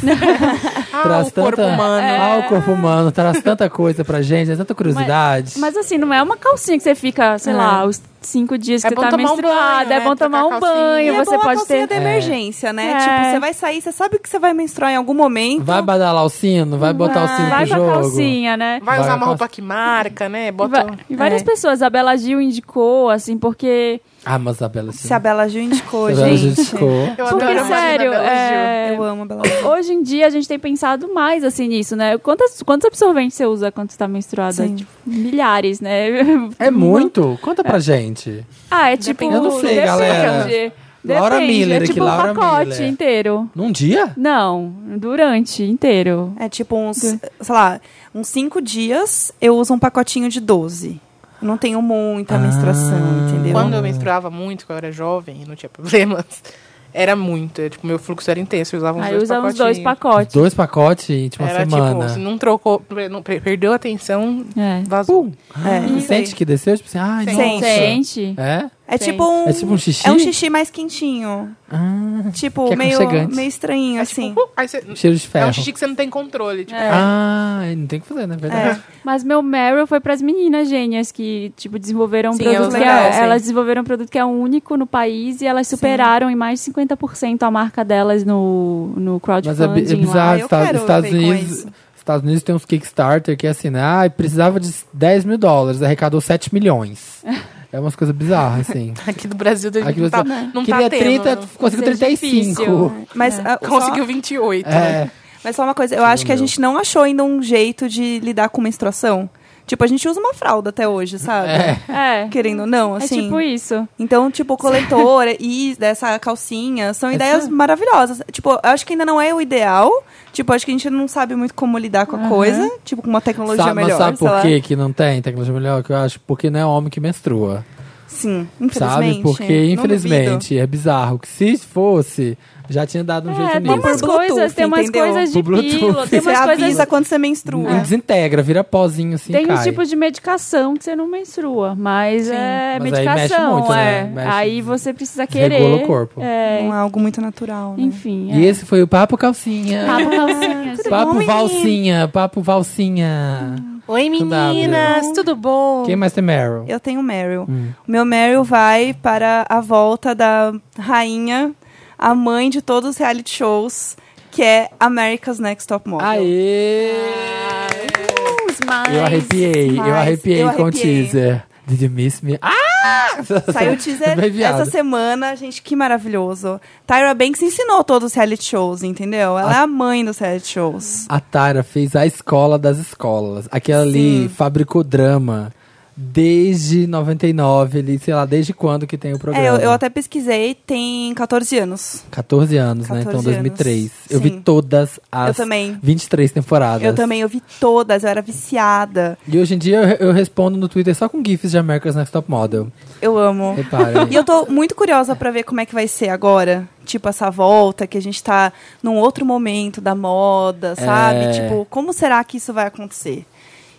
Speaker 4: Ah,
Speaker 2: traz
Speaker 4: o corpo
Speaker 2: tanta-
Speaker 4: humano.
Speaker 2: Ah, o corpo humano traz tanta coisa pra gente, é tanta curiosidade.
Speaker 1: Mas assim, não é uma calcinha que você fica, sei
Speaker 3: É.
Speaker 1: lá, os cinco dias que
Speaker 4: É
Speaker 1: você
Speaker 4: bom
Speaker 1: tá
Speaker 4: tomar um
Speaker 1: menstruada,
Speaker 4: banho,
Speaker 1: é
Speaker 4: né?
Speaker 1: bom
Speaker 4: Trocar
Speaker 1: tomar um
Speaker 4: a calcinha.
Speaker 1: banho,
Speaker 3: E é
Speaker 1: você
Speaker 3: bom a
Speaker 1: pode
Speaker 3: calcinha
Speaker 1: ter.
Speaker 3: da emergência, né?
Speaker 1: É.
Speaker 3: Tipo, você vai sair, você sabe que você vai menstruar em algum momento.
Speaker 2: Vai badalar o sino? Vai botar o sino
Speaker 1: Vai
Speaker 2: pro
Speaker 1: com a
Speaker 2: jogo?
Speaker 1: calcinha, né?
Speaker 4: Vai
Speaker 2: Vai,
Speaker 4: usar uma
Speaker 2: eu
Speaker 4: roupa que marca, né?
Speaker 1: E
Speaker 4: Bota...
Speaker 1: va- E várias
Speaker 3: É.
Speaker 1: pessoas, a Bela Gil indicou, assim, porque.
Speaker 2: Ah, mas a Bela
Speaker 3: Se a Bela Gil indicou,
Speaker 2: Bela
Speaker 3: gente.
Speaker 2: indicou.
Speaker 4: Eu
Speaker 1: Porque,
Speaker 4: adoro a imagem da
Speaker 1: sério,
Speaker 4: Bela Gil.
Speaker 1: é,
Speaker 3: Eu amo a Bela Gil.
Speaker 1: hoje em dia a gente tem pensado mais assim nisso, né? Quantas, quantos absorventes você usa quando você tá menstruada?
Speaker 3: Sim.
Speaker 1: Tipo, milhares, né?
Speaker 2: É muito? Conta pra gente.
Speaker 1: Ah, é tipo.
Speaker 4: Depende. Eu
Speaker 2: não sei,
Speaker 1: depende.
Speaker 2: galera. Laura
Speaker 1: Depende,
Speaker 2: Miller
Speaker 1: é
Speaker 2: aqui,
Speaker 1: tipo
Speaker 2: Laura
Speaker 1: um pacote
Speaker 2: Miller.
Speaker 1: inteiro.
Speaker 2: Num dia?
Speaker 1: Não, durante inteiro.
Speaker 3: É tipo uns, sei lá, uns cinco dias eu uso um pacotinho de 12. Eu Não tenho muita
Speaker 2: Ah.
Speaker 3: menstruação, entendeu?
Speaker 4: Quando eu menstruava muito, quando eu era jovem e não tinha problemas, era muito. é, Tipo, meu fluxo era intenso, eu usava uns
Speaker 1: Aí
Speaker 4: dois
Speaker 1: usa Ah, uns
Speaker 4: pacotinhos.
Speaker 1: dois pacotes.
Speaker 2: Dois pacotes em uma
Speaker 4: Era
Speaker 2: semana.
Speaker 4: tipo, se não trocou, não- per- perdeu a atenção,
Speaker 1: É.
Speaker 4: vazou.
Speaker 2: Pum!
Speaker 3: É,
Speaker 2: Sente que desceu? Tipo assim, ai,
Speaker 3: Sente.
Speaker 2: nossa.
Speaker 1: É. Gente,
Speaker 2: É?
Speaker 3: É
Speaker 1: Tem.
Speaker 3: tipo um.
Speaker 2: É tipo um xixi?
Speaker 3: É um xixi mais quentinho.
Speaker 2: Ah,
Speaker 3: Tipo,
Speaker 2: Que é
Speaker 3: meio,
Speaker 2: aconchegante.
Speaker 3: meio estranho, assim.
Speaker 4: É, tipo, Aí você-
Speaker 2: cheiro de
Speaker 4: é
Speaker 2: ferro.
Speaker 4: um xixi que você não tem controle. Tipo,
Speaker 1: É.
Speaker 2: Ah, não tem o que fazer, né? Verdade.
Speaker 3: É,
Speaker 1: Mas meu Meryl foi pras meninas gênias que, tipo, desenvolveram um
Speaker 4: Sim,
Speaker 1: produto
Speaker 4: elas
Speaker 1: que
Speaker 3: legal,
Speaker 1: é,
Speaker 4: sim.
Speaker 1: elas desenvolveram um produto que é único no país e elas superaram em mais de 50% a marca delas no, no
Speaker 2: Mas é,
Speaker 3: tipo
Speaker 2: bi- é
Speaker 1: crowdfunding lá.
Speaker 2: bizarro.
Speaker 3: um Ah, eu
Speaker 2: Estados,
Speaker 3: quero
Speaker 2: Estados
Speaker 3: ver com
Speaker 2: Unidos,
Speaker 3: isso.
Speaker 2: Estados Unidos tem uns Kickstarter que é assim, né? Ah, precisava de 10 mil dólares, arrecadou 7 milhões. É umas coisas bizarras, assim.
Speaker 4: aqui do Brasil a gente
Speaker 2: Aqui
Speaker 4: não tá,
Speaker 2: você-
Speaker 4: não tá
Speaker 2: Queria
Speaker 4: tendo.
Speaker 2: 30,
Speaker 3: né?
Speaker 4: não.
Speaker 2: conseguiu
Speaker 1: Isso é difícil.
Speaker 2: 35.
Speaker 3: Mas, ah, só-
Speaker 4: Conseguiu 28. né?
Speaker 2: É,
Speaker 3: mas só uma coisa, eu acho que a
Speaker 2: meu.
Speaker 3: gente não achou ainda um jeito de lidar com menstruação. Tipo, a gente usa uma fralda até hoje, sabe?
Speaker 1: É,
Speaker 3: Querendo ou não,
Speaker 1: é
Speaker 3: assim.
Speaker 1: tipo isso.
Speaker 3: Então, tipo, coletor e dessa calcinha são ideias maravilhosas. Tipo, eu acho que ainda não é o ideal. Tipo, acho que a gente não sabe muito como lidar com a coisa. Tipo, com uma tecnologia
Speaker 2: sabe, mas
Speaker 3: melhor.
Speaker 2: sabe
Speaker 3: sei
Speaker 2: por
Speaker 3: lá.
Speaker 2: que que não tem tecnologia melhor? Que eu acho porque não é homem que menstrua.
Speaker 3: Sim, infelizmente.
Speaker 2: Sabe? Porque,
Speaker 3: Não duvido.
Speaker 2: infelizmente, é bizarro. Que se fosse, já tinha dado um
Speaker 1: É,
Speaker 2: jeito
Speaker 1: tem
Speaker 2: nisso.
Speaker 1: umas
Speaker 3: Por Bluetooth,
Speaker 1: coisas, tem umas
Speaker 3: entendeu?
Speaker 1: coisas de
Speaker 2: Por Bluetooth.
Speaker 1: pílula, tem
Speaker 3: Você
Speaker 1: umas
Speaker 3: avisa
Speaker 1: coisas.
Speaker 3: quando você menstrua.
Speaker 2: Não Desintegra, vira pozinho assim
Speaker 1: Tem uns
Speaker 2: cai.
Speaker 1: tipos de medicação que você não menstrua, mas é
Speaker 2: Mas aí mexe
Speaker 1: medicação.
Speaker 2: muito, né?
Speaker 1: é.
Speaker 2: Mexe-
Speaker 1: aí você precisa
Speaker 2: desregula
Speaker 1: querer.
Speaker 2: o corpo.
Speaker 1: É,
Speaker 3: Não é algo muito natural, né?
Speaker 1: enfim.
Speaker 2: E
Speaker 1: é.
Speaker 2: esse foi o Papo Calcinha.
Speaker 1: Papo calcinha, gente.
Speaker 2: Papo
Speaker 3: Homem.
Speaker 2: Valsinha, Papo Valsinha.
Speaker 4: Oi,
Speaker 2: Com
Speaker 4: meninas, tudo bom?
Speaker 2: Quem mais tem Meryl?
Speaker 3: Eu tenho Meryl.
Speaker 2: Hum.
Speaker 3: O meu Meryl vai para a volta da rainha, a mãe de todos os reality shows, que é America's Next Top Model.
Speaker 2: Aê!
Speaker 1: Os mais-
Speaker 2: eu arrepiei, eu
Speaker 3: mas-
Speaker 2: arrepiei
Speaker 3: eu
Speaker 2: com o
Speaker 3: arrepiei.
Speaker 2: teaser. Did you miss me? Ah!
Speaker 3: Saiu o teaser
Speaker 2: Bem viado.
Speaker 3: essa semana, gente, que maravilhoso. Tyra Banks ensinou todos os reality shows, entendeu? Ela é a mãe dos reality shows.
Speaker 2: A Tara fez a escola das escolas. Aquela ali fabricou drama desde 99, ali, sei lá, desde quando que tem o programa.
Speaker 3: É, eu, eu até pesquisei, tem 14 anos.
Speaker 2: 14 anos, né? Então,
Speaker 3: 14
Speaker 2: 2003. Eu
Speaker 3: Sim.
Speaker 2: vi todas as
Speaker 3: Eu também.
Speaker 2: 23 temporadas.
Speaker 3: Eu também, eu vi todas, eu era viciada.
Speaker 2: E hoje em dia eu, eu respondo no Twitter só com GIFs de America's Next Top Model.
Speaker 3: Eu amo.
Speaker 2: Reparem.
Speaker 3: É. E eu tô muito curiosa pra ver como é que vai ser agora. Tipo, essa volta, que a gente tá num outro momento da moda, sabe?
Speaker 2: É.
Speaker 3: Tipo, como será que isso vai acontecer?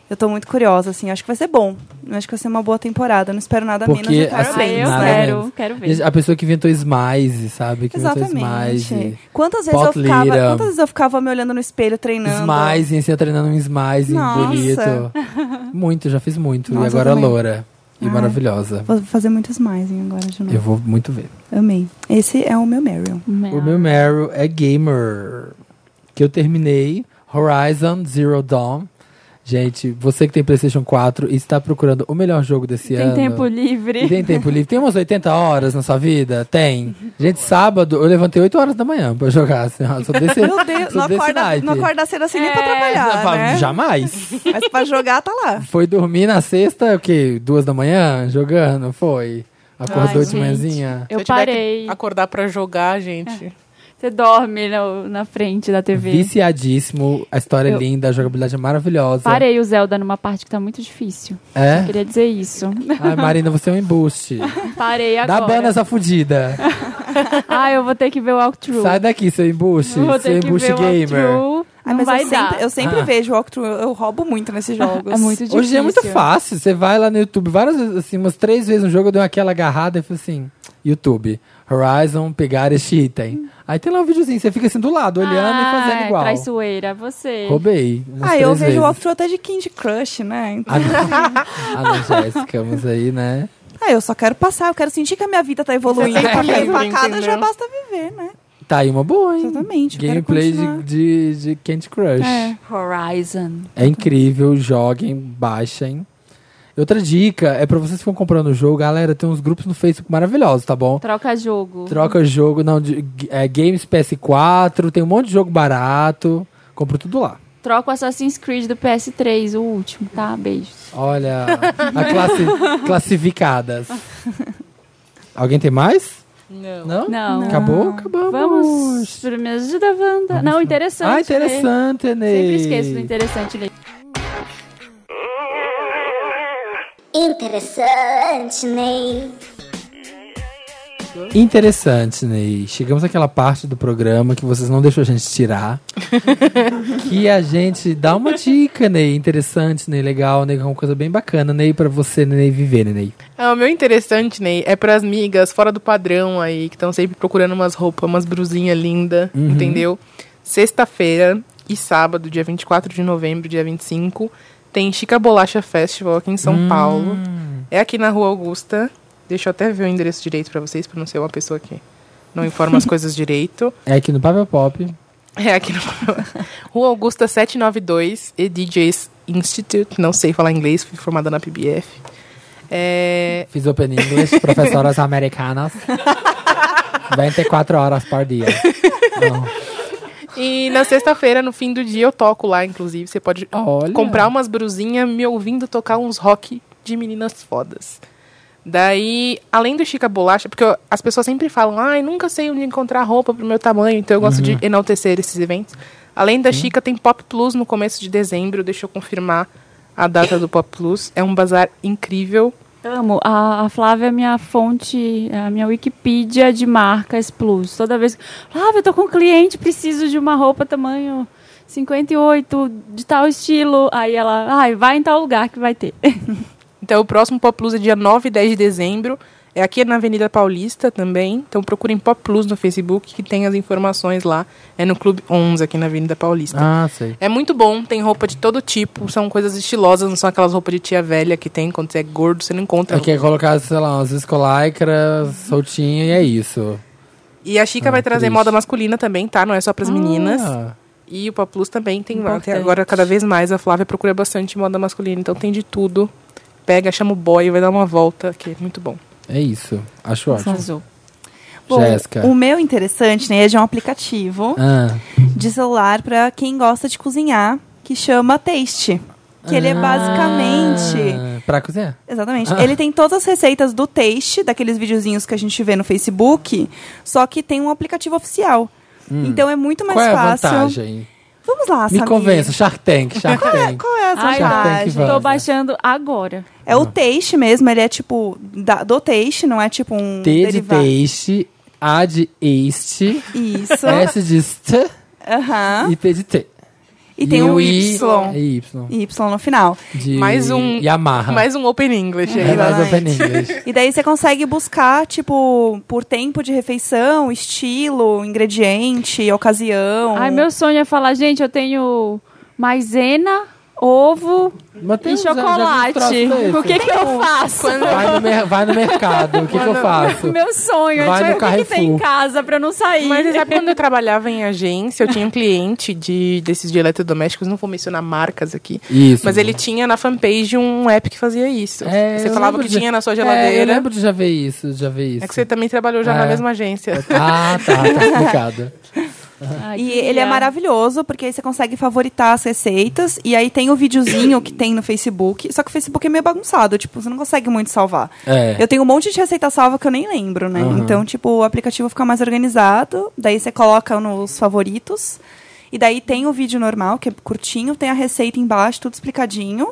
Speaker 3: Eu tô muito curiosa, assim. Acho que vai ser bom. Eu Acho que vai ser uma boa temporada. Eu Não espero nada
Speaker 2: Porque,
Speaker 3: menos do Tyra
Speaker 2: assim,
Speaker 1: Ah, eu
Speaker 3: Banks,
Speaker 2: nada
Speaker 3: né?
Speaker 1: quero,
Speaker 2: menos.
Speaker 1: quero
Speaker 2: E
Speaker 1: ver.
Speaker 2: A pessoa que inventou Smize, sabe? Que inventou
Speaker 3: Exatamente.
Speaker 2: Smize.
Speaker 3: Quantas vezes, eu
Speaker 2: Pot
Speaker 3: ficava,
Speaker 2: Lira.
Speaker 3: quantas vezes eu ficava me olhando no espelho treinando?
Speaker 2: Smize, assim, eu treinando um Smize
Speaker 3: Nossa.
Speaker 2: bonito. Muito, já fiz muito. e
Speaker 3: Nossa, eu
Speaker 2: agora
Speaker 3: também.
Speaker 2: loura. E
Speaker 3: Ai.
Speaker 2: maravilhosa.
Speaker 3: Vou fazer muitos mais hein, agora de novo.
Speaker 2: Eu vou muito ver.
Speaker 3: Amei. Esse é o meu Meryl.
Speaker 2: O meu Meryl é gamer. Que eu terminei Horizon Zero Dawn. Gente, você que tem PlayStation 4 e está procurando o melhor jogo desse
Speaker 1: Tem
Speaker 2: ano.
Speaker 1: tempo
Speaker 2: E
Speaker 1: livre.
Speaker 2: tem tempo livre. Tem umas 80 horas na sua vida? Tem. Gente, sábado eu levantei 8 horas da manhã pra eu jogar. Assim, ó, só desse,
Speaker 3: Meu Deus,
Speaker 2: só
Speaker 3: não
Speaker 2: desse
Speaker 3: acorda,
Speaker 2: naipe.
Speaker 3: não acorda cedo assim nem
Speaker 1: É,
Speaker 3: pra
Speaker 2: Não, pra-
Speaker 3: trabalhar, né?
Speaker 2: Jamais.
Speaker 3: Mas pra jogar, tá lá.
Speaker 2: Foi dormir na sexta, o quê? Duas da manhã? Jogando? Foi. Acordou de
Speaker 1: Ai, gente.
Speaker 2: manhãzinha.
Speaker 4: Se
Speaker 1: Eu
Speaker 4: tiver que
Speaker 1: parei.
Speaker 4: Acordar pra jogar, gente.
Speaker 1: Você dorme no- na frente da TV.
Speaker 2: Viciadíssimo. A história é
Speaker 1: Eu-
Speaker 2: linda, a jogabilidade é maravilhosa.
Speaker 1: Parei o Zelda numa parte que tá muito difícil.
Speaker 2: É?
Speaker 1: Queria dizer isso.
Speaker 2: Ai, Marina, você é um embuste.
Speaker 1: Parei
Speaker 2: Dá
Speaker 1: agora.
Speaker 2: bana essa fudida.
Speaker 1: Ah, eu vou ter que ver o Walkthrough.
Speaker 2: Sai daqui, seu embuste.
Speaker 1: Eu vou
Speaker 2: Seu
Speaker 1: ter que ver
Speaker 2: embuste
Speaker 1: o
Speaker 2: gamer.
Speaker 1: walkthrough.
Speaker 3: Ah,
Speaker 1: Não
Speaker 3: mas
Speaker 1: vai
Speaker 3: eu
Speaker 1: dar.
Speaker 3: sempre, eu sempre
Speaker 2: Ah.
Speaker 3: vejo walkthrough, eu, eu roubo muito nesses jogos.
Speaker 1: É muito difícil.
Speaker 2: Hoje em dia é muito fácil. Você vai lá no YouTube várias vezes, assim, umas três vezes no jogo, eu dei aquela agarrada e falei assim: YouTube, Horizon, pegar este item. Aí tem lá um videozinho, você fica assim do lado, olhando e
Speaker 1: Ah,
Speaker 2: fazendo igual.
Speaker 1: Traiçoeira, você.
Speaker 2: Roubei. umas
Speaker 3: Ah, eu
Speaker 2: três
Speaker 3: vejo
Speaker 2: vezes.
Speaker 3: walkthrough até de Candy Crush, né?
Speaker 2: Ah,
Speaker 3: Então-
Speaker 2: não, ah, não Jéssica, mas aí, né?
Speaker 3: Ah, eu só quero passar, eu quero sentir que a minha vida tá evoluindo.
Speaker 4: Você tem
Speaker 3: Pra
Speaker 4: que
Speaker 3: ficar
Speaker 4: ir,
Speaker 3: empacada
Speaker 4: entendeu?
Speaker 3: já basta viver, né?
Speaker 2: Tá aí uma boa, hein?
Speaker 3: Exatamente. eu quero
Speaker 2: Gameplay de,
Speaker 3: continuar.
Speaker 2: de, de Candy Crush.
Speaker 1: É. Horizon.
Speaker 2: É incrível, joguem, baixem. Outra dica é pra vocês que ficam comprando o jogo, galera, tem uns grupos no Facebook maravilhosos, tá bom?
Speaker 1: Troca jogo.
Speaker 2: Troca jogo, não, de- é, games PS4, tem um monte de jogo barato. Compro tudo lá.
Speaker 1: Troca o Assassin's Creed do PS3, o último, tá? Beijos.
Speaker 2: Olha, a classe, classificadas. Alguém tem mais?
Speaker 4: Não.
Speaker 2: Não?
Speaker 1: Não.
Speaker 2: Acabou? Acabamos.
Speaker 1: Vamos pro Me Ajuda Wanda. Não, interessante.
Speaker 2: Ah,
Speaker 1: Né?
Speaker 2: interessante, Enei.
Speaker 1: Sempre esqueço do interessante, né?
Speaker 7: Interessante, Ney.
Speaker 2: Interessante, Ney. Chegamos àquela parte do programa que vocês não deixam a gente tirar. que a gente dá uma dica, Ney. Interessante, Ney. Legal, Ney. que é Uma coisa bem bacana, Ney, pra você, Ney, viver, né, Ney.
Speaker 4: Ah, o meu interessante, Ney, é pras migas fora do padrão aí, que estão sempre procurando umas roupas, umas brusinhas lindas, entendeu? Sexta-feira e sábado, dia 24 de novembro, dia 25, tem Chica Bolacha Festival aqui em São Paulo. É aqui na Rua Augusta. Deixa eu até ver o endereço direito pra vocês, pra não ser uma pessoa que não informa as coisas direito.
Speaker 2: É aqui no Pavel Pop.
Speaker 4: É aqui no Rua Augusta 792 e DJs Institute. Não sei falar inglês, fui formada na PBF. É,
Speaker 2: Fiz Open English, professoras americanas. 24 horas por dia.
Speaker 4: E na sexta-feira, no fim do dia, eu toco lá, inclusive. Você pode
Speaker 2: Olha.
Speaker 4: comprar umas brusinhas me ouvindo tocar uns rock de meninas fodas. Daí, além do Chica Bolacha, porque eu- as pessoas sempre falam, ai, nunca sei onde encontrar roupa pro meu tamanho, então eu gosto de enaltecer esses eventos. Além da Chica, tem Pop Plus no começo de dezembro, deixa eu confirmar a data do Pop Plus. É um bazar incrível.
Speaker 1: Amo. A, a Flávia é minha fonte, é a minha Wikipedia de marcas plus. Toda vez que. Flávia, eu tô com um cliente, preciso de uma roupa tamanho 58, de tal estilo. Aí ela, ai, vai em tal lugar que vai ter.
Speaker 4: Então, o próximo Pop Plus é dia 9 e 10 de dezembro. É aqui na Avenida Paulista também. Então, procurem Pop Plus no Facebook, que tem as informações lá. É no Clube 11, aqui na Avenida Paulista.
Speaker 2: Ah, sei.
Speaker 4: É muito bom, tem roupa de todo tipo. São coisas estilosas, não são aquelas roupas de tia velha que tem quando você é gordo, você não encontra.
Speaker 2: Aqui é colocar, sei lá, umas escolaicras, soltinha e é isso.
Speaker 4: E a Chica
Speaker 2: Ah,
Speaker 4: vai trazer
Speaker 2: triste.
Speaker 4: moda masculina também, tá? Não é só pras meninas.
Speaker 2: Ah,
Speaker 4: E o Pop Plus também tem
Speaker 1: Importante.
Speaker 4: até agora cada vez mais. A Flávia procura bastante moda masculina, então tem de tudo. Pega, chama o boy, vai dar uma volta, que é muito bom.
Speaker 2: é isso. Acho ótimo.
Speaker 1: Azul.
Speaker 3: Bom,
Speaker 2: Jéssica.
Speaker 3: o meu interessante, né, é de um aplicativo
Speaker 2: Ah,
Speaker 3: de celular pra quem gosta de cozinhar, que chama Taste. Que ele é basicamente...
Speaker 2: Ah, pra cozinhar.
Speaker 3: Exatamente.
Speaker 2: Ah.
Speaker 3: Ele tem todas as receitas do Taste, daqueles videozinhos que a gente vê no Facebook, só que tem um aplicativo oficial. Então é muito mais
Speaker 2: Hum. Qual é a
Speaker 3: fácil.
Speaker 2: vantagem?
Speaker 3: Vamos lá,
Speaker 2: Me
Speaker 3: Samir.
Speaker 2: convença, Shark Tank, Shark
Speaker 3: Qual é,
Speaker 2: Tank.
Speaker 3: qual é essa
Speaker 2: já tem
Speaker 1: Ai,
Speaker 2: que Ah.
Speaker 3: vantagem?
Speaker 2: Vai.
Speaker 1: Tô baixando agora.
Speaker 3: É o Taste mesmo, ele é tipo da- do Taste, não é tipo um
Speaker 2: T de
Speaker 3: derivado.
Speaker 2: taste, A de este,
Speaker 3: Isso.
Speaker 2: S de st
Speaker 3: Aham.
Speaker 2: e T de T.
Speaker 3: E tem
Speaker 2: o
Speaker 3: um
Speaker 2: I-
Speaker 3: Y.
Speaker 2: É Y.
Speaker 3: Y no final.
Speaker 2: De
Speaker 4: Mais um-
Speaker 2: Yamaha.
Speaker 4: Mais um Open English aí.
Speaker 2: Ah. é, mais
Speaker 3: Exatamente.
Speaker 2: open English.
Speaker 3: E daí você consegue buscar, tipo, por tempo de refeição, estilo, ingrediente, ocasião.
Speaker 1: Ai, meu sonho é falar, gente, eu tenho maisena, ovo
Speaker 2: Mas tem
Speaker 1: e
Speaker 2: uns- já- já vi uns
Speaker 1: chocolate.
Speaker 2: troços um. desse.
Speaker 1: O que que eu faço?
Speaker 2: Vai no, mer- vai no mercado, o que, que eu faço?
Speaker 1: Meu sonho,
Speaker 2: Vai
Speaker 1: é
Speaker 2: no
Speaker 1: tipo, o que, que
Speaker 2: Carrefour.
Speaker 1: tem em casa pra eu não sair?
Speaker 4: Mas você sabe quando eu trabalhava em agência, eu tinha um cliente de, desses de eletrodomésticos, não vou mencionar marcas aqui.
Speaker 2: Isso.
Speaker 4: Mas ele tinha na fanpage um app que fazia isso.
Speaker 2: É,
Speaker 4: você
Speaker 2: eu
Speaker 4: falava
Speaker 2: lembro
Speaker 4: que
Speaker 2: de-
Speaker 4: tinha na sua
Speaker 2: É, eu
Speaker 4: geladeira.
Speaker 2: lembro de já ver isso, já ver isso.
Speaker 4: É que você também trabalhou já
Speaker 2: É.
Speaker 4: na mesma agência.
Speaker 2: Ah, tá, tá explicado.
Speaker 1: Ai,
Speaker 3: E
Speaker 1: que
Speaker 3: ele é
Speaker 1: viagem.
Speaker 3: maravilhoso, porque aí você consegue favoritar as receitas. E aí tem o videozinho que tem no Facebook. Só que o Facebook é meio bagunçado, tipo, você não consegue muito salvar.
Speaker 2: É.
Speaker 3: Eu tenho um monte de receita salva que eu nem lembro, né?
Speaker 2: Aham.
Speaker 3: Então, tipo, o aplicativo fica mais organizado. Daí você coloca nos favoritos. E daí tem o vídeo normal, que é curtinho, tem a receita embaixo, tudo explicadinho.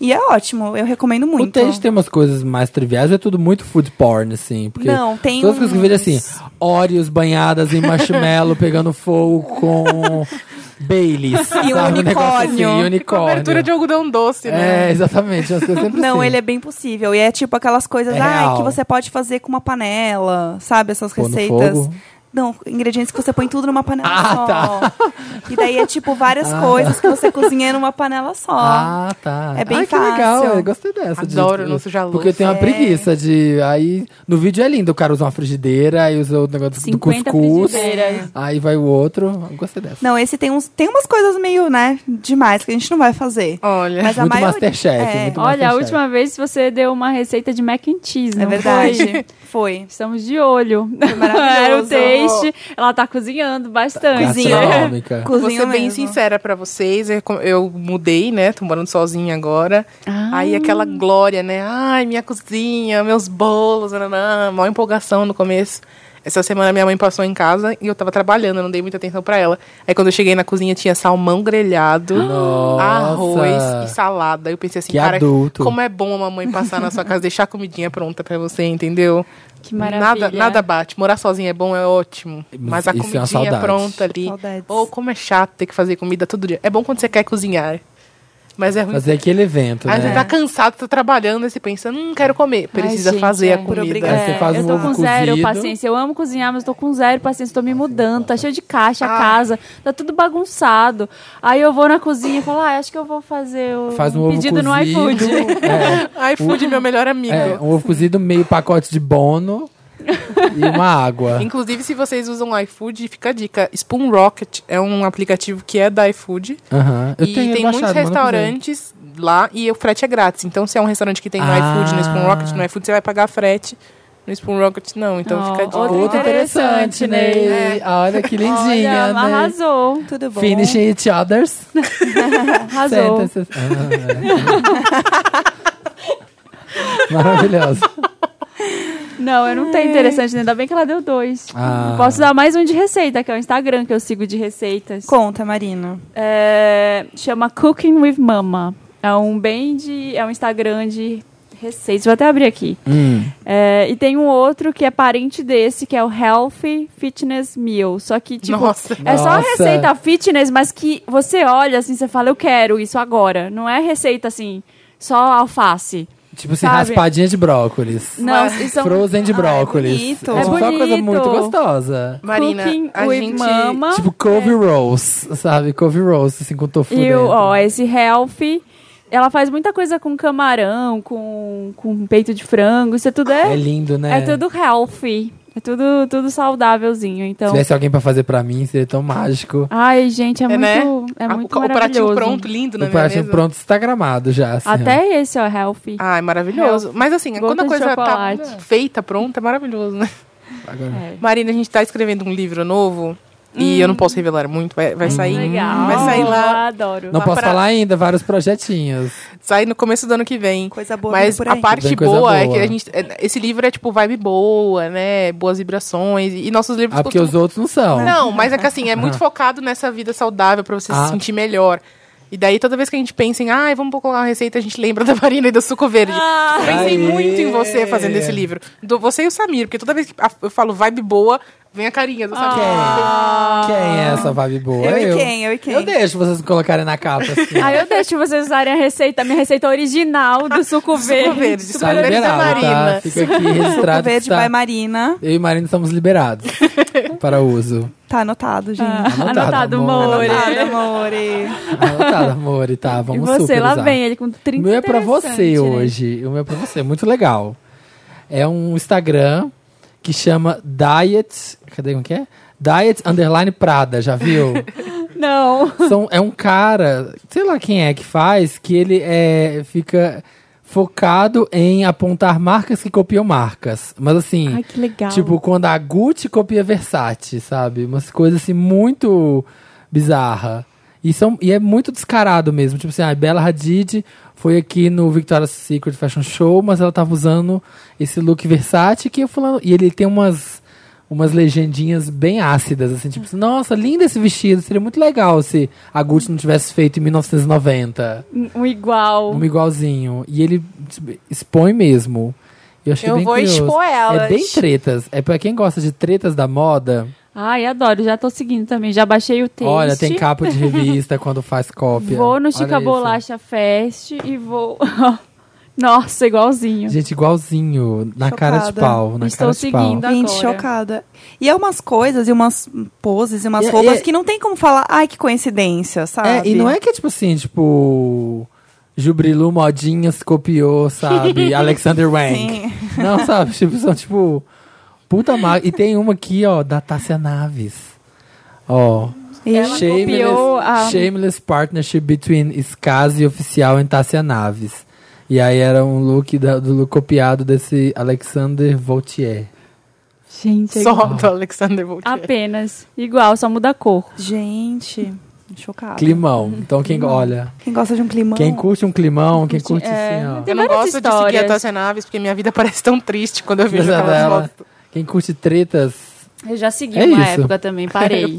Speaker 3: E é ótimo, eu recomendo muito.
Speaker 2: O texto é tem umas coisas mais triviais, é tudo muito food porn, assim. Porque
Speaker 3: Não, tem
Speaker 2: Todas as coisas que eu vejo assim,
Speaker 3: uns-
Speaker 2: Oreos banhadas em marshmallow pegando fogo com Baileys.
Speaker 3: E um
Speaker 2: sabe? negócio assim,
Speaker 3: unicórnio.
Speaker 2: e unicórnio.
Speaker 4: Cobertura de algodão doce, né?
Speaker 2: É, exatamente. As coisas sempre
Speaker 3: Não,
Speaker 2: assim.
Speaker 3: ele é bem possível. E é tipo aquelas coisas
Speaker 2: É
Speaker 3: ai,
Speaker 2: real.
Speaker 3: que você pode fazer com uma panela, sabe? Essas
Speaker 2: Pôr no
Speaker 3: receitas.
Speaker 2: fogo?
Speaker 3: Não, ingredientes que você põe tudo numa panela
Speaker 2: Ah,
Speaker 3: só.
Speaker 2: tá.
Speaker 3: E daí é tipo várias coisas que você cozinha numa panela só.
Speaker 2: Ah, tá.
Speaker 3: É bem
Speaker 2: Ai,
Speaker 3: fácil. É.
Speaker 2: que legal. Eu gostei dessa. de-
Speaker 4: Adoro não sujar louça.
Speaker 2: Porque eu tenho uma preguiça de... Aí, no vídeo é lindo. O cara usa uma frigideira, aí usa o negócio do
Speaker 1: 50
Speaker 2: cuscuz.
Speaker 1: frigideiras.
Speaker 2: Aí vai o outro. Eu gostei dessa.
Speaker 3: Não, esse tem uns tem umas coisas meio, né, demais que a gente não vai fazer.
Speaker 4: Olha.
Speaker 3: Mas a
Speaker 2: muito
Speaker 3: maioria
Speaker 2: Masterchef.
Speaker 3: é,
Speaker 2: muito
Speaker 1: Olha, a
Speaker 2: Masterchef.
Speaker 1: última vez você deu uma receita de mac and cheese, não
Speaker 3: é
Speaker 1: foi?
Speaker 3: verdade. Foi.
Speaker 1: Estamos de olho.
Speaker 3: maravilhoso.
Speaker 1: Era o taste. Ela tá cozinhando bastante.
Speaker 3: Cozinha.
Speaker 2: Gastronômica.
Speaker 4: Vou
Speaker 3: Cozinha
Speaker 4: ser é bem
Speaker 3: mesmo.
Speaker 4: sincera pra vocês, eu, com- eu mudei, né? Tô morando sozinha agora.
Speaker 1: Ah.
Speaker 4: Aí aquela glória, né? Ai, minha cozinha, meus bolos, nananã, maior empolgação no começo. Essa semana minha mãe passou em casa e eu tava trabalhando, eu não dei muita atenção pra ela. Aí quando eu cheguei na cozinha tinha salmão grelhado,
Speaker 2: Nossa!
Speaker 4: arroz e salada. Eu pensei assim,
Speaker 2: Que
Speaker 4: cara,
Speaker 2: adulto."
Speaker 4: como é bom a mamãe passar na sua casa, deixar a comidinha pronta pra você, entendeu?
Speaker 1: Que maravilha.
Speaker 4: Nada, nada bate. Morar sozinha é bom, é ótimo. Mas
Speaker 2: Isso
Speaker 4: a
Speaker 2: é uma
Speaker 4: comidinha
Speaker 2: saudade.
Speaker 4: pronta ali.
Speaker 3: Saudades.
Speaker 4: Ou como é chato ter que fazer comida todo dia. É bom quando você quer cozinhar. Mas é ruim.
Speaker 2: Fazer aquele evento,
Speaker 4: Aí
Speaker 2: né?
Speaker 4: você tá cansado, tá trabalhando, aí você pensa, hum, quero comer. Precisa
Speaker 1: gente,
Speaker 4: fazer
Speaker 1: é.
Speaker 4: a
Speaker 1: Por
Speaker 4: comida.
Speaker 3: obrigação.
Speaker 2: Aí você faz
Speaker 1: eu
Speaker 2: um
Speaker 1: tô
Speaker 2: ovo
Speaker 1: com zero
Speaker 2: cozido.
Speaker 1: paciência. Eu amo cozinhar, mas tô com zero paciência. Tô me mudando, tá cheio de caixa
Speaker 3: Ah.
Speaker 1: a casa, tá tudo bagunçado. Aí eu vou na cozinha e falo, ah, acho que eu vou fazer o
Speaker 2: Faz um
Speaker 1: um
Speaker 2: ovo
Speaker 1: pedido
Speaker 2: cozido.
Speaker 1: no iFood.
Speaker 2: É,
Speaker 4: iFood, meu melhor amigo.
Speaker 2: é, um ovo cozido, meio pacote de bono e uma água.
Speaker 4: Inclusive, se vocês usam iFood, fica a dica. Spoon Rocket é um aplicativo que é da iFood.
Speaker 2: Aham. Eu
Speaker 4: e
Speaker 2: tenho
Speaker 4: tem
Speaker 2: baixado, mas
Speaker 4: muitos
Speaker 2: não usei.
Speaker 4: restaurantes lá e o frete é grátis. Então, se é um restaurante que tem no
Speaker 2: Ah.
Speaker 4: iFood, no Spoon Rocket, no iFood você vai pagar frete. No Spoon Rocket, não. Então,
Speaker 1: Ó,
Speaker 4: fica a dica.
Speaker 1: outro
Speaker 2: Outro interessante,
Speaker 1: interessante,
Speaker 2: né?
Speaker 1: né?
Speaker 2: Olha que lindinha,
Speaker 1: Olha,
Speaker 2: né?
Speaker 1: arrasou.
Speaker 3: Tudo bom.
Speaker 2: Finishing each others.
Speaker 1: Arrasou.
Speaker 2: Sentences. Ah, é. Maravilhoso.
Speaker 1: Não, eu não tenho interessante, né? ainda bem que ela deu dois.
Speaker 2: Ah.
Speaker 1: Posso dar mais um de receita, que é o Instagram que eu sigo de receitas.
Speaker 3: Conta, Marina.
Speaker 1: É, chama Cooking with Mama. É um bem de. É um Instagram de receitas. Vou até abrir aqui.
Speaker 2: Hum.
Speaker 1: É, e tem um outro que é parente desse, que é o Healthy Fitness Meal. Só que, tipo,
Speaker 4: Nossa.
Speaker 1: é só a
Speaker 2: Nossa.
Speaker 1: receita fitness, mas que você olha assim, você fala, eu quero isso agora. Não é receita assim, só alface.
Speaker 2: Tipo assim,
Speaker 1: Sabe?
Speaker 2: raspadinha de brócolis.
Speaker 1: Não, e são
Speaker 2: Frozen de brócolis.
Speaker 3: bonito.
Speaker 2: Tipo,
Speaker 1: É
Speaker 2: Só uma coisa
Speaker 1: bonito.
Speaker 2: muito gostosa.
Speaker 4: Marina,
Speaker 1: cooking
Speaker 4: a
Speaker 1: with
Speaker 4: gente...
Speaker 1: mama.
Speaker 2: Tipo couve rolls, sabe? Couve rolls, assim, com tofu
Speaker 1: E
Speaker 2: dentro.
Speaker 1: o, ó, esse healthy, ela faz muita coisa com camarão, com, com peito de frango, isso é tudo
Speaker 2: É
Speaker 1: é,
Speaker 2: lindo,
Speaker 1: é,
Speaker 2: né?
Speaker 1: tudo healthy. É tudo, tudo saudávelzinho,
Speaker 2: Se
Speaker 1: então.
Speaker 2: tivesse alguém pra fazer pra mim, seria tão mágico.
Speaker 1: Ai, gente, é, muito,
Speaker 4: né?
Speaker 1: é
Speaker 4: a-
Speaker 1: muito
Speaker 4: o, o pratinho
Speaker 1: maravilhoso.
Speaker 4: pronto, lindo é na
Speaker 2: o
Speaker 4: minha
Speaker 2: prato
Speaker 4: mesa.
Speaker 2: pronto instagramado já, assim. ó.
Speaker 1: Até esse, ó, healthy.
Speaker 4: Ah, é maravilhoso. Mas assim,
Speaker 1: Gota
Speaker 4: quando a
Speaker 1: de
Speaker 4: coisa tá
Speaker 1: chocolate.
Speaker 4: feita, pronta, é maravilhoso, né?
Speaker 2: Agora.
Speaker 1: É.
Speaker 4: Marina, a gente tá escrevendo um livro novo e eu não posso revelar muito, vai, vai sair.
Speaker 1: Hum. Legal.
Speaker 4: Vai sair lá.
Speaker 1: adoro.
Speaker 2: Não
Speaker 4: Lá
Speaker 2: posso
Speaker 4: pra-
Speaker 2: falar ainda, vários projetinhos.
Speaker 4: Sai no começo do ano que vem.
Speaker 3: Coisa boa vem
Speaker 4: Mas
Speaker 3: por
Speaker 4: a
Speaker 3: aí.
Speaker 4: parte
Speaker 2: Vem coisa
Speaker 4: boa, é
Speaker 2: boa.
Speaker 4: que a gente. é- Esse livro é tipo vibe boa, né? Boas vibrações. E nossos livros
Speaker 2: Ah, porque os outros não são.
Speaker 4: Não, mas é que assim, é muito focado nessa vida saudável pra você
Speaker 2: Ah.
Speaker 4: se sentir melhor. E daí, toda vez que a gente pensa em, ai, vamos colocar uma receita, a gente lembra da Marina e do suco verde. Eu
Speaker 2: Aê.
Speaker 4: Pensei muito em você fazendo esse livro. Do, você e o Samir, porque toda vez que a- eu falo vibe boa, vem a carinha do Samir.
Speaker 2: Quem é essa vibe boa?
Speaker 3: Eu e
Speaker 2: É
Speaker 3: quem? Eu e quem?
Speaker 2: Eu deixo vocês me colocarem na capa, assim.
Speaker 1: Aí Ah, eu deixo vocês usarem a receita, minha receita original do suco verde.
Speaker 4: verde,
Speaker 1: Super
Speaker 4: Ah, suco
Speaker 2: tá
Speaker 4: verde da
Speaker 2: liberado, tá?
Speaker 4: Marina.
Speaker 2: Fica aqui registrado.
Speaker 3: Suco
Speaker 2: que
Speaker 3: verde
Speaker 2: tá-
Speaker 3: vai Marina.
Speaker 2: Eu e Marina estamos liberados para uso.
Speaker 3: Tá anotado, gente.
Speaker 1: Anotado,
Speaker 2: Anotado, amor.
Speaker 1: amore.
Speaker 3: Anotado, amore.
Speaker 2: Anotado, amor, e tá,
Speaker 1: E
Speaker 2: vamos
Speaker 1: você
Speaker 2: super
Speaker 1: lá
Speaker 2: usar.
Speaker 1: vem, ele com 30
Speaker 2: O meu é pra
Speaker 1: interessante,
Speaker 2: você
Speaker 1: né?
Speaker 2: hoje. O meu é pra você, muito legal. É um Instagram que chama Diet. Cadê como que é? Diet Underline Prada, já viu?
Speaker 1: Não.
Speaker 2: São, é um cara, sei lá quem é que faz, que ele é, fica focado em apontar marcas que copiam marcas. Mas assim.
Speaker 1: Ai, que legal.
Speaker 2: Tipo, quando a Gucci copia Versace, sabe? Umas coisas assim muito bizarra. E, são, e é muito descarado mesmo. Tipo assim, a Bella Hadid foi aqui no Victoria's Secret Fashion Show, mas ela tava usando esse look Versace que eu falando. E ele tem umas, umas legendinhas bem ácidas, assim, tipo assim, nossa, lindo esse vestido, seria muito legal se a Gucci não tivesse feito em 1990.
Speaker 1: um um igual.
Speaker 2: Um igualzinho. E ele tipo, expõe mesmo. E Eu, achei
Speaker 4: Eu
Speaker 2: bem
Speaker 4: vou
Speaker 2: curioso.
Speaker 4: expor elas.
Speaker 2: É bem tretas. É pra quem gosta de tretas da moda.
Speaker 1: Ai, adoro, já tô seguindo também, já baixei o texto.
Speaker 2: Olha, tem capa de revista quando faz cópia.
Speaker 1: Vou no
Speaker 2: Olha
Speaker 1: Chica
Speaker 2: isso.
Speaker 1: Bolacha Fest e vou... Nossa, igualzinho.
Speaker 2: Gente, igualzinho. Na
Speaker 3: Chocada.
Speaker 2: cara de pau. Na
Speaker 1: Estou
Speaker 2: cara de pau.
Speaker 1: seguindo.
Speaker 3: Gente,
Speaker 1: Agora.
Speaker 3: chocada. E é umas coisas, e umas poses, e umas
Speaker 2: E-
Speaker 3: roupas
Speaker 2: e-
Speaker 3: que não tem como falar, ai, que coincidência,
Speaker 2: É,
Speaker 3: sabe?
Speaker 2: e não é que é tipo assim, tipo. Jubrilu Modinhas copiou, sabe? Alexander Wang.
Speaker 3: Sim.
Speaker 2: Não, sabe? Tipo, são tipo. Puta marca. E tem uma aqui, ó, da Tássia Naves. Ó.
Speaker 1: Ela copiou a-
Speaker 2: shameless partnership between Skazi Oficial e Tássia Naves. E aí era um look da- do look copiado desse Alexander Vautier.
Speaker 1: Gente, é
Speaker 4: Só
Speaker 1: igual.
Speaker 4: do Alexander Voltier.
Speaker 1: Apenas. Igual, só muda a cor.
Speaker 3: Gente, chocada.
Speaker 2: Climão. Então quem olha,
Speaker 3: Quem gosta de um climão?
Speaker 2: quem curte um climão, quem curte
Speaker 1: é.
Speaker 2: assim, ó.
Speaker 1: Tem
Speaker 4: Eu não
Speaker 1: várias
Speaker 4: gosto de seguir
Speaker 1: histórias.
Speaker 4: a Tassia Naves, porque minha vida parece tão triste quando eu vejo
Speaker 2: coisa
Speaker 4: aquelas
Speaker 2: dela.
Speaker 4: fotos.
Speaker 2: Quem curte tretas
Speaker 1: Eu já segui
Speaker 2: É
Speaker 1: uma
Speaker 2: isso.
Speaker 1: época também, parei.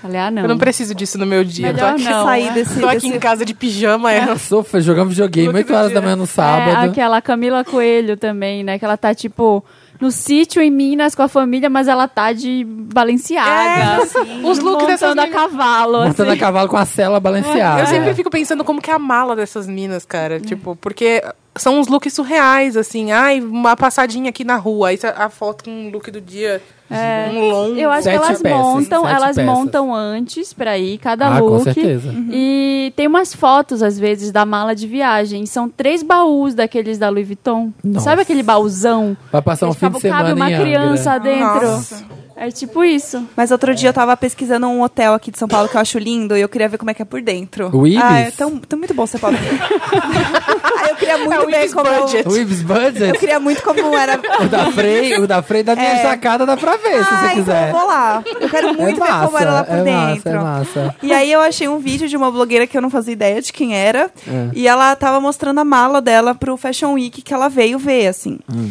Speaker 1: Falei, ah, não.
Speaker 4: Eu não preciso disso no meu dia.
Speaker 1: Melhor
Speaker 4: tô aqui,
Speaker 1: não,
Speaker 3: Sair
Speaker 1: é.
Speaker 3: desse,
Speaker 4: tô aqui
Speaker 3: desse-
Speaker 4: em casa de pijama. É.
Speaker 2: Sofa jogando videogame
Speaker 4: Outro
Speaker 2: 8 horas
Speaker 4: dia.
Speaker 2: da manhã no
Speaker 1: É,
Speaker 2: sábado.
Speaker 1: aquela Camila Coelho também, né? Que ela tá, tipo, no sítio em Minas com a família, mas ela tá de
Speaker 3: É,
Speaker 1: Balenciaga.
Speaker 4: É, Os looks dessas
Speaker 1: montando a
Speaker 4: meninas.
Speaker 1: cavalo,
Speaker 2: Montando a
Speaker 1: assim.
Speaker 2: cavalo com a cela balanceada.
Speaker 1: É.
Speaker 4: Eu sempre fico pensando como que é a mala dessas minas, cara. Tipo, porque são uns looks surreais, assim. Ai, uma passadinha aqui na rua. Aí a foto com um look do dia. Um longo.
Speaker 1: É. Eu acho que
Speaker 2: Sete
Speaker 1: elas
Speaker 2: peças,
Speaker 1: montam,
Speaker 2: sete
Speaker 1: elas
Speaker 2: peças.
Speaker 1: montam antes pra ir, cada
Speaker 2: Ah, com
Speaker 1: look. Uhum.
Speaker 2: certeza.
Speaker 4: Uhum.
Speaker 1: E tem umas fotos, às vezes, da mala de viagem. São três baús daqueles da Louis Vuitton.
Speaker 2: Nossa.
Speaker 1: Sabe aquele baúzão?
Speaker 2: Vai passar um
Speaker 1: Eles
Speaker 2: fim de
Speaker 1: cabem-
Speaker 2: semana
Speaker 1: cabe uma
Speaker 2: em Angra.
Speaker 1: criança dentro.
Speaker 4: Nossa.
Speaker 1: É tipo isso.
Speaker 3: Mas outro dia eu tava pesquisando um hotel aqui de São Paulo que eu acho lindo e eu queria ver como é que é por dentro.
Speaker 2: O Ibis?
Speaker 3: Ah, é tão, tão muito bom ser pobre. ah, eu queria muito
Speaker 4: É o
Speaker 3: ver
Speaker 4: Ibis
Speaker 3: como...
Speaker 4: Budget.
Speaker 2: O Ibs
Speaker 3: Eu
Speaker 2: Budget,
Speaker 3: queria muito como era...
Speaker 2: o da Frei, o da Frei da minha
Speaker 3: É.
Speaker 2: sacada dá pra ver, se
Speaker 3: ah,
Speaker 2: você quiser.
Speaker 3: então eu vou lá. Eu quero muito
Speaker 2: é
Speaker 3: ver
Speaker 2: massa,
Speaker 3: como era lá por
Speaker 2: é
Speaker 3: dentro.
Speaker 2: massa, é massa.
Speaker 3: E aí eu achei um vídeo de uma blogueira que eu não fazia ideia de quem era.
Speaker 2: É.
Speaker 3: E ela tava mostrando a mala dela pro Fashion Week que ela veio ver, assim.
Speaker 2: Hum.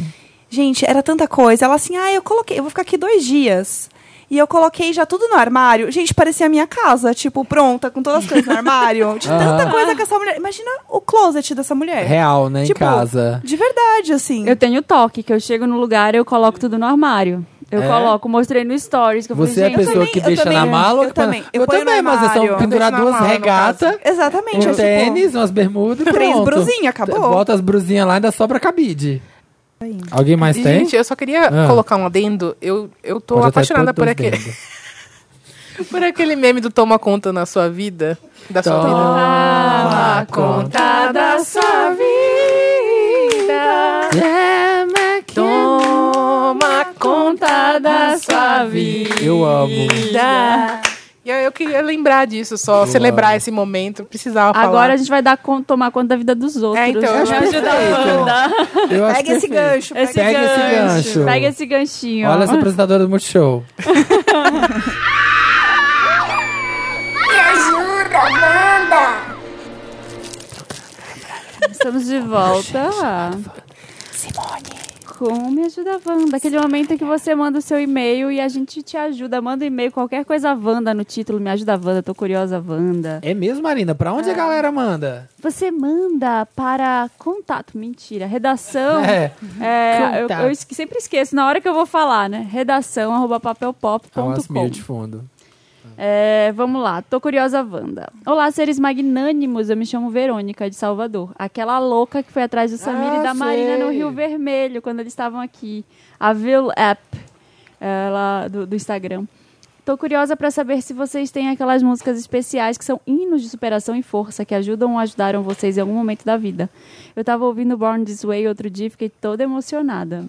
Speaker 3: Gente, era tanta coisa. Ela assim, ah, eu coloquei, eu vou ficar aqui dois dias. E eu coloquei já tudo no armário. Gente, parecia a minha casa, tipo, pronta, com todas as coisas no armário. De tanta
Speaker 2: Aham.
Speaker 3: coisa que essa mulher. Imagina o closet dessa mulher.
Speaker 2: Real, né,
Speaker 3: Tipo,
Speaker 2: em casa.
Speaker 3: De verdade, assim.
Speaker 1: Eu tenho toque, que eu chego no lugar e eu coloco tudo no armário. Eu
Speaker 2: É?
Speaker 1: coloco, mostrei no stories. Que eu
Speaker 2: Você é a
Speaker 1: falei, gente,
Speaker 2: pessoa que
Speaker 3: eu
Speaker 2: deixa
Speaker 3: também-
Speaker 2: na mala? ou
Speaker 3: eu
Speaker 2: que põe na-
Speaker 3: também, eu ponho
Speaker 2: mas é
Speaker 3: no
Speaker 2: só
Speaker 3: armário.
Speaker 2: pendurar
Speaker 4: Deixo na
Speaker 2: duas
Speaker 4: mala, no
Speaker 2: regatas,
Speaker 3: Exatamente.
Speaker 2: um
Speaker 3: eu, tipo,
Speaker 2: tênis, umas bermudas
Speaker 3: três
Speaker 2: pronto.
Speaker 3: brusinhas, acabou.
Speaker 2: Bota as brusinhas lá e ainda sobra cabide. Alguém mais tem?
Speaker 4: Gente, eu só queria
Speaker 2: É Ah.
Speaker 4: colocar um adendo. Eu, eu tô
Speaker 2: Pode até
Speaker 4: apaixonada
Speaker 2: pôr
Speaker 4: por
Speaker 2: dois
Speaker 4: aquele,
Speaker 2: dedos.
Speaker 4: por aquele meme do Toma Conta na sua vida. Da sua
Speaker 2: Toma
Speaker 4: vida.
Speaker 2: conta
Speaker 1: da sua
Speaker 2: tá.
Speaker 1: vida.
Speaker 4: Toma
Speaker 1: Conta da sua vida.
Speaker 2: Eu amo.
Speaker 4: E aí eu queria lembrar disso, só celebrar esse momento. Precisava falar.
Speaker 1: Agora a gente vai dar con- tomar conta da vida dos outros.
Speaker 4: É, então, eu acho
Speaker 1: ajuda a banda.
Speaker 2: Eu acho
Speaker 3: Pega esse
Speaker 2: perfeito.
Speaker 3: gancho.
Speaker 1: Esse
Speaker 2: Pega esse
Speaker 1: gancho.
Speaker 2: gancho.
Speaker 1: Pega esse ganchinho.
Speaker 2: Olha essa apresentadora do Multishow.
Speaker 7: Me ajuda, Amanda!
Speaker 1: Estamos de volta. Simone. Com Me Ajuda Wanda. Aquele momento em que você manda o seu e-mail e a gente te ajuda. Manda um e-mail, qualquer coisa Wanda no título. Me Ajuda Wanda, tô curiosa Wanda.
Speaker 2: É mesmo, Marina? Pra onde a galera manda?
Speaker 1: Você manda para contato, mentira, redação.
Speaker 2: É.
Speaker 1: É, eu,
Speaker 2: Contato.
Speaker 1: eu esque- sempre esqueço na hora que eu vou falar, né? Redação arroba
Speaker 2: É umas
Speaker 1: papelpop.com.
Speaker 2: mil de fundo.
Speaker 1: É, vamos lá, tô curiosa, Wanda. Olá, seres magnânimos, eu me chamo Verônica de Salvador. Aquela louca que foi atrás do Samir
Speaker 2: Ah,
Speaker 1: e da
Speaker 2: sei.
Speaker 1: Marina no Rio Vermelho, quando eles estavam aqui. A Vil App, ela, do, do Instagram. Tô curiosa pra saber se vocês têm aquelas músicas especiais que são hinos de superação e força, que ajudam ou ajudaram vocês em algum momento da vida. Eu tava ouvindo Born This Way outro dia e fiquei toda emocionada.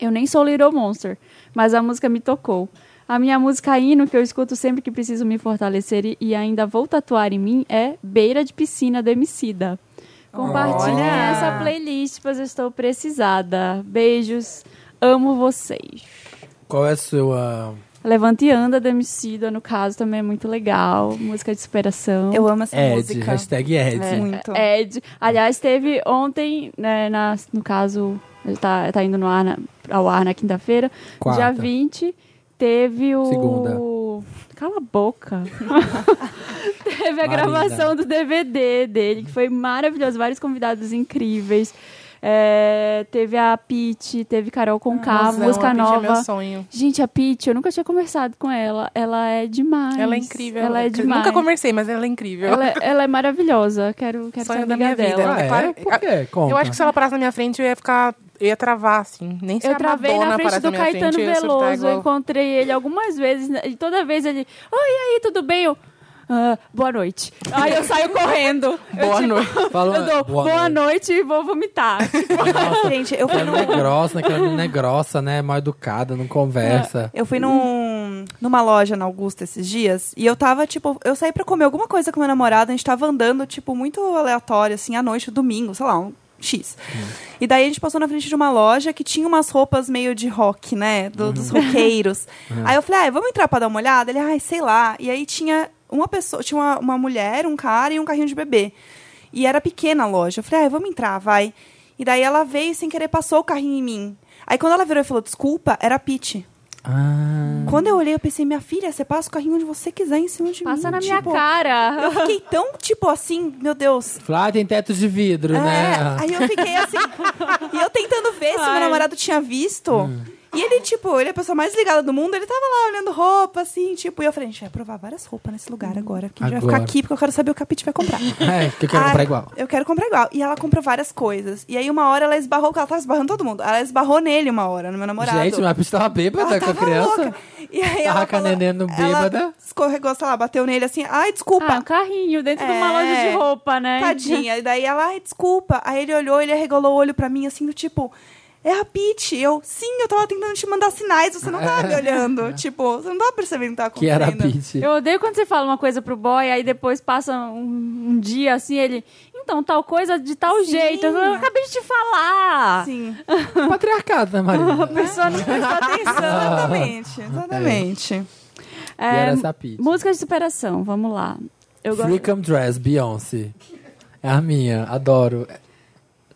Speaker 1: Eu nem sou Little Monster, mas a música me tocou. A minha música hino que eu escuto sempre que preciso me fortalecer e, e ainda vou tatuar em mim é Beira de Piscina do Emicida. Compartilhem essa playlist, pois eu estou precisada. Beijos, amo vocês.
Speaker 2: Qual é a sua...
Speaker 1: Levante e anda do Emicida, no caso, também é muito legal. Música de superação.
Speaker 3: Eu amo essa
Speaker 2: Ed, É,
Speaker 3: música.
Speaker 2: hashtag Ed.
Speaker 3: Muito.
Speaker 1: Ed. É, Aliás, teve ontem, né, na- no caso, ele tá, tá indo no ar na- ao ar na quinta-feira.
Speaker 2: Quarta.
Speaker 1: Dia 20, teve o. Cala a boca. teve a
Speaker 2: Marina.
Speaker 1: gravação do DVD dele, que foi maravilhoso. Vários convidados incríveis. É, teve a Pete, teve Carol Conká,
Speaker 4: Mozão,
Speaker 1: música
Speaker 4: a Pitty É meu
Speaker 1: nova.
Speaker 4: sonho.
Speaker 1: Gente, a Pete, eu nunca tinha conversado com ela. Ela é demais.
Speaker 4: Ela é incrível.
Speaker 1: Ela é
Speaker 4: Quer dizer,
Speaker 1: demais.
Speaker 4: Nunca conversei, mas ela é incrível.
Speaker 1: Ela, ela é maravilhosa. Quero, quero
Speaker 4: Sonho
Speaker 1: ser
Speaker 4: da
Speaker 1: amiga
Speaker 4: minha vida.
Speaker 1: dela.
Speaker 2: Ah, é?
Speaker 4: Para-
Speaker 2: Por quê? Conta.
Speaker 4: Eu acho que se ela parasse na minha frente, eu ia ficar. Eu ia travar, assim. Nem se
Speaker 1: Eu
Speaker 4: a
Speaker 1: travei
Speaker 4: Madonna
Speaker 1: na
Speaker 4: parasse
Speaker 1: frente do
Speaker 4: minha
Speaker 1: Caetano
Speaker 4: frente, eu ia surtar
Speaker 1: Veloso. Eu
Speaker 4: igual-
Speaker 1: encontrei ele algumas vezes. né, E toda vez ele. Oi, e aí, tudo bem? Eu. "Ah, boa noite. Aí eu saio correndo. Eu,
Speaker 4: Boa
Speaker 1: tipo,
Speaker 4: noite.
Speaker 2: Fala-
Speaker 1: eu dou boa, noite e vou vomitar.
Speaker 3: Gente, eu fui
Speaker 2: Aquela
Speaker 3: num,
Speaker 2: menina é grossa, né? Aquela menina é grossa, né? Mal educada, não conversa.
Speaker 3: eu fui num, numa loja na Augusta esses dias e eu tava, tipo, eu saí pra comer alguma coisa com meu namorado, a gente tava andando, tipo, muito aleatório, assim, à noite, domingo, sei lá, um X. E daí a gente passou na frente de uma loja que tinha umas roupas meio de rock, né? do- Dos roqueiros. Aí eu falei, ah, vamos entrar pra dar uma olhada? Ele, ai, sei lá. E aí tinha uma pessoa, tinha uma, uma mulher, um cara e um carrinho de bebê. E era pequena a loja. Eu falei, ai, vamos entrar, vai. E daí ela veio e sem querer passou o carrinho em mim. Aí quando ela virou e falou, desculpa, era a Pete.
Speaker 2: Ah,
Speaker 3: Quando eu olhei, eu pensei, minha filha, você passa o carrinho onde você quiser em cima de mim.
Speaker 1: Passa na minha
Speaker 3: Tipo,
Speaker 1: cara.
Speaker 3: Eu fiquei tão, tipo, assim, meu Deus.
Speaker 2: Flá tem teto de vidro,
Speaker 3: É,
Speaker 2: né?
Speaker 3: aí eu fiquei assim. e eu tentando ver se meu namorado tinha visto. E ele, tipo, ele é a pessoa mais ligada do mundo, ele tava lá olhando roupa, assim, tipo, e eu falei, a gente vai provar várias roupas nesse lugar agora, porque a gente vai
Speaker 2: Agora.
Speaker 3: ficar aqui, porque eu quero saber o que a Pete vai comprar.
Speaker 2: É, que eu quero
Speaker 3: Ah,
Speaker 2: comprar igual.
Speaker 3: Eu quero comprar igual. E ela comprou várias coisas. E aí, uma hora, ela esbarrou, porque ela tava esbarrando todo mundo. Ela esbarrou nele uma hora, no meu namorado.
Speaker 2: Gente, minha pista tava bêbada
Speaker 3: Ela
Speaker 2: tá com a
Speaker 3: tava
Speaker 2: criança.
Speaker 3: louca. E aí
Speaker 2: Tava
Speaker 3: ela
Speaker 2: com a
Speaker 3: falou-
Speaker 2: neném no bêbada.
Speaker 3: Ela escorregou, sei lá, bateu nele assim. Ai, desculpa.
Speaker 1: Ah, um carrinho dentro de uma
Speaker 3: É.
Speaker 1: loja de roupa, né?
Speaker 3: Tadinha. E daí ela, ai, desculpa. Aí ele olhou, ele arregalou o olho pra mim, assim, do tipo... É a Pete. Eu, sim, eu tava tentando te mandar sinais, você não tava me olhando. Tipo, você não tava percebendo o que tava
Speaker 2: É. Que
Speaker 3: acontecendo.
Speaker 2: era a Peach.
Speaker 1: Eu odeio quando você fala uma coisa pro boy, aí depois passa um, um dia assim, ele. Então, tal coisa de tal
Speaker 3: Sim.
Speaker 1: jeito. Eu falo, "Eu acabei de te falar.
Speaker 3: Sim,
Speaker 2: Patriarcado, né, Marina?
Speaker 1: A pessoa não prestou atenção.
Speaker 2: É.
Speaker 3: exatamente, exatamente.
Speaker 1: É,
Speaker 2: E era essa Peach.
Speaker 1: música de superação, vamos lá. Eu gosto.
Speaker 2: Freakum Dress, Beyoncé. É a minha, adoro.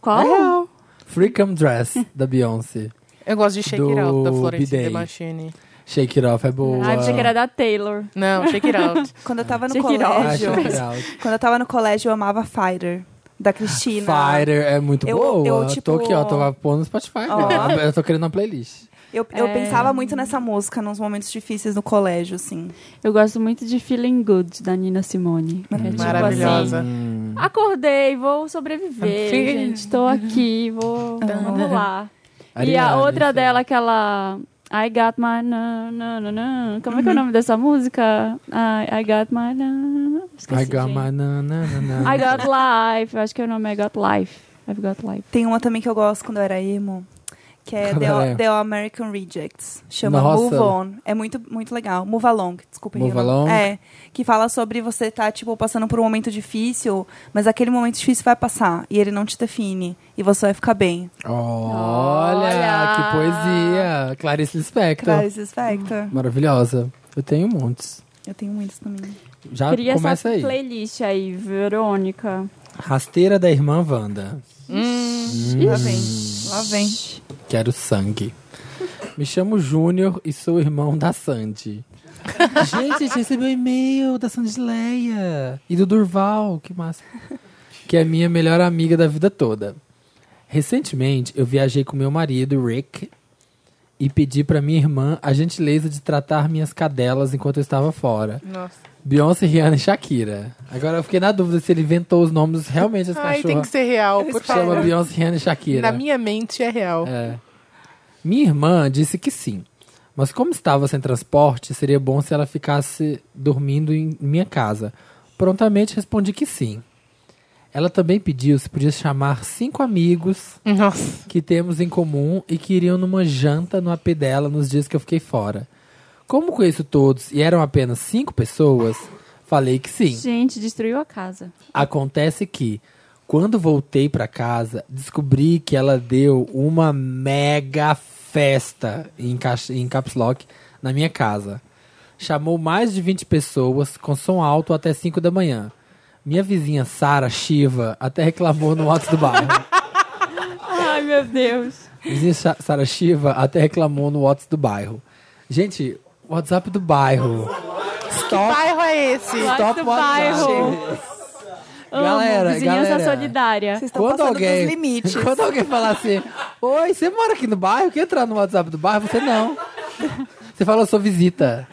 Speaker 1: Qual?
Speaker 2: É, Freakum Dress, da Beyoncé.
Speaker 4: Eu gosto de Shake It Out, da
Speaker 2: Do
Speaker 4: Florence
Speaker 2: B-Day.
Speaker 4: The Machine.
Speaker 2: Shake It Off é boa.
Speaker 1: Ah, eu achei que era da Taylor.
Speaker 4: Não, Shake It Out.
Speaker 3: Quando eu tava no
Speaker 1: Check it out.
Speaker 2: Ah,
Speaker 3: colégio...
Speaker 2: Shake It Out.
Speaker 3: Quando eu tava no colégio, eu amava Fighter, da Cristina.
Speaker 2: Fighter é muito
Speaker 3: Eu-
Speaker 2: boa.
Speaker 3: eu,
Speaker 2: Eu,
Speaker 3: tipo,
Speaker 2: tô aqui, ó, tô pondo no Spotify.
Speaker 3: ó.
Speaker 2: agora. Eu tô querendo uma playlist.
Speaker 3: Eu, eu
Speaker 1: É.
Speaker 3: pensava muito nessa música nos momentos difíceis no colégio, assim.
Speaker 1: Eu gosto muito de Feeling Good, da Nina Simone. É tipo
Speaker 4: Maravilhosa.
Speaker 1: assim, acordei, vou sobreviver,
Speaker 4: Sim.
Speaker 1: gente. Tô aqui, vou... Vamos lá. E
Speaker 2: Ariana,
Speaker 1: a outra
Speaker 2: isso.
Speaker 1: dela, aquela... I got my... Na, na, na, na. Como é que
Speaker 2: Uhum.
Speaker 1: é o nome dessa música? I, I got my... Na, na, na. Esqueci,
Speaker 2: I got
Speaker 1: gente.
Speaker 2: my na, na, na, na.
Speaker 1: I got life. Eu acho que o nome é I got life. I've got life.
Speaker 3: Tem uma também que eu gosto quando eu era emo, que é
Speaker 2: Quando
Speaker 3: The,
Speaker 2: era emo.
Speaker 3: The American Rejects. Chama
Speaker 2: Nossa.
Speaker 3: Move On. É muito, muito legal. Move Along, desculpa.
Speaker 2: Move
Speaker 3: Rino.
Speaker 2: Along.
Speaker 3: É, que fala sobre você tá, tipo, passando por um momento difícil, mas aquele momento difícil vai passar e ele não te define. E você vai ficar bem.
Speaker 2: Olha,
Speaker 1: Olha.
Speaker 2: que poesia. Clarice Lispector.
Speaker 3: Clarice Spector.
Speaker 2: Maravilhosa. Eu tenho montes.
Speaker 3: Eu tenho muitos também.
Speaker 2: Já
Speaker 1: Cria
Speaker 2: Ah, começa
Speaker 1: essa
Speaker 2: aí.
Speaker 1: playlist aí, Verônica.
Speaker 2: Rasteira da irmã Wanda.
Speaker 4: Hum.
Speaker 3: Lá vem, lá vem.
Speaker 2: Quero sangue. Me chamo Júnior e sou irmão da Sandy. Gente, a gente recebeu e-mail da Sandy Leia e do Durval, que massa. Que é minha melhor amiga da vida toda. Recentemente, eu viajei com meu marido, Rick, e pedi pra minha irmã a gentileza de tratar minhas cadelas enquanto eu estava fora.
Speaker 4: Nossa.
Speaker 2: Beyoncé, Rihanna e Shakira. Agora eu fiquei na dúvida se ele inventou os nomes realmente das
Speaker 4: Ai, tem que
Speaker 2: cachorras.
Speaker 4: ser real, por
Speaker 2: Chama
Speaker 4: favor.
Speaker 2: Beyoncé, Rihanna e Shakira.
Speaker 4: Na minha mente é real.
Speaker 2: É. Minha irmã disse que sim. Mas como estava sem transporte, seria bom se ela ficasse dormindo em minha casa. Prontamente respondi que sim. Ela também pediu se podia chamar cinco amigos
Speaker 4: Nossa.
Speaker 2: que temos em comum e que iriam numa janta no AP dela nos dias que eu fiquei fora. Como conheço todos e eram apenas cinco pessoas, falei que sim.
Speaker 1: Gente, destruiu a casa.
Speaker 2: Acontece que, quando voltei pra casa, descobri que ela deu uma mega festa em, caixa- em caps lock na minha casa. Chamou mais de 20 pessoas com som alto até 5 da manhã. Minha vizinha Sara Shiva até reclamou no alto do bairro.
Speaker 1: Ai, meu Deus.
Speaker 2: Vizinha Sa- Sara Shiva até reclamou no WhatsApp do bairro. Gente, WhatsApp do bairro. Stop,
Speaker 4: Bairro é esse?
Speaker 2: stop
Speaker 1: do
Speaker 2: WhatsApp.
Speaker 1: bairro. Amo,
Speaker 2: Galera,
Speaker 1: vizinhança
Speaker 2: galera.
Speaker 1: solidária.
Speaker 3: Vocês estão
Speaker 2: Quando
Speaker 3: passando
Speaker 2: alguém,
Speaker 3: dos limites.
Speaker 2: quando alguém falar assim, oi, você mora aqui no bairro? Quer entrar no WhatsApp do bairro? Você não. Você fala, eu sou visita.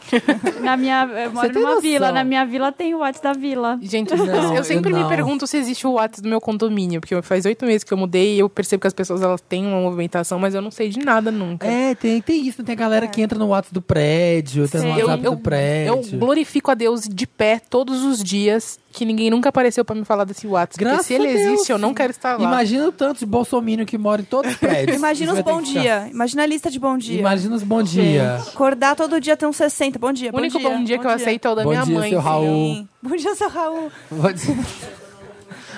Speaker 1: Na minha, eu moro
Speaker 2: tem
Speaker 1: numa
Speaker 2: noção?
Speaker 1: vila, na minha vila tem o WhatsApp da vila.
Speaker 4: Gente,
Speaker 2: Não,
Speaker 4: eu sempre
Speaker 2: eu
Speaker 4: me
Speaker 2: não.
Speaker 4: pergunto se existe o WhatsApp do meu condomínio, porque faz oito meses que eu mudei e eu percebo que as pessoas elas têm uma movimentação, mas eu não sei de nada nunca.
Speaker 2: É, tem, tem isso, tem a galera
Speaker 3: É.
Speaker 2: que entra no WhatsApp do prédio, tem
Speaker 1: Sim.
Speaker 2: no
Speaker 1: Eu-
Speaker 2: WhatsApp
Speaker 4: eu-
Speaker 2: do prédio.
Speaker 4: Eu glorifico a Deus de pé todos os dias que ninguém nunca apareceu pra me falar desse WhatsApp.
Speaker 2: Graças
Speaker 4: porque se ele
Speaker 2: a Deus.
Speaker 4: existe, eu não quero estar lá.
Speaker 2: Imagina o tanto de bolsominion que mora em todos os prédios.
Speaker 3: Imagina os
Speaker 2: Isso vai
Speaker 3: bom
Speaker 2: ter que ficar.
Speaker 3: dia. Imagina a lista de bom dia.
Speaker 2: Imagina os bom dia.
Speaker 3: Acordar todo dia tem uns 60. Bom dia,
Speaker 4: o único bom dia que eu aceito é o da
Speaker 2: Bom
Speaker 4: minha
Speaker 2: dia,
Speaker 4: mãe.
Speaker 2: seu
Speaker 4: sim.
Speaker 2: Raul.
Speaker 3: Sim. Bom dia, seu Raul.
Speaker 2: Vou dizer-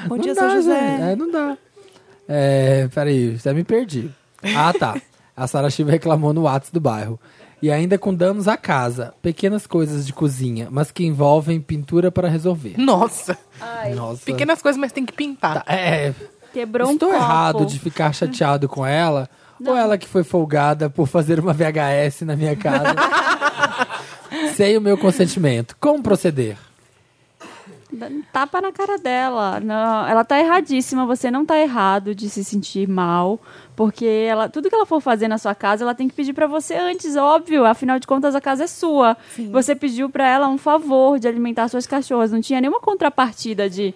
Speaker 3: Bom
Speaker 2: Não
Speaker 3: dia,
Speaker 2: dá,
Speaker 3: seu
Speaker 2: gente.
Speaker 3: José.
Speaker 2: É, não dá. É, peraí, já me perdi. Ah, tá. A Sara Shiva reclamou no Whats do bairro. E ainda com danos à casa. Pequenas coisas de cozinha, mas que envolvem pintura para resolver.
Speaker 4: Nossa.
Speaker 2: Nossa.
Speaker 4: Pequenas coisas, mas tem que pintar.
Speaker 2: É,
Speaker 1: Quebrou um
Speaker 2: estou
Speaker 1: copo.
Speaker 2: errado de ficar chateado com ela Ou ela que foi folgada por fazer uma VHS na minha casa? Sem o meu consentimento. Como proceder?
Speaker 1: Dando um Tapa na cara dela. Não, ela tá erradíssima. Você não tá errado de se sentir mal, porque ela, tudo que ela for fazer na sua casa, ela tem que pedir pra você antes, óbvio. Afinal de contas, a casa é sua. Você pediu pra ela um favor de alimentar suas cachorras. Não tinha nenhuma contrapartida de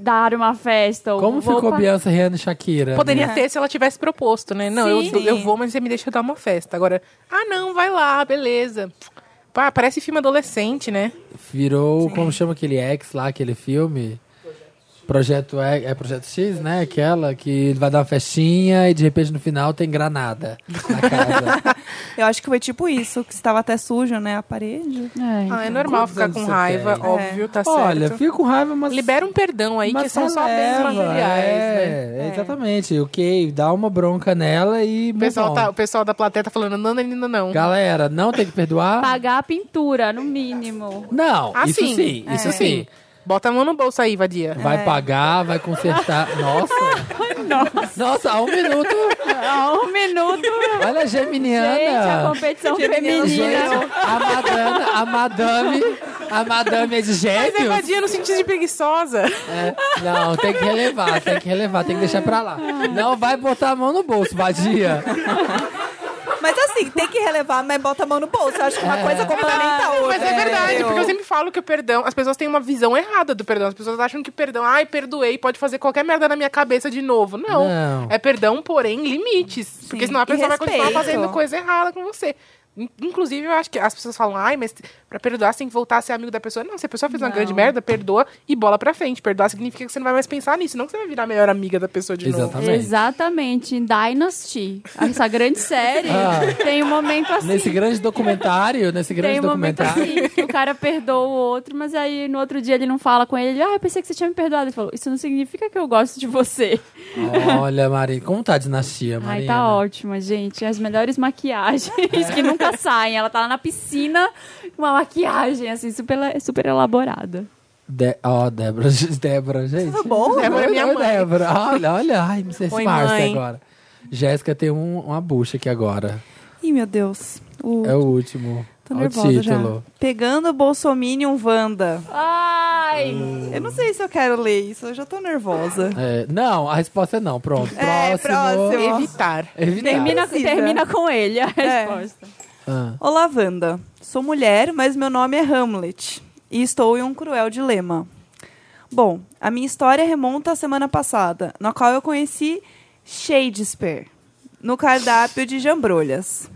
Speaker 1: dar uma festa ou
Speaker 2: Como
Speaker 1: vou
Speaker 2: ficou
Speaker 1: pa-
Speaker 2: Beyoncé, Rihanna e Shakira?
Speaker 4: Poderia ter se ela tivesse proposto, né? Não, eu,
Speaker 3: Sim.
Speaker 4: eu vou, mas você me deixa dar uma festa. Agora, ah, não, vai lá, beleza. Pá, parece filme adolescente, né?
Speaker 2: Virou, como chama aquele ex lá, aquele filme? Projeto é, é Projeto X, né? Aquela que ele vai dar uma festinha e de repente no final tem granada na casa.
Speaker 4: Tá
Speaker 3: Eu acho que foi tipo isso, que estava até sujo, né? A parede.
Speaker 1: Ai,
Speaker 4: Ah, é normal
Speaker 2: Quantos
Speaker 4: ficar
Speaker 2: anos
Speaker 4: com
Speaker 2: você
Speaker 4: raiva,
Speaker 2: tem?
Speaker 4: óbvio, tá
Speaker 2: Olha,
Speaker 4: certo.
Speaker 2: fico com raiva, mas.
Speaker 4: Libera um perdão aí, que
Speaker 2: mas
Speaker 4: são só bens
Speaker 2: releva,
Speaker 4: materiais,
Speaker 2: é,
Speaker 4: né?
Speaker 2: é, Exatamente. Ok, dá uma bronca nela e.
Speaker 4: O
Speaker 2: move
Speaker 4: pessoal,
Speaker 2: on.
Speaker 4: tá, o pessoal da plateia tá falando, não, não, não, não.
Speaker 2: Galera, não tem que perdoar?
Speaker 1: Pagar a pintura, no mínimo.
Speaker 2: Não,
Speaker 4: Ah,
Speaker 2: isso
Speaker 4: sim. É.
Speaker 2: sim, isso sim.
Speaker 4: Bota a mão no bolso aí, vadia.
Speaker 2: Vai pagar, vai consertar. Nossa! Nossa! há um minuto!
Speaker 1: Há um minuto.
Speaker 2: Olha a Geminiana!
Speaker 1: Gente, a competição feminina.
Speaker 2: Gente, a madame, a madame, a madame é de
Speaker 4: Mas é
Speaker 2: gêmeos?
Speaker 4: vadia no sentido de preguiçosa.
Speaker 2: É, não, tem que relevar, tem que relevar, tem que deixar pra lá. Não vai botar a mão no bolso, vadia.
Speaker 3: Mas assim, tem que relevar, mas bota a mão no bolso. Eu acho que uma coisa complementa a tá outra. né?
Speaker 4: É. Mas é verdade,
Speaker 3: entendeu?
Speaker 4: porque eu sempre falo que o perdão, as pessoas têm uma visão errada do perdão. As pessoas acham que perdão, ai, perdoei, pode fazer qualquer merda na minha cabeça de novo. Não.
Speaker 2: Não.
Speaker 4: É perdão, porém, limites. Porque senão a
Speaker 3: E
Speaker 4: pessoa vai continuar
Speaker 3: respeito.
Speaker 4: fazendo coisa errada com você. In- Inclusive, eu acho que as pessoas falam, ai, mas pra perdoar você tem que voltar a ser amigo da pessoa. Não, se a pessoa fez uma grande merda, perdoa e bola pra frente. Perdoar significa que você não vai mais pensar nisso, não que você vai virar a melhor amiga da pessoa de novo.
Speaker 2: Exatamente.
Speaker 1: Exatamente, em Dynasty, essa grande série,
Speaker 2: Ah.
Speaker 1: tem um momento assim.
Speaker 2: Nesse grande documentário, nesse grande
Speaker 1: Tem um momento
Speaker 2: documentário.
Speaker 1: assim que o cara perdoa o outro, mas aí no outro dia ele não fala com ele. Ele, ah, eu pensei que você tinha me perdoado. Ele falou, isso não significa que eu gosto de você.
Speaker 2: Olha, Marina, como tá a dinastia, Marina?
Speaker 1: Ai, tá ótima, gente. As melhores maquiagens que nunca saem. Ela tá lá na piscina com uma maquiagem, assim, super, super elaborada.
Speaker 2: De- Ó, Débora, Débora, gente.
Speaker 3: Tá bom?
Speaker 4: Débora é minha
Speaker 2: Oi,
Speaker 4: mãe.
Speaker 2: Débora. Olha, olha, ai, me
Speaker 4: Oi,
Speaker 2: esparce
Speaker 4: mãe.
Speaker 2: agora. Jéssica tem um- uma bucha aqui agora.
Speaker 3: Ih, meu Deus. O...
Speaker 2: É o último.
Speaker 3: Tô
Speaker 2: Ó
Speaker 3: nervosa
Speaker 2: o título.
Speaker 3: já. Pegando o Bolsominion Wanda.
Speaker 1: Ai!
Speaker 3: Eu não sei se eu quero ler isso, eu já tô nervosa.
Speaker 2: É, não, a resposta é não. Pronto.
Speaker 3: É,
Speaker 2: próximo.
Speaker 3: próximo.
Speaker 4: Evitar.
Speaker 2: Evitar.
Speaker 1: Termina,
Speaker 3: precisa.
Speaker 1: termina com ele a
Speaker 3: É.
Speaker 1: resposta.
Speaker 2: Ah,
Speaker 3: Olá, Wanda. Sou mulher, mas meu nome é Hamlet. E estou em um cruel dilema. Bom, a minha história remonta à semana passada, na qual eu conheci Shakespeare no cardápio de jambrolhas.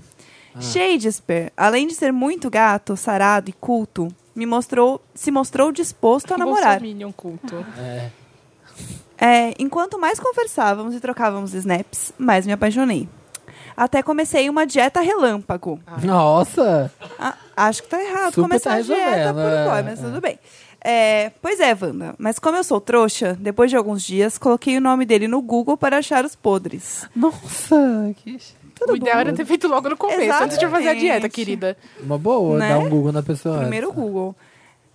Speaker 3: Shakespeare, além de ser muito gato, sarado e culto, me mostrou, se mostrou disposto a namorar.
Speaker 4: Bolsominion culto.
Speaker 2: é.
Speaker 3: É, enquanto mais conversávamos e trocávamos snaps, mais me apaixonei. Até comecei uma dieta relâmpago.
Speaker 2: Nossa!
Speaker 3: Ah, acho que tá errado
Speaker 2: Super
Speaker 3: começar
Speaker 2: tá
Speaker 3: a dieta
Speaker 2: resolvendo,
Speaker 3: por agora,
Speaker 2: é,
Speaker 3: mas
Speaker 2: é.
Speaker 3: tudo bem. É, pois é, Wanda. Mas como eu sou trouxa, depois de alguns dias, coloquei o nome dele no Google para achar os podres.
Speaker 2: Nossa! Que...
Speaker 4: o ideal era ter feito logo no começo, antes de fazer a dieta,
Speaker 3: Exatamente.
Speaker 4: querida.
Speaker 2: Uma boa,
Speaker 3: Né?
Speaker 2: dar um Google na pessoa.
Speaker 3: Primeiro o Google.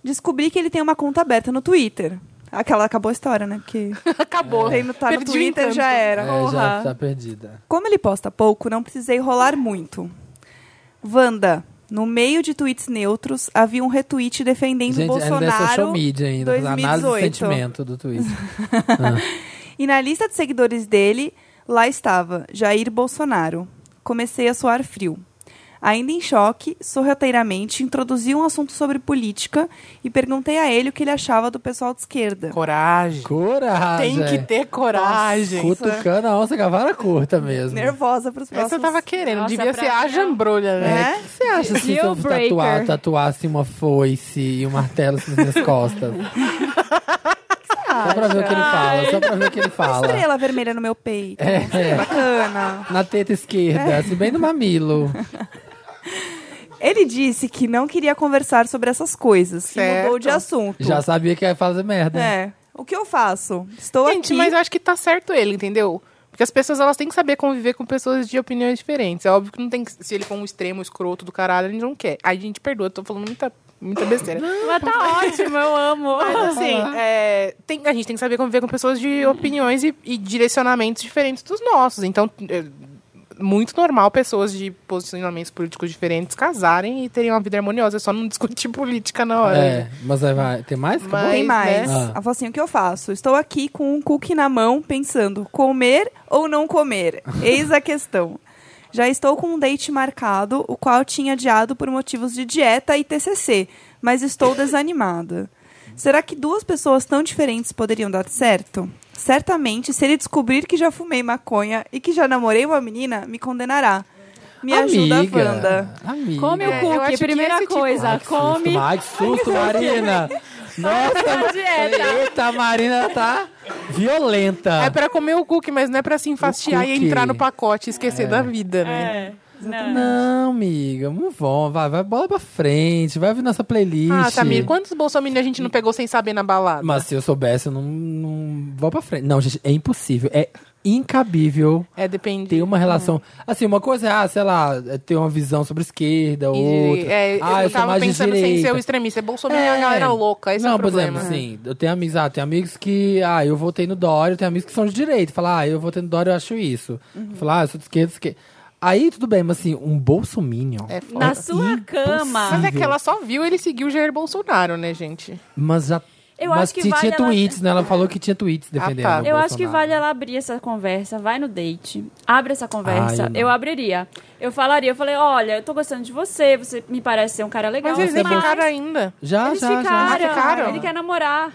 Speaker 3: Descobri que ele tem uma conta aberta no Twitter. Aquela acabou a história, né? Porque
Speaker 4: Acabou.
Speaker 3: tem no, tá no
Speaker 4: Perdi o
Speaker 3: Twitter
Speaker 4: encanto.
Speaker 3: já era.
Speaker 2: É,
Speaker 3: Porra.
Speaker 2: já tá perdida.
Speaker 3: Como ele posta pouco, não precisei rolar muito. Wanda, no meio de tweets neutros, havia um retweet defendendo
Speaker 2: Gente, ainda é
Speaker 3: Bolsonaro.
Speaker 2: social media ainda.
Speaker 3: 2018.
Speaker 2: Análise do sentimento do Twitter.
Speaker 3: E na lista de seguidores dele, lá estava Jair Bolsonaro. Comecei a suar frio. Ainda em choque, sorrateiramente introduzi um assunto sobre política e perguntei a ele o que ele achava do pessoal de esquerda.
Speaker 4: Hum. Coragem.
Speaker 2: Coragem!
Speaker 4: Tem
Speaker 3: é.
Speaker 4: que ter coragem.
Speaker 2: Cutucando a onça com a vara curta mesmo.
Speaker 3: Nervosa para os próximos.
Speaker 4: Essa eu tava querendo.
Speaker 1: Nossa, é
Speaker 4: Devia
Speaker 1: pra
Speaker 4: ser a
Speaker 1: mim,
Speaker 4: jambrolha, né?
Speaker 3: É?
Speaker 2: O que você acha assim, se
Speaker 1: Deal
Speaker 2: eu tatuar,
Speaker 1: breaker.
Speaker 2: tatuasse uma foice e um martelo assim, nas minhas costas? só pra ver o que ele fala, só pra ver o que ele fala.
Speaker 3: Ah, Estrela vermelha no meu peito.
Speaker 2: É,
Speaker 3: Bacana.
Speaker 2: na teta esquerda, se bem no mamilo.
Speaker 3: Ele disse que não queria conversar sobre essas coisas.
Speaker 4: Certo.
Speaker 3: E mudou de assunto.
Speaker 2: Já sabia que ia fazer merda.
Speaker 3: É. O que eu faço? Estou
Speaker 4: Gente,
Speaker 3: aqui.
Speaker 4: mas eu acho que tá certo ele, entendeu? Porque as pessoas elas têm que saber conviver com pessoas de opiniões diferentes. É óbvio que não tem que. Se ele for um extremo escroto do caralho, a gente não quer. Aí a gente perdoa, eu tô falando muita, muita besteira.
Speaker 1: Mas tá ótimo, eu amo.
Speaker 4: Mas assim, é, tem- a gente tem que saber conviver com pessoas de opiniões e, e direcionamentos diferentes dos nossos. Então, é, muito normal pessoas de posicionamentos políticos diferentes casarem e terem uma vida harmoniosa. É só não discutir política na hora.
Speaker 2: É, mas aí vai. Tem mais? Acabou?
Speaker 4: Mas-
Speaker 3: Tem mais.
Speaker 2: né? Ah.
Speaker 3: A assim, o que eu faço? Estou aqui com um cookie na mão, pensando, comer ou não comer? Eis a questão. Já estou com um date marcado, o qual tinha adiado por motivos de dieta e TCC, mas estou desanimada. Será que duas pessoas tão diferentes poderiam dar certo? Certamente, se ele descobrir que já fumei maconha e que já namorei uma menina, me condenará. Me ajuda,
Speaker 2: Amiga,
Speaker 3: Wanda.
Speaker 2: Amiga.
Speaker 1: Come
Speaker 4: É,
Speaker 1: o
Speaker 4: eu
Speaker 1: cookie,
Speaker 4: acho que
Speaker 1: primeira
Speaker 4: esse tipo-
Speaker 1: coisa.
Speaker 2: Ai, que
Speaker 1: come.
Speaker 2: Susto, ai, que susto, Marina!
Speaker 4: é
Speaker 2: Nossa,
Speaker 1: É,
Speaker 2: eita, a Marina tá violenta.
Speaker 4: É pra comer o cookie, mas não é pra se enfastiar e
Speaker 2: cookie.
Speaker 4: entrar no pacote e esquecer da vida, né?
Speaker 1: É. Não.
Speaker 2: Não, amiga, move on, vai, vai, bola pra frente, vai ouvir nossa playlist.
Speaker 4: Ah, Tamir, quantos bolsominions a gente não pegou sem saber na balada?
Speaker 2: Mas se eu soubesse, eu não, não vou pra frente. Não, gente, é impossível, é incabível
Speaker 4: É, depende.
Speaker 2: ter uma relação... Assim, uma coisa é, ah, sei lá, é ter uma visão sobre esquerda,
Speaker 4: E,
Speaker 2: outra...
Speaker 4: é,
Speaker 2: ah,
Speaker 4: eu, tava
Speaker 2: de
Speaker 4: pensando sem ser
Speaker 2: direita.
Speaker 4: o extremista. É bolsominion é uma galera louca, esse
Speaker 2: não,
Speaker 4: é o problema.
Speaker 2: por exemplo, assim, eu tenho amigos, ah, tem amigos que, ah, eu votei no Dória, eu tenho amigos que são de direita, falar, ah, eu votei no Dória, eu acho isso.
Speaker 4: Uhum.
Speaker 2: Falar, ah, eu sou de esquerda, esquerda. Aí tudo bem, mas assim, um bolsominion.
Speaker 4: É foda.
Speaker 1: Na sua cama.
Speaker 4: Mas é que ela só viu ele seguiu o Jair Bolsonaro, né, gente?
Speaker 2: Mas já
Speaker 1: Eu
Speaker 2: mas
Speaker 1: acho que
Speaker 2: tinha
Speaker 1: vale ela-
Speaker 2: tweets, né? Ela falou que tinha tweets defendendo.
Speaker 4: tá.
Speaker 2: o
Speaker 1: Eu acho que
Speaker 2: Bolsonaro.
Speaker 1: vale ela abrir essa conversa. Vai no date. Abre essa
Speaker 2: Ah,
Speaker 1: conversa.
Speaker 2: eu não.
Speaker 1: eu, abriria. Eu falaria. Eu falei, olha, eu tô gostando de você. Você me parece ser um cara legal.
Speaker 4: Mas eles nem
Speaker 1: mas
Speaker 4: ficaram ainda.
Speaker 2: Já,
Speaker 1: eles
Speaker 2: já, já.
Speaker 1: ficaram.
Speaker 4: já Ah, ficaram?
Speaker 1: Ele quer namorar.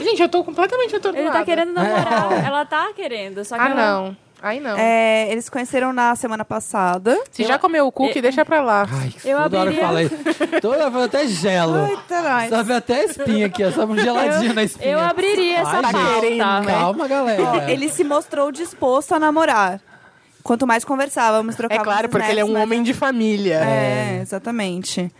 Speaker 4: Gente, eu tô completamente atordoada.
Speaker 1: Ele tá querendo namorar. Ela tá querendo. Só que
Speaker 4: É. Ah,
Speaker 1: ela-
Speaker 4: não. Aí não.
Speaker 3: É, eles se conheceram na semana passada.
Speaker 4: Se já comeu o cookie, deixa pra lá.
Speaker 2: Ai, que
Speaker 1: Eu
Speaker 2: toda hora eu
Speaker 1: abriria-
Speaker 2: falei. Toda hora eu até gelo.
Speaker 3: Ai,
Speaker 2: Sobe até a espinha aqui, ó. Sobe um geladinho na espinha.
Speaker 1: Eu abriria essa
Speaker 2: Ai, gente,
Speaker 1: pauta.
Speaker 2: Calma, galera.
Speaker 3: é? Ele se mostrou disposto a namorar. Quanto mais conversávamos,
Speaker 4: É
Speaker 3: trocávamos
Speaker 4: claro, porque ele é um
Speaker 1: né?
Speaker 3: snaps,
Speaker 4: homem de família.
Speaker 3: mas- É, exatamente.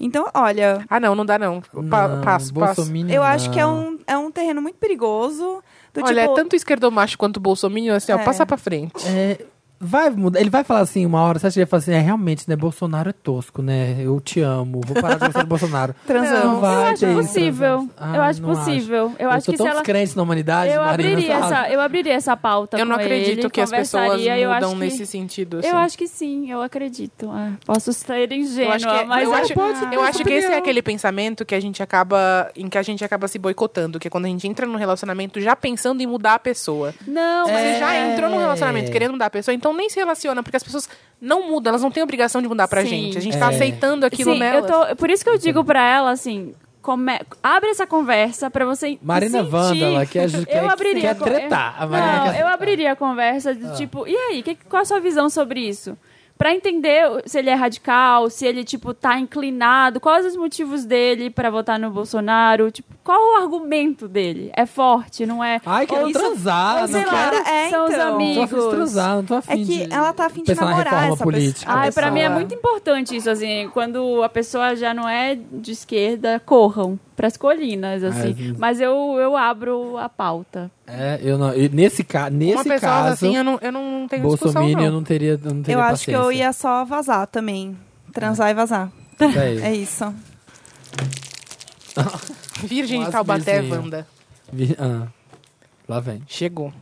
Speaker 3: Então, olha,
Speaker 4: Ah, não, não dá não. Pa-
Speaker 2: Não,
Speaker 4: passo, passo.
Speaker 2: bolsominion
Speaker 3: eu acho que é
Speaker 2: não.
Speaker 3: um, é um terreno muito perigoso. Do
Speaker 4: Olha,
Speaker 3: tipo,
Speaker 4: é tanto esquerdomacho quanto bolsominion, assim, ó,
Speaker 3: É.
Speaker 4: passa pra frente.
Speaker 2: É, vai mudar. Ele vai falar assim uma hora, você acha que ele vai falar assim, é realmente, né? Bolsonaro é tosco, né? Eu te amo, vou parar de gostar do Bolsonaro.
Speaker 3: transamos.
Speaker 2: Não, vai.
Speaker 1: Eu acho
Speaker 2: ter
Speaker 4: né?
Speaker 1: possível.
Speaker 2: transar. Ah,
Speaker 1: eu acho
Speaker 2: não acho.
Speaker 1: possível. Eu acho
Speaker 2: tô
Speaker 1: que se
Speaker 2: tão
Speaker 1: ela.
Speaker 2: descrente na humanidade,
Speaker 1: Eu
Speaker 2: Marina,
Speaker 1: abriria,
Speaker 2: sabe?
Speaker 1: essa, eu abriria essa pauta.
Speaker 4: Eu não
Speaker 1: com
Speaker 4: acredito
Speaker 1: ele,
Speaker 4: que as pessoas mudam
Speaker 1: conversaria, eu acho que-
Speaker 4: nesse sentido. assim.
Speaker 1: Eu acho que sim, eu acredito. Ah, posso ser ingênua,
Speaker 4: Eu acho que, é,
Speaker 1: mas é um
Speaker 4: eu acho,
Speaker 1: pode
Speaker 4: eu acho que esse é aquele pensamento que a gente acaba em que a gente acaba se boicotando, que é quando a gente entra num relacionamento já pensando em mudar a pessoa.
Speaker 1: Não,
Speaker 4: Você
Speaker 1: mas
Speaker 4: já
Speaker 2: É.
Speaker 4: entrou num relacionamento querendo mudar a pessoa, então nem se relaciona, porque as pessoas não mudam, elas não têm obrigação de mudar pra
Speaker 1: Sim.
Speaker 4: gente. A gente tá
Speaker 2: É.
Speaker 4: aceitando aquilo
Speaker 1: sim, eu
Speaker 4: nelas.
Speaker 1: tô, por isso que eu digo pra ela assim, come- abre essa conversa pra você
Speaker 2: Marina
Speaker 1: sentir.
Speaker 2: Vândala, que é ju- quer-
Speaker 1: eu abriria
Speaker 2: quer
Speaker 1: a con-
Speaker 2: tretar. A
Speaker 1: Eu,
Speaker 2: Marina Ah.
Speaker 1: não,
Speaker 2: quer
Speaker 1: eu
Speaker 2: tretar.
Speaker 1: abriria a conversa do tipo, e aí, que- qual a sua visão sobre isso? Pra entender o- se ele é radical, se ele tipo tá inclinado, quais os motivos dele pra votar no Bolsonaro, tipo, qual o argumento dele? É forte, não é?
Speaker 2: Ai, quero
Speaker 3: Isso-
Speaker 2: transar,
Speaker 3: ou
Speaker 2: não
Speaker 3: sei lá,
Speaker 2: quero.
Speaker 3: É,
Speaker 1: são os
Speaker 3: então.
Speaker 2: Não tô afim de
Speaker 1: amigos.
Speaker 2: transar, não tô
Speaker 3: É
Speaker 2: afim
Speaker 3: que
Speaker 2: de
Speaker 3: ela tá afim de
Speaker 2: pensar na
Speaker 3: namorar
Speaker 2: reforma
Speaker 3: essa
Speaker 2: política.
Speaker 3: pessoa.
Speaker 1: Ai, pra mim é
Speaker 4: pessoa-
Speaker 1: muito importante isso, assim, quando a pessoa já não é de esquerda, corram pras colinas, assim.
Speaker 2: Ai,
Speaker 1: Mas eu, eu abro a pauta.
Speaker 2: É, eu não, e nesse, ca
Speaker 4: Uma
Speaker 2: nesse
Speaker 4: pessoa
Speaker 2: caso,
Speaker 4: assim, eu não, eu não tenho discussão,
Speaker 2: Bolsominion eu
Speaker 4: não.
Speaker 2: não teria, eu não teria
Speaker 3: Eu acho que
Speaker 2: paciência.
Speaker 3: eu ia só vazar também. Transar e vazar.
Speaker 2: Isso aí.
Speaker 3: É isso.
Speaker 4: Virgem de
Speaker 2: Quase
Speaker 4: Taubaté,
Speaker 2: desenho.
Speaker 4: Wanda.
Speaker 2: Vi- ah, lá vem.
Speaker 4: Chegou.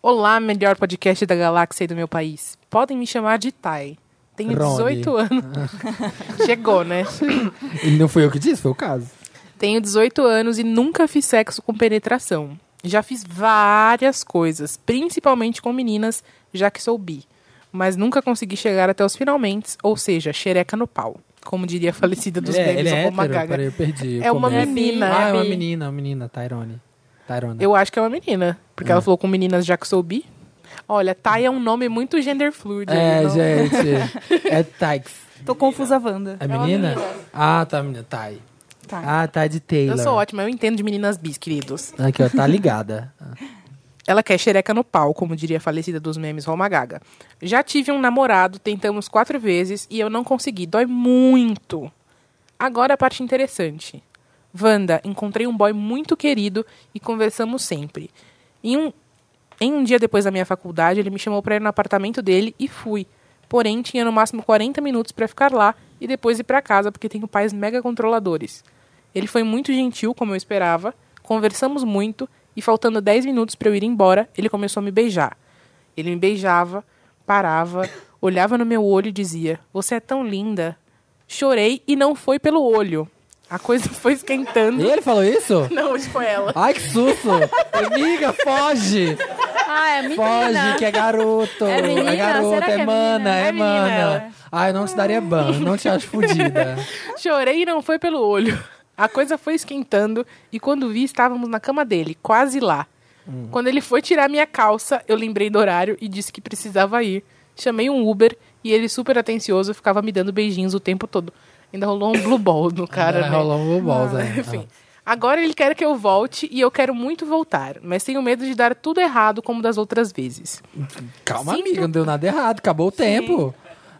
Speaker 4: Olá, melhor podcast da galáxia e do meu país. Podem me chamar de Tai. Tenho
Speaker 2: Rony.
Speaker 4: 18 anos. Chegou, né?
Speaker 2: E não fui eu que disse, foi o caso.
Speaker 4: Tenho 18 anos e nunca fiz sexo com penetração. Já fiz várias coisas, principalmente com meninas, já que sou bi. Mas nunca consegui chegar até os finalmente, ou seja, xereca no pau. Como diria a falecida dos
Speaker 2: Ele é,
Speaker 4: bebês,
Speaker 2: ele é
Speaker 4: ou uma
Speaker 2: hétero,
Speaker 4: gaga.
Speaker 2: peraí, eu perdi. o
Speaker 4: É uma
Speaker 2: começo.
Speaker 4: menina,
Speaker 2: Ah,
Speaker 1: é
Speaker 2: é uma
Speaker 1: bi.
Speaker 2: menina, uma menina, Tyrone. Tyrone.
Speaker 4: Eu acho que é uma menina, porque ela falou com meninas, já que sou bi. Olha, Tai é um nome muito gender fluid.
Speaker 2: É,
Speaker 4: ele não-
Speaker 2: gente. é Tyx.
Speaker 3: Tô confusa, Wanda.
Speaker 2: É menina? Ah, tá, menina. Ty. Ah, tá de Taylor.
Speaker 4: Eu sou ótima, eu entendo de meninas bis, queridos.
Speaker 2: Aqui, ó, tá ligada.
Speaker 4: Ela quer xereca no pau, como diria a falecida dos memes Roma Gaga. Já tive um namorado, tentamos quatro vezes e eu não consegui. Dói muito. Agora a parte interessante. Wanda, encontrei um boy muito querido e conversamos sempre. Em um, em um dia depois da minha faculdade, ele me chamou para ir no apartamento dele e fui. Porém, tinha no máximo 40 minutos para ficar lá e depois ir para casa, porque tenho pais mega controladores. Ele foi muito gentil, como eu esperava, conversamos muito e faltando 10 minutos para eu ir embora, ele começou a me beijar. Ele me beijava, parava, olhava no meu olho e dizia: Você é tão linda. Chorei e não foi pelo olho. A coisa foi esquentando.
Speaker 2: Ele falou isso?
Speaker 4: Não, hoje foi ela.
Speaker 2: Ai, que susto! Amiga, foge!
Speaker 1: Ah, é
Speaker 2: Foge,
Speaker 1: menina.
Speaker 2: que é garoto!
Speaker 1: É menina?
Speaker 2: garota,
Speaker 1: Será que
Speaker 2: é,
Speaker 1: é
Speaker 2: mana,
Speaker 1: menina?
Speaker 2: é,
Speaker 4: É menina
Speaker 2: mana.
Speaker 4: ela.
Speaker 2: Ai, não te daria ban, não te acho fodida.
Speaker 4: Chorei e não foi pelo olho. A coisa foi esquentando e quando vi, estávamos na cama dele, quase lá.
Speaker 2: Hum.
Speaker 4: Quando ele foi tirar minha calça, eu lembrei do horário e disse que precisava ir. Chamei um Uber e ele, super atencioso, ficava me dando beijinhos o tempo todo. Ainda rolou um blue ball no cara,
Speaker 2: É,
Speaker 4: né?
Speaker 2: rolou um bobol, Zé.
Speaker 4: Enfim. Agora ele quer que eu volte e eu quero muito voltar, mas tenho medo de dar tudo errado como das outras vezes.
Speaker 2: Ah, Calma,
Speaker 4: Sinto-
Speaker 2: amiga, não deu nada errado, acabou o tempo.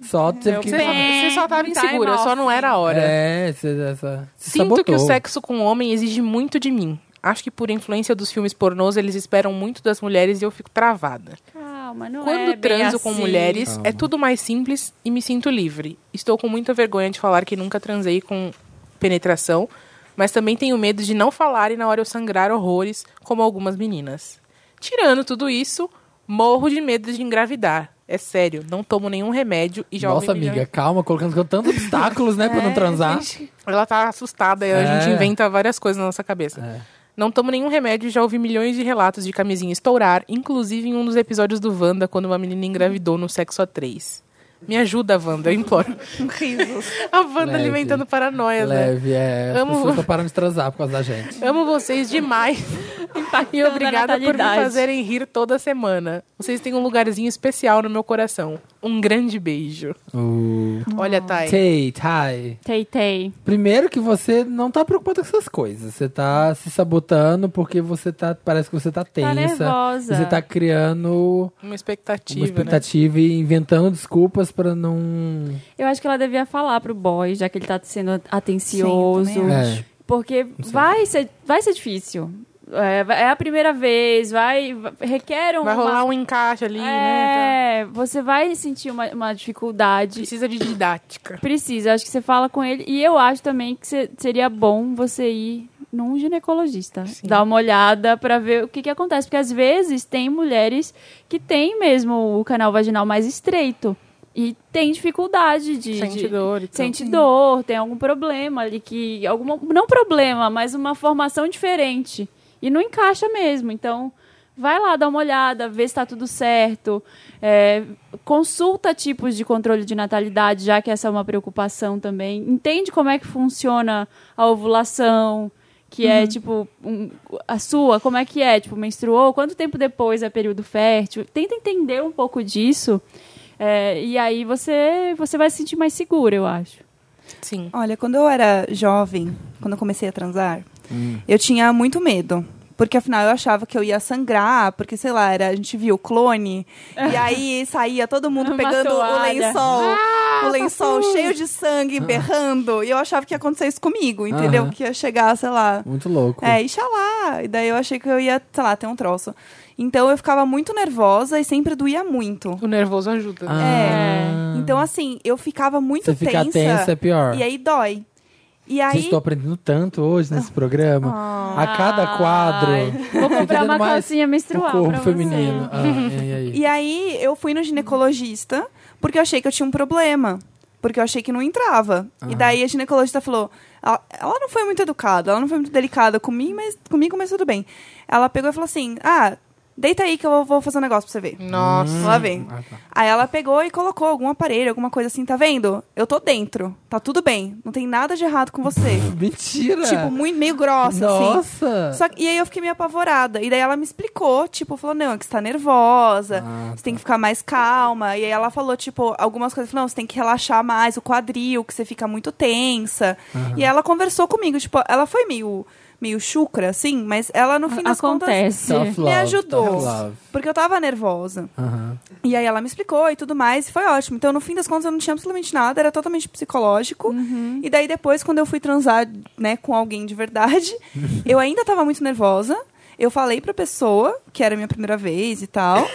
Speaker 4: É
Speaker 2: Só teve que.
Speaker 4: Você, só- você só tava
Speaker 1: Time
Speaker 4: insegura, só não era a hora.
Speaker 2: É, você, essa, se
Speaker 4: Sinto
Speaker 2: sabotou.
Speaker 4: que o sexo com o homem exige muito de mim. Acho que por influência dos filmes pornôs, eles esperam muito das mulheres e eu fico travada.
Speaker 1: Calma, não
Speaker 4: Quando
Speaker 1: é bem
Speaker 4: transo com
Speaker 1: assim.
Speaker 4: mulheres, é tudo mais simples e me sinto livre. Estou com muita vergonha de falar que nunca transei com penetração, mas também tenho medo de não falar e na hora eu sangrar horrores, como algumas meninas. Tirando tudo isso, morro de medo de engravidar. É sério, não tomo nenhum remédio e já ouvi
Speaker 2: Nossa,
Speaker 4: milhões-
Speaker 2: amiga, calma, colocando tantos obstáculos, né, pra
Speaker 4: É,
Speaker 2: não transar.
Speaker 4: ela tá assustada e a
Speaker 2: É.
Speaker 4: gente inventa várias coisas na nossa cabeça. Não tomo nenhum remédio e já ouvi milhões de relatos de camisinha estourar, inclusive em um dos episódios do Wanda, quando uma menina engravidou no sexo a três. Me ajuda, Wanda, eu imploro. a Wanda
Speaker 2: Leve.
Speaker 4: alimentando paranoias, né?
Speaker 2: Leve, é. As
Speaker 4: Amo-
Speaker 2: pessoas estão parando de transar por causa da gente.
Speaker 4: Amo vocês demais. E obrigada
Speaker 1: a
Speaker 4: por me
Speaker 1: natalidade.
Speaker 4: fazerem rir toda semana. Vocês têm um lugarzinho especial no meu coração. Um grande beijo.
Speaker 2: O...
Speaker 4: Olha, Thay.
Speaker 2: Tate, hi.
Speaker 1: Teitei.
Speaker 2: Primeiro que você não tá preocupada com essas coisas. Você tá se sabotando porque você tá. Parece que você tá tensa.
Speaker 1: nervosa.
Speaker 2: Você tá criando
Speaker 4: Uma
Speaker 2: uma
Speaker 4: expectativa, né?
Speaker 2: expectativa e inventando desculpas pra não.
Speaker 1: Eu acho que ela devia falar pro boy, já que ele tá sendo atencioso.
Speaker 3: Sim, também
Speaker 2: É.
Speaker 1: Porque vai ser, vai ser difícil. É, vai- é a primeira vez, vai. vai- Requer um.
Speaker 4: Vai rolar um encaixe ali, né?
Speaker 1: É, você vai sentir uma, uma dificuldade.
Speaker 4: Precisa de didática.
Speaker 1: Precisa, acho que você fala com ele. E eu acho também que cê- seria bom você ir num ginecologista. Dar uma olhada pra ver o que, que acontece. Porque às vezes tem mulheres que têm mesmo o canal vaginal mais estreito. E tem dificuldade de.
Speaker 4: Sente
Speaker 1: de-
Speaker 4: dor e tal.
Speaker 1: Sente dor, tem algum problema ali que. Alguma, não problema, mas uma formação diferente. E não encaixa mesmo. Então, vai lá dar uma olhada, vê se tá tudo certo. É, consulta tipos de controle de natalidade, já que essa é uma preocupação também. Entende como é que funciona a ovulação, que
Speaker 4: Uhum.
Speaker 1: é tipo um- a sua, como é que é? Tipo, menstruou? Quanto tempo depois é período fértil? Tenta entender um pouco disso. é, e aí você, você vai se sentir mais segura, eu acho.
Speaker 4: Sim.
Speaker 3: Olha, quando eu era jovem, quando eu comecei a transar,
Speaker 2: Hum.
Speaker 3: eu tinha muito medo. Porque afinal eu achava que eu ia sangrar, porque sei lá, era, a gente viu o clone, e aí saía todo mundo
Speaker 1: Uma
Speaker 3: pegando o
Speaker 1: toalha. Ah, tá
Speaker 3: lençol, o lençol cheio de sangue, berrando, e eu achava que ia acontecer isso comigo, entendeu?
Speaker 2: Ah. Aham.
Speaker 3: Que ia chegar, sei lá,
Speaker 2: Muito louco.
Speaker 3: é, Inxalá. E daí eu achei que eu ia, sei lá, ter um troço. Então eu ficava muito nervosa e sempre doía muito.
Speaker 4: O nervoso ajuda. né?
Speaker 2: Ah.
Speaker 3: É. Então, assim, eu ficava muito
Speaker 2: Você ficar tensa é pior.
Speaker 3: E aí dói. E aí.
Speaker 2: Vocês estão aprendendo tanto hoje nesse programa. A cada quadro.
Speaker 1: Ai,
Speaker 2: tô
Speaker 1: Vou comprar
Speaker 2: entendendo
Speaker 1: uma
Speaker 2: mais
Speaker 1: calcinha
Speaker 2: o
Speaker 1: menstrual.
Speaker 2: corpo
Speaker 1: pra você.
Speaker 2: feminino. Ah, e aí?
Speaker 3: E aí eu fui no ginecologista porque eu achei que eu tinha um problema. Porque eu achei que não entrava. E daí a ginecologista falou. Ela, ela não foi muito educada, ela não foi muito delicada comigo mas, comigo, mas tudo bem. Ela pegou e falou assim: Ah, deita aí que eu vou fazer um negócio pra você ver.
Speaker 4: Nossa.
Speaker 3: Lá vem.
Speaker 2: Ah, tá.
Speaker 3: Aí ela pegou e colocou algum aparelho, alguma coisa assim, tá vendo? Eu tô dentro, tá tudo bem, não tem nada de errado com você.
Speaker 2: Mentira!
Speaker 3: tipo, muito, meio grossa, assim.
Speaker 2: Nossa!
Speaker 3: Só que- e aí eu fiquei meio apavorada. E daí ela me explicou, tipo, falou, não, é que você tá nervosa,
Speaker 2: Ah,
Speaker 3: você tem que ficar mais calma. E aí ela falou, tipo, algumas coisas, falou, não, você tem que relaxar mais o quadril, que você fica muito tensa. E ela conversou comigo, tipo, ela foi meio, meio chucra, assim, mas ela no fim das contas
Speaker 1: Acontece.
Speaker 2: Tough
Speaker 3: me
Speaker 2: love,
Speaker 3: ajudou.
Speaker 2: tough love.
Speaker 3: Porque eu tava nervosa.
Speaker 2: Aham.
Speaker 3: E aí ela me explicou e tudo mais, e foi ótimo. Então, no fim das contas, eu não tinha absolutamente nada, era totalmente psicológico. E daí depois, quando eu fui transar, né, com alguém de verdade, eu ainda tava muito nervosa. Eu falei pra pessoa que era a minha primeira vez e tal.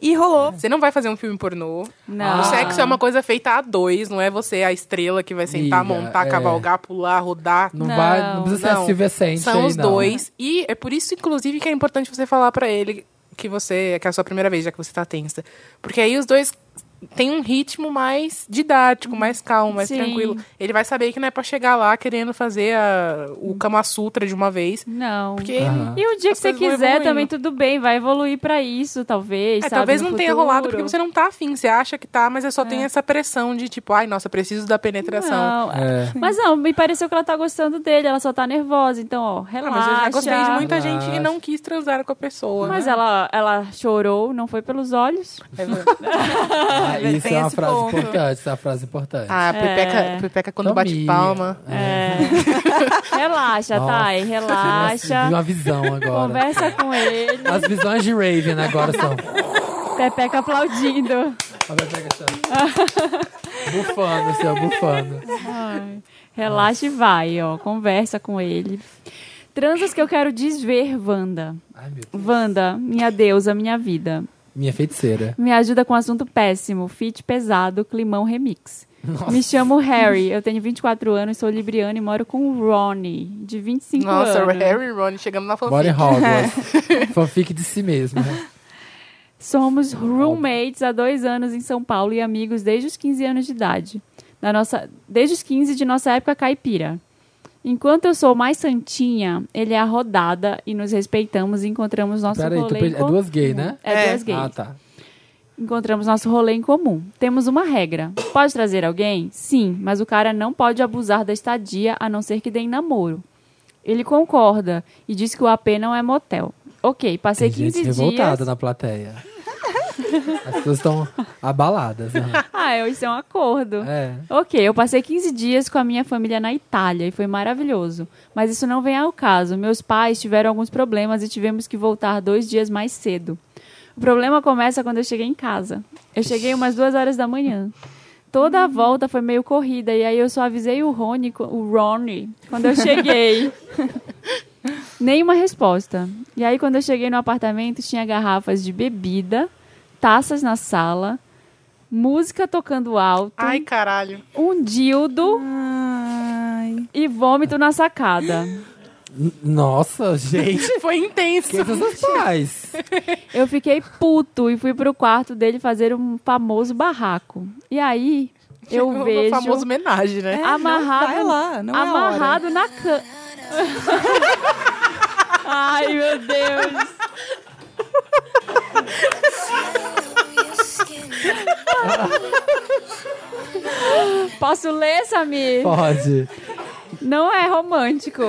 Speaker 3: E rolou.
Speaker 4: Você não vai fazer um filme pornô.
Speaker 1: Não.
Speaker 2: Ah.
Speaker 4: O sexo é uma coisa feita a dois, não é você a estrela que vai sentar,
Speaker 2: Liga,
Speaker 4: montar,
Speaker 2: é.
Speaker 4: cavalgar, pular, rodar.
Speaker 2: Não,
Speaker 1: Não,
Speaker 2: vai. Não precisa ser
Speaker 4: não.
Speaker 2: a Silvia Sente
Speaker 4: São
Speaker 2: aí,
Speaker 4: os
Speaker 2: não.
Speaker 4: dois. E é por isso, inclusive, que é importante você falar pra ele que você. que é a sua primeira vez, já que você tá tensa. Porque aí os dois têm um ritmo mais didático, mais calmo, mais
Speaker 1: Sim.
Speaker 4: tranquilo. Ele vai saber que não é pra chegar lá querendo fazer a- o Kama Sutra de uma vez.
Speaker 1: Não.
Speaker 4: Porque.
Speaker 2: Aham.
Speaker 1: E o dia
Speaker 4: As
Speaker 1: que você
Speaker 4: coisas vão
Speaker 1: quiser
Speaker 4: evoluindo.
Speaker 1: também, tudo bem, vai evoluir pra isso, talvez.
Speaker 4: É,
Speaker 1: sabe,
Speaker 4: talvez
Speaker 1: no
Speaker 4: não tenha rolado
Speaker 1: futuro.
Speaker 4: porque você não tá afim. Você acha que tá, mas é só tem essa pressão de tipo, ai, nossa, preciso da penetração.
Speaker 1: Não,
Speaker 2: É.
Speaker 1: Mas não, me pareceu que ela tá gostando dele, ela só tá nervosa. Então, ó,
Speaker 4: Ah,
Speaker 1: relaxa.
Speaker 4: mas eu já gostei de muita
Speaker 2: Relaxa.
Speaker 4: gente e não quis transar com a pessoa.
Speaker 1: Mas
Speaker 4: né?
Speaker 1: ela, ela chorou, não foi pelos olhos.
Speaker 4: É verdade.
Speaker 2: Ah,
Speaker 3: Tem
Speaker 2: isso é uma
Speaker 3: esse
Speaker 2: frase
Speaker 3: ponto.
Speaker 2: importante, isso é uma frase importante.
Speaker 4: Ah, pepeca,
Speaker 1: É.
Speaker 4: pepeca quando bate
Speaker 2: Tominha.
Speaker 4: palma.
Speaker 1: É. relaxa,
Speaker 2: Nossa,
Speaker 1: Thay,
Speaker 2: Nossa, vi
Speaker 1: relaxa.
Speaker 2: assim, uma visão agora.
Speaker 1: Ah, Conversa com ele.
Speaker 2: As visões de Raven agora são.
Speaker 1: Pepeca aplaudindo.
Speaker 2: Ó, vai pegar essa. bufando, seu, bufando.
Speaker 1: Ai, relaxa e vai, ó. Conversa com ele. Transas que eu quero desver, Wanda.
Speaker 2: Ai, meu Deus.
Speaker 1: Wanda, minha deusa, minha vida.
Speaker 2: Minha feiticeira.
Speaker 1: Me ajuda com um assunto péssimo, fit pesado, climão remix. Me chamo Harry, eu tenho 24 anos, sou libriana e moro com o Ronnie, de 25
Speaker 4: Nossa,
Speaker 1: anos.
Speaker 4: Harry e assim, Ronnie chegando na
Speaker 2: Bora em
Speaker 4: fanfic.
Speaker 2: Hogwarts. Fanfic de si mesmo.
Speaker 1: Somos roommates há dois anos em São Paulo e amigos desde os 15 anos de idade. Da nossa, desde os 15 de nossa época caipira. Enquanto eu sou mais santinha, ele é a rodada e nos respeitamos e encontramos nosso
Speaker 2: Peraí, tu
Speaker 1: rolê em
Speaker 2: pe- é
Speaker 1: comum.
Speaker 2: duas gay, né?
Speaker 1: É,
Speaker 4: É.
Speaker 1: duas gays.
Speaker 2: Ah, tá.
Speaker 1: Encontramos nosso rolê em comum. Temos uma regra. Pode trazer alguém? Sim, mas o cara não pode abusar da estadia a não ser que dê em namoro. Ele concorda e diz que o AP não é motel. Ok, passei
Speaker 2: Tem gente
Speaker 1: 15
Speaker 2: revoltada né?
Speaker 1: dias.
Speaker 2: na plateia. As pessoas estão abaladas, né?
Speaker 1: Ah, é, isso é um acordo.
Speaker 2: É.
Speaker 1: Ok, eu passei 15 dias com a minha família na Itália e foi maravilhoso. Mas isso não vem ao caso. Meus pais tiveram alguns problemas e tivemos que voltar dois dias mais cedo. O problema começa quando eu cheguei em casa. Eu cheguei umas duas horas da manhã. Toda a volta foi meio corrida e aí eu só avisei o Rony, co- o Ronnie, quando eu cheguei. Nenhuma resposta. E aí quando eu cheguei no apartamento tinha garrafas de bebida, taças na sala, música tocando alto
Speaker 4: Ai, caralho.
Speaker 1: um dildo
Speaker 3: Ai.
Speaker 1: e vômito na sacada.
Speaker 2: N- Nossa, gente.
Speaker 4: Foi intenso.
Speaker 2: Quem são seus pais?
Speaker 1: Eu fiquei puto e fui pro quarto dele fazer um famoso barraco. E aí
Speaker 4: Chegou
Speaker 1: eu
Speaker 4: no
Speaker 1: vejo É.
Speaker 4: famoso homenagem, né?
Speaker 1: amarrado,
Speaker 3: Vai lá, não é hora.
Speaker 1: amarrado na cama. Ai, meu Deus. Posso ler, Samir?
Speaker 2: Pode.
Speaker 1: Não é romântico.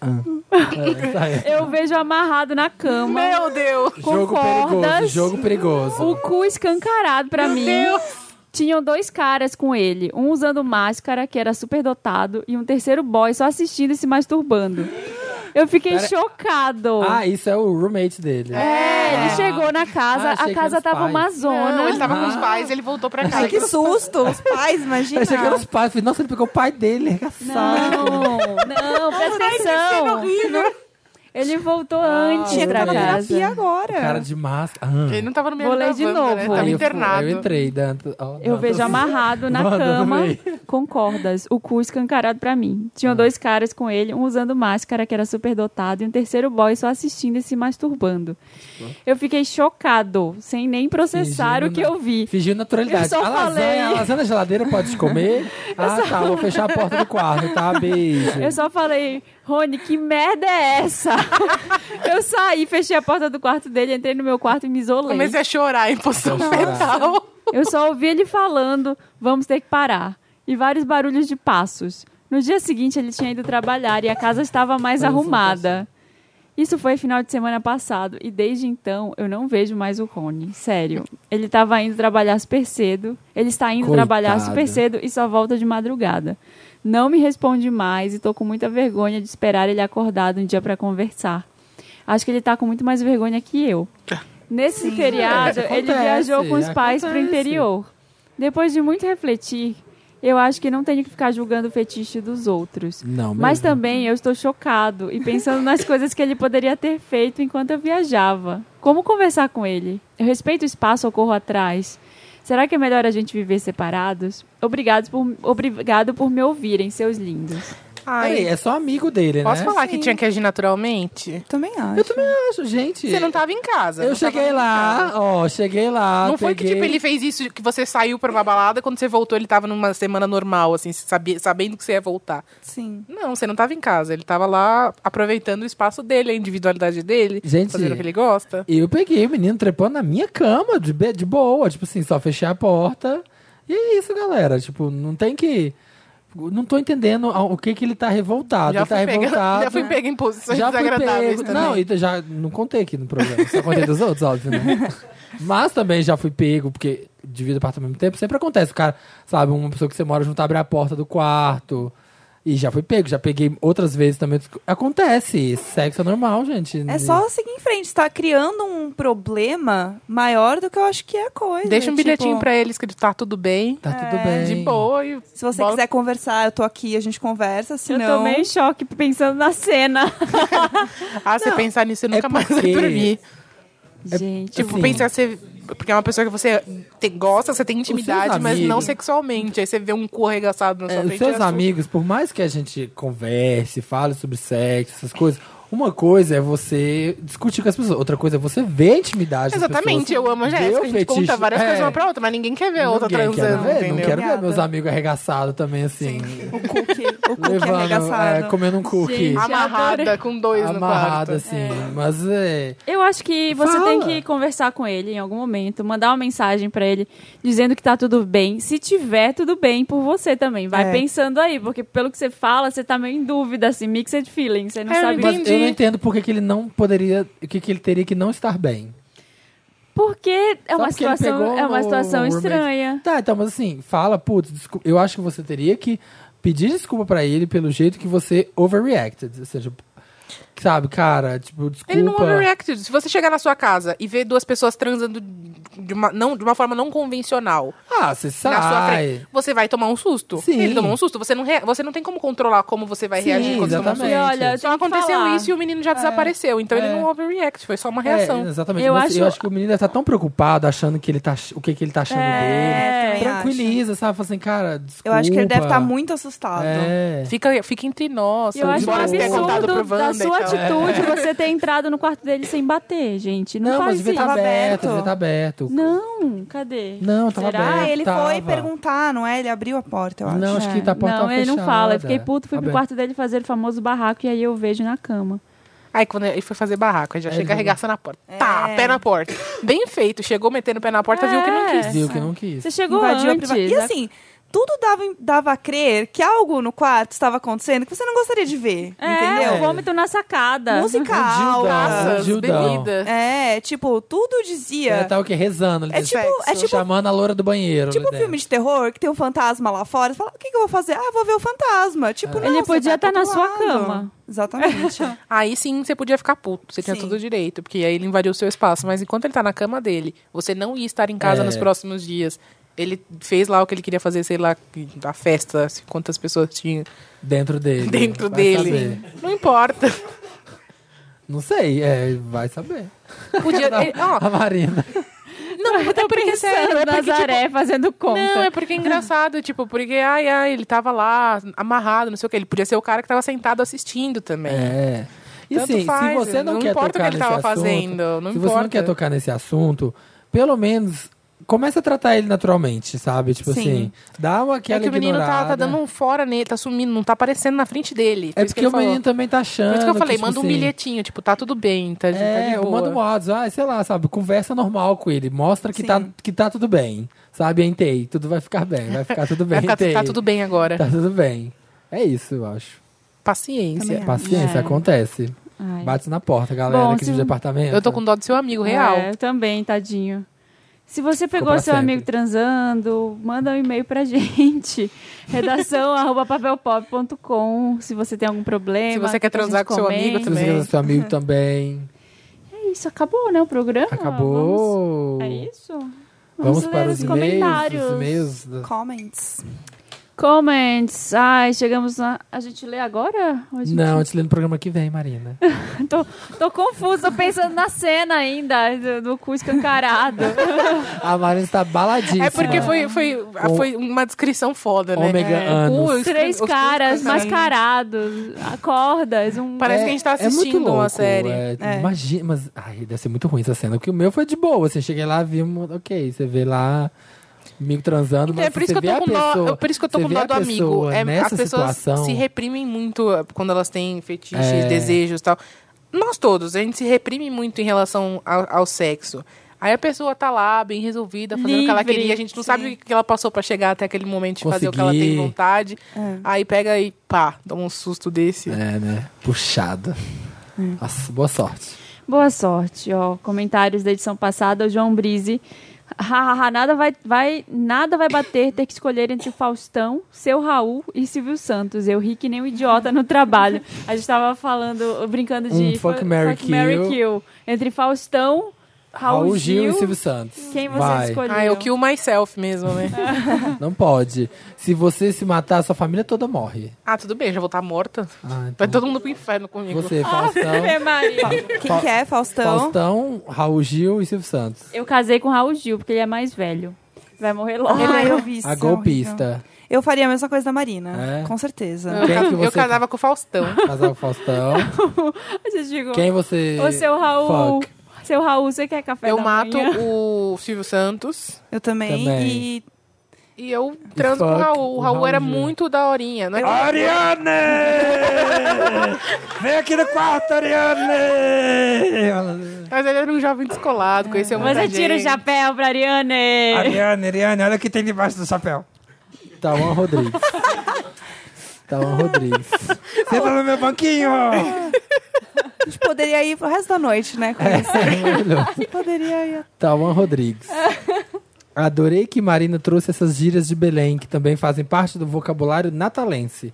Speaker 2: É, tá aí.
Speaker 1: Eu vejo amarrado na cama.
Speaker 4: Meu Deus.
Speaker 1: com
Speaker 2: jogo perigoso,
Speaker 1: cordas.
Speaker 2: jogo perigoso.
Speaker 1: O cu escancarado pra mim. Tinham dois caras com ele, um usando máscara, que era super dotado, e um terceiro boy só assistindo e se masturbando. Eu fiquei
Speaker 2: Pera-
Speaker 1: chocado.
Speaker 2: Ah, isso é o roommate dele.
Speaker 1: É, ele chegou na casa,
Speaker 2: Ah, achei
Speaker 1: a
Speaker 2: que
Speaker 1: casa
Speaker 2: era os
Speaker 1: tava
Speaker 2: pais.
Speaker 1: uma
Speaker 4: Não,
Speaker 1: zona.
Speaker 4: ele tava com os pais, ele voltou pra
Speaker 3: Ai,
Speaker 4: casa.
Speaker 3: que susto. Os pais,
Speaker 2: Eu
Speaker 3: imagina.
Speaker 2: achei que eram os pais. Falei, nossa, ele pegou o pai dele, arregaçado.
Speaker 1: não, não, presta atenção. Ele voltou antes
Speaker 3: Tinha que
Speaker 1: pra
Speaker 3: estar na
Speaker 1: casa.
Speaker 3: terapia agora.
Speaker 2: Cara de máscara. Ah.
Speaker 4: Ele não tava no meio
Speaker 1: Vou
Speaker 4: da
Speaker 1: ler de
Speaker 4: Wanda,
Speaker 1: novo.
Speaker 4: Né?
Speaker 1: Aí
Speaker 4: Tava
Speaker 2: eu fui-
Speaker 4: internado.
Speaker 2: Eu entrei dentro. ó,
Speaker 1: Eu
Speaker 2: não,
Speaker 1: vejo
Speaker 2: tô-
Speaker 1: amarrado na
Speaker 2: Manda
Speaker 1: cama
Speaker 2: também.
Speaker 1: com cordas, o cu escancarado pra mim.
Speaker 2: Ah.
Speaker 1: Tinham dois caras com ele, um usando máscara que era super dotado e um terceiro boy só assistindo e se masturbando. Eu fiquei chocado, sem nem processar
Speaker 2: Fingindo
Speaker 1: o que
Speaker 2: na-
Speaker 1: eu vi.
Speaker 2: Fingiu naturalidade.
Speaker 1: Eu só
Speaker 2: a lasanha,
Speaker 1: falei.
Speaker 2: a lasanha na geladeira pode comer. ah, tá, vou fechar a porta do quarto, tá? Beijo.
Speaker 1: Eu só falei, Rony, que merda é essa? eu saí, fechei a porta do quarto dele, entrei no meu quarto e me isolei.
Speaker 4: Comecei a chorar em posição
Speaker 2: Vou chorar.
Speaker 4: fetal.
Speaker 1: Eu só ouvi ele falando, vamos ter que parar. E vários barulhos de passos. No dia seguinte, ele tinha ido trabalhar e a casa estava mais arrumada. Isso foi final de semana passado e desde então eu não vejo mais o Rony. Sério. Ele estava indo trabalhar super cedo. Ele está indo
Speaker 2: Coitado.
Speaker 1: trabalhar super cedo e só volta de madrugada. Não me responde mais e tô com muita vergonha de esperar ele acordado um dia para conversar. Acho que ele tá com muito mais vergonha que eu. Nesse feriado,
Speaker 2: É, acontece, É,
Speaker 1: ele viajou com os pais pro
Speaker 2: acontece.
Speaker 1: interior. Depois de muito refletir, eu acho que não tenho que ficar julgando o fetiche dos outros.
Speaker 2: Não,
Speaker 1: Mas
Speaker 2: mesmo.
Speaker 1: também eu estou chocado e pensando nas coisas que ele poderia ter feito enquanto eu viajava. Como conversar com ele? Eu respeito o espaço ou corro atrás? Será que é melhor a gente viver separados? Obrigado por, obrigado por me ouvirem, seus lindos.
Speaker 2: Peraí,
Speaker 3: Ai,
Speaker 2: é só amigo dele,
Speaker 4: Posso
Speaker 2: né?
Speaker 4: falar que tinha que agir naturalmente?
Speaker 3: também acho.
Speaker 2: Eu também acho, gente.
Speaker 4: Você não tá tava em casa.
Speaker 2: Eu
Speaker 4: não tava
Speaker 2: cheguei
Speaker 4: em
Speaker 2: lá,
Speaker 4: casa.
Speaker 2: ó, cheguei lá.
Speaker 4: Não foi que,
Speaker 2: peguei-
Speaker 4: tipo, ele fez isso, que você saiu pra uma balada, quando você voltou, ele tava numa semana normal, assim, sabia- sabendo que você ia voltar.
Speaker 3: Sim.
Speaker 4: Não, você não tava em casa, ele tava lá aproveitando o espaço dele, a individualidade dele,
Speaker 2: Gente.
Speaker 4: fazendo o que ele gosta.
Speaker 2: Eu peguei o menino trepando na minha cama, de, be- de boa, tipo assim, só fechei a porta. E é isso, galera. Tipo, não tem que. Não tô entendendo a- o que que ele tá revoltado. ele tá
Speaker 4: fui pega,
Speaker 2: revoltado.
Speaker 4: já fui pega em posições
Speaker 2: Já fui
Speaker 4: desagradáveis
Speaker 2: pego.
Speaker 4: também.
Speaker 2: Não, e já não contei aqui no programa. Só contei dos outros, óbvio, né? Mas também já fui pego, porque divido o quarto ao mesmo tempo. Sempre acontece. O cara, sabe, uma pessoa que você mora junto abre a porta do quarto. E já fui pego, já peguei outras vezes também. Acontece. Sexo é normal, gente.
Speaker 3: É só seguir em frente. Você tá criando um problema maior do que eu acho que é a coisa.
Speaker 4: Deixa um
Speaker 3: Tipo,
Speaker 4: bilhetinho pra ele escrito, tá tudo bem,
Speaker 2: Tá tudo bem.
Speaker 4: é, de boa. E
Speaker 3: Se você
Speaker 4: bola-
Speaker 3: quiser conversar, eu tô aqui, a gente conversa. Se
Speaker 1: Eu
Speaker 3: não...
Speaker 1: tô meio em choque pensando na cena.
Speaker 4: Ah, você pensar nisso, você nunca mais vai
Speaker 2: é porque-
Speaker 4: dormir.
Speaker 1: Gente,
Speaker 4: Tipo,
Speaker 2: Assim.
Speaker 4: pensar você. Porque é uma pessoa que você te- gosta, você tem intimidade,
Speaker 2: seus
Speaker 4: mas não
Speaker 2: amigos.
Speaker 4: sexualmente. Aí você vê um cu arregaçado na sua
Speaker 2: É, os
Speaker 4: frente.
Speaker 2: seus
Speaker 4: é assustador.
Speaker 2: amigos, por mais que a gente converse, fale sobre sexo, essas coisas, uma coisa é você discutir com as pessoas, outra coisa é você ver a intimidade das
Speaker 4: Exatamente,
Speaker 2: pessoas,
Speaker 4: eu amo a
Speaker 2: ver
Speaker 4: Jéssica.
Speaker 2: o
Speaker 4: A gente
Speaker 2: fetiche.
Speaker 4: conta várias
Speaker 2: É,
Speaker 4: coisas uma pra outra, mas ninguém quer ver a outra
Speaker 2: ninguém quer
Speaker 4: transando,
Speaker 2: ver, Não
Speaker 4: entendeu?
Speaker 2: quero ver
Speaker 3: Obrigada.
Speaker 2: meus amigos arregaçados também, assim,
Speaker 3: O cookie, o cooque é
Speaker 2: levando, é,
Speaker 3: arregaçado.
Speaker 2: comendo um cookie,
Speaker 1: Gente,
Speaker 4: Amarrada com dois
Speaker 2: amarrado,
Speaker 4: no quarto.
Speaker 2: assim, mas é...
Speaker 1: Eu acho que você
Speaker 2: Fala.
Speaker 1: tem que conversar com ele em algum momento, mandar uma mensagem pra ele dizendo que tá tudo bem. Se tiver tudo bem por você também, vai
Speaker 3: É.
Speaker 1: pensando aí, porque pelo que você fala, você tá meio em dúvida assim, mixed feelings, você não
Speaker 4: É,
Speaker 1: sabe.
Speaker 4: mas-
Speaker 2: Eu não
Speaker 4: Entendi.
Speaker 2: entendo por que que ele não poderia, o que que ele teria que não estar bem.
Speaker 1: Porque é
Speaker 2: Só
Speaker 1: uma
Speaker 2: porque ele
Speaker 1: situação,
Speaker 2: pegou
Speaker 1: é uma
Speaker 2: o
Speaker 1: situação
Speaker 2: roommate.
Speaker 1: estranha.
Speaker 2: Tá, então, mas assim, fala, putz, descu- eu acho que você teria que pedir desculpa pra ele pelo jeito que você overreacted. Ou seja, sabe, cara, tipo, desculpa.
Speaker 4: Ele não overreacted. Se você chegar na sua casa e ver duas pessoas transando de uma, não, de uma forma não convencional
Speaker 2: Ah, você
Speaker 4: na sua
Speaker 2: sai.
Speaker 4: frente, você vai tomar um susto.
Speaker 2: Sim.
Speaker 4: Ele tomou um susto. Você não, rea- você não tem como controlar como você vai
Speaker 2: Sim,
Speaker 4: reagir quando você toma um
Speaker 2: exatamente.
Speaker 1: E olha, eu
Speaker 4: Só
Speaker 1: tenho que
Speaker 4: aconteceu
Speaker 1: falar. É.
Speaker 4: isso e o menino já desapareceu. Então ele não overreact, foi só uma
Speaker 2: É,
Speaker 4: reação.
Speaker 2: exatamente.
Speaker 1: Eu
Speaker 2: Você-
Speaker 1: acho-
Speaker 2: eu acho que o menino deve estar tão preocupado, achando que ele tá, ach- o que, que ele tá achando dele.
Speaker 1: É,
Speaker 3: também
Speaker 2: Tranquiliza, sabe? Fala assim, cara, desculpa.
Speaker 3: Eu acho que ele deve estar muito assustado.
Speaker 2: É.
Speaker 4: Fica, fica entre nós.
Speaker 1: E Eu acho um
Speaker 4: embora você tenha contado pro
Speaker 1: absurdo da
Speaker 4: Wanda então? e
Speaker 1: sua
Speaker 4: tal.
Speaker 1: atitude você ter entrado no quarto dele sem bater, gente. Não,
Speaker 2: então? É. Não, mas
Speaker 1: faz
Speaker 2: devia
Speaker 1: isso.
Speaker 2: estar
Speaker 3: Tava
Speaker 2: aberto,
Speaker 3: aberto.
Speaker 2: devia estar aberto.
Speaker 1: Não, cadê?
Speaker 2: Não, tava
Speaker 1: Será?
Speaker 2: aberto.
Speaker 3: Ah, ele foi
Speaker 2: é, tava.
Speaker 3: perguntar, não é? Ele abriu a porta, eu acho.
Speaker 2: Não, acho que tá a porta
Speaker 1: É. Não, ele não
Speaker 2: fechada.
Speaker 1: fala. Eu fiquei puto, fui
Speaker 2: Tá
Speaker 1: pro
Speaker 2: bem.
Speaker 1: quarto dele fazer o famoso barraco e aí eu vejo na cama.
Speaker 4: Aí quando ele foi fazer
Speaker 1: É,
Speaker 4: barraco, aí já
Speaker 2: ele
Speaker 4: chega
Speaker 2: vai-
Speaker 4: arregaçando a porta. Tá, pé na porta. Bem feito, chegou metendo o pé na porta, viu que
Speaker 1: É.
Speaker 4: não quis.
Speaker 2: Viu que não quis.
Speaker 1: Você chegou
Speaker 3: Invadiu a
Speaker 1: antes.
Speaker 3: priva- E assim, tudo dava, dava a crer que algo no quarto estava acontecendo que você não gostaria de ver,
Speaker 1: é,
Speaker 3: entendeu?
Speaker 1: o vômito na sacada.
Speaker 3: Música
Speaker 2: Gildão.
Speaker 3: alta.
Speaker 1: Ah,
Speaker 4: Taças,
Speaker 2: Gildão.
Speaker 4: bebida.
Speaker 3: É, tipo, tudo dizia.
Speaker 2: Ela tá o quê? Rezando. ele
Speaker 3: É
Speaker 2: diz,
Speaker 3: tipo- é tipo-
Speaker 2: Chamando a loura do banheiro. né,
Speaker 3: Tipo
Speaker 2: lá
Speaker 3: um
Speaker 2: dentro.
Speaker 3: filme de terror que tem um fantasma lá fora. Você fala, o que, que eu vou fazer? Ah, vou ver o fantasma. Tipo, não,
Speaker 1: Ele
Speaker 3: você
Speaker 1: podia
Speaker 3: vai
Speaker 1: tá
Speaker 3: pro
Speaker 1: na
Speaker 3: outro
Speaker 1: sua
Speaker 3: lado.
Speaker 1: cama.
Speaker 3: Exatamente.
Speaker 4: Aí sim você podia ficar puto, você tinha
Speaker 3: Sim.
Speaker 4: tudo direito, porque aí ele invadiu o seu espaço. Mas enquanto ele tá na cama dele, você não ia estar em casa
Speaker 2: É.
Speaker 4: nos próximos dias. Ele fez lá o que ele queria fazer, sei lá, a festa, assim, quantas pessoas tinham
Speaker 2: Dentro dele.
Speaker 4: dentro
Speaker 2: Vai
Speaker 4: dele.
Speaker 2: saber.
Speaker 4: Não importa.
Speaker 2: Não sei, é, vai saber.
Speaker 4: Podia. ele- ó,
Speaker 2: A Marina.
Speaker 4: não, até porque sério, é porque, tipo,
Speaker 1: Nazaré fazendo conta.
Speaker 4: Não, é porque é engraçado, tipo, porque ai, ai, ele tava lá amarrado, não sei o que. Ele podia ser o cara que tava sentado assistindo também.
Speaker 2: É. E
Speaker 4: Tanto
Speaker 2: assim,
Speaker 4: faz,
Speaker 2: se você não,
Speaker 4: não
Speaker 2: quer
Speaker 4: importa o
Speaker 2: tocar
Speaker 4: que
Speaker 2: nesse
Speaker 4: ele tava
Speaker 2: assunto,
Speaker 4: fazendo, não
Speaker 2: se você não
Speaker 4: importa.
Speaker 2: quer tocar nesse assunto, pelo menos começa a tratar ele naturalmente, sabe? Tipo
Speaker 4: Sim.
Speaker 2: assim, dá uma
Speaker 4: É
Speaker 2: aquela
Speaker 4: que o menino tá, tá
Speaker 2: ignorada.
Speaker 4: dando um fora nele, tá sumindo, não tá aparecendo na frente dele. Foi
Speaker 2: É
Speaker 4: isso
Speaker 2: porque
Speaker 4: que
Speaker 2: o
Speaker 4: ele falou.
Speaker 2: menino também tá achando.
Speaker 4: Por isso que eu falei,
Speaker 2: tipo
Speaker 4: manda um
Speaker 2: assim,
Speaker 4: bilhetinho, tipo, tá tudo bem, tá, tá de
Speaker 2: É,
Speaker 4: boa.
Speaker 2: ou manda um áudio, ah, sei lá, sabe, conversa normal com ele, mostra que,
Speaker 3: Sim.
Speaker 2: tá, que tá tudo bem, sabe, entei, tudo vai ficar bem, vai ficar tudo bem,
Speaker 4: Vai ficar,
Speaker 2: entei,
Speaker 4: tá tudo bem agora.
Speaker 2: tá tudo bem. É isso, eu acho.
Speaker 4: Paciência.
Speaker 2: Paciência,
Speaker 1: É.
Speaker 2: acontece.
Speaker 1: Ai.
Speaker 2: Bate na porta, galera,
Speaker 1: Bom,
Speaker 2: aqui
Speaker 1: se-
Speaker 2: do apartamento.
Speaker 4: Eu tô com dó do seu amigo, real.
Speaker 1: É, eu também, tadinho. Se você pegou
Speaker 2: pra
Speaker 1: seu
Speaker 2: sempre.
Speaker 1: amigo transando, manda um e-mail pra gente. Redação arroba papelpop.com. Se você tem algum problema.
Speaker 4: Se você quer
Speaker 1: que a gente
Speaker 4: transar com seu
Speaker 2: Se
Speaker 1: comente.
Speaker 4: amigo
Speaker 2: você
Speaker 4: também.
Speaker 2: quiser seu amigo também.
Speaker 1: É isso, acabou, né? O programa. Vamos-
Speaker 2: Acabou.
Speaker 1: É isso?
Speaker 2: Vamos,
Speaker 1: ler
Speaker 2: para
Speaker 1: os
Speaker 2: os e-mails.
Speaker 1: comentários.
Speaker 2: Os e-mails. da-
Speaker 3: Comments.
Speaker 1: Comments. Ai, chegamos na. A gente lê agora? Ou a gente-
Speaker 2: Não, eu te lendo no programa que vem, Marina.
Speaker 1: Tô, tô confusa, tô pensando na cena ainda, do, do cu escancarado.
Speaker 2: A Marina está baladíssima.
Speaker 4: É porque foi, foi,
Speaker 2: O-
Speaker 4: foi uma descrição foda, né?
Speaker 2: Ômega
Speaker 4: é.
Speaker 2: anos.
Speaker 4: Os-
Speaker 1: Três
Speaker 4: os- os-
Speaker 1: caras
Speaker 4: os-
Speaker 1: mascarados, cordas, um.
Speaker 4: Parece que a gente tá assistindo
Speaker 2: É muito louco,
Speaker 4: uma série.
Speaker 2: é,
Speaker 3: É.
Speaker 2: Imagina, mas ai, deve ser muito ruim essa cena. Porque o meu foi de boa. Assim, cheguei lá, vi um. Ok, você vê lá amigo transando.
Speaker 4: Então,
Speaker 2: mas
Speaker 4: é por isso,
Speaker 2: você
Speaker 4: que eu
Speaker 2: vê
Speaker 4: tô
Speaker 2: a
Speaker 4: com dó,
Speaker 2: pessoa-
Speaker 4: é por isso que eu tô
Speaker 2: você
Speaker 4: com
Speaker 2: vê
Speaker 4: dó
Speaker 2: a
Speaker 4: do amigo.
Speaker 2: pessoa
Speaker 4: É, as
Speaker 2: nessa
Speaker 4: pessoas
Speaker 2: situação-
Speaker 4: se reprimem muito eh, quando elas têm fetiches,
Speaker 2: É.
Speaker 4: desejos e tal. Nós todos, a gente se reprime muito em relação ao, ao sexo. Aí a pessoa tá lá, bem resolvida, fazendo o que ela
Speaker 1: Livre,
Speaker 4: queria. A gente não sabe o que ela passou pra chegar até aquele momento de fazer o que ela
Speaker 2: Conseguir.
Speaker 4: tem vontade. Aí pega e pá, toma um susto desse.
Speaker 2: É, né? Puxada.
Speaker 1: Hum.
Speaker 2: Nossa, boa sorte.
Speaker 1: Boa sorte, ó. Comentários da edição passada, o João Brise. Hahaha, nada vai, vai, nada vai bater ter que escolher entre o Faustão, seu Raul e Silvio Santos. Eu ri que nem um idiota no trabalho. A gente tava falando, brincando de
Speaker 2: Um fuck, marry,
Speaker 1: marry,
Speaker 2: kill.
Speaker 1: kill. Entre Faustão, Raul, Gil,
Speaker 2: e Silvio Santos.
Speaker 1: Quem você
Speaker 2: Vai.
Speaker 1: escolheu?
Speaker 4: Ah, eu kill myself mesmo, né?
Speaker 2: Não pode. Se você se matar, sua família toda morre.
Speaker 4: ah, tudo bem, já vou estar morta.
Speaker 2: Ah, então
Speaker 4: Vai todo mundo pro inferno comigo.
Speaker 2: Você, Faustão,
Speaker 1: Ave Maria.
Speaker 3: Quem que é, Faustão?
Speaker 2: Faustão, Raul Gil e Silvio Santos.
Speaker 1: Eu casei com o Raul Gil, porque ele é mais velho. Vai morrer logo.
Speaker 3: Ah, eu vi isso.
Speaker 2: A
Speaker 3: é horrível.
Speaker 2: golpista.
Speaker 3: Eu faria a mesma coisa da Marina,
Speaker 2: É?
Speaker 3: com certeza.
Speaker 2: Quem que você
Speaker 4: Eu casava com o Faustão.
Speaker 2: Casar com o Faustão.
Speaker 1: A gente chegou.
Speaker 2: Quem você.
Speaker 1: Ô, seu é Raul.
Speaker 2: Fuck.
Speaker 1: Seu Raul, você quer café
Speaker 4: Eu
Speaker 1: da
Speaker 4: mato
Speaker 1: manhã?
Speaker 4: o Silvio Santos.
Speaker 3: Eu também.
Speaker 2: Também.
Speaker 3: E
Speaker 4: E eu transo
Speaker 2: E
Speaker 4: com o
Speaker 2: fuck
Speaker 4: Raul. O
Speaker 2: o
Speaker 4: Raul
Speaker 2: Raul
Speaker 4: era
Speaker 2: Gil.
Speaker 4: muito daorinha. Não é
Speaker 8: Ariane! Vem aqui no quarto, Ariane!
Speaker 4: Mas ele era um jovem descolado,
Speaker 1: É.
Speaker 4: conheceu muita
Speaker 1: Você
Speaker 4: gente.
Speaker 1: tira o chapéu pra Ariane.
Speaker 8: Ariane, Ariane, olha o que tem debaixo do chapéu.
Speaker 2: Tauan Rodrigues. Tauan Rodrigues.
Speaker 8: Senta no meu banquinho!
Speaker 3: a gente poderia ir pro resto da noite, né? Com isso.
Speaker 2: É maravilhoso.
Speaker 3: Poderia ir.
Speaker 2: Tauan Rodrigues. Adorei que Marina trouxe essas gírias de Belém, que também fazem parte do vocabulário natalense.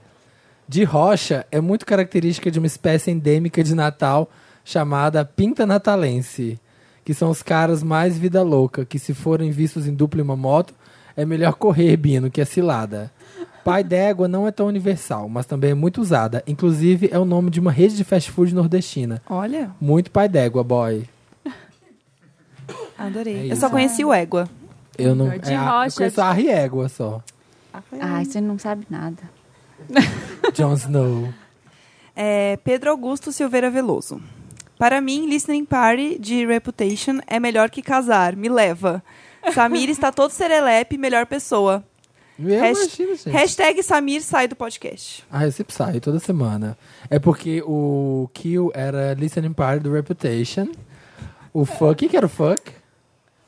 Speaker 2: De rocha é muito característica de uma espécie endêmica de Natal chamada pinta natalense, que são os caras mais vida louca, que se forem vistos em dupla em uma moto, é melhor correr, Bino, que é cilada. Pai d'égua não é tão universal, mas também é muito usada. Inclusive, é o nome de uma rede de fast food nordestina.
Speaker 3: Olha,
Speaker 2: Muito pai d'égua, boy.
Speaker 3: adorei.
Speaker 2: É
Speaker 3: eu
Speaker 2: isso.
Speaker 3: só conheci o Égua.
Speaker 2: Eu não.
Speaker 1: De
Speaker 2: é a-
Speaker 1: rocha,
Speaker 2: Eu conheço a Riegua só.
Speaker 1: Ai, você não sabe nada.
Speaker 2: Jon Snow.
Speaker 3: É Pedro Augusto Silveira Veloso. Para mim, Listening Party de Reputation é melhor que casar. Me leva. Samir está todo serelepe, melhor pessoa.
Speaker 2: Eu
Speaker 3: Hasht-
Speaker 2: imagino, gente.
Speaker 3: Hashtag Samir sai do podcast.
Speaker 2: Ah, eu sempre saio toda semana. É porque o Kill era Listening Party do Reputation. O Fuck, o que, que era o Fuck?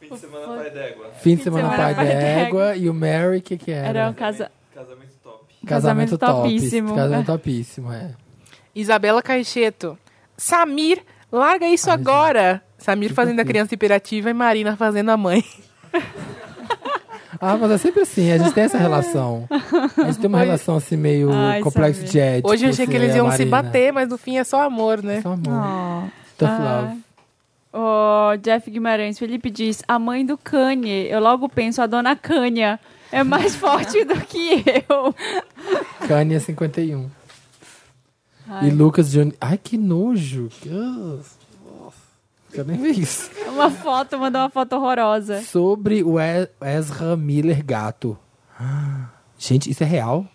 Speaker 5: Fim de semana pai d'égua.
Speaker 2: Fim de semana,
Speaker 1: semana,
Speaker 2: pai
Speaker 1: pai
Speaker 2: d'égua. E o Mary, o que, que era?
Speaker 1: Era um casa...
Speaker 5: Casamento top.
Speaker 1: casamento
Speaker 2: top.
Speaker 1: topíssimo.
Speaker 2: Casamento topíssimo, é.
Speaker 4: Isabela Caixeto. Samir, larga isso agora. Samir
Speaker 2: Que
Speaker 4: fazendo a
Speaker 2: fofinho. Tipo
Speaker 4: criança hiperativa e Marina fazendo a mãe.
Speaker 2: Ah, mas é sempre assim, a gente tem essa relação. A gente tem uma relação assim meio
Speaker 1: Ai,
Speaker 2: complexo
Speaker 1: sabe.
Speaker 2: de ética.
Speaker 4: Hoje eu achei que
Speaker 2: assim,
Speaker 4: eles
Speaker 2: é,
Speaker 4: iam se
Speaker 2: Marina.
Speaker 4: bater, mas no fim é só amor, né?
Speaker 2: Só amor.
Speaker 3: Oh.
Speaker 2: Tough
Speaker 1: Ah.
Speaker 2: love.
Speaker 1: O Jeff Guimarães, Felipe diz, a mãe do Kanye. Eu logo penso, a dona Kanya é mais forte do que eu.
Speaker 2: Kanye é 51. E Lucas Johnny. Ai, que nojo. Que- Eu nem vi isso.
Speaker 1: Uma foto, mandou uma foto horrorosa.
Speaker 2: Sobre o E- Ezra Miller gato. Gente, isso é real?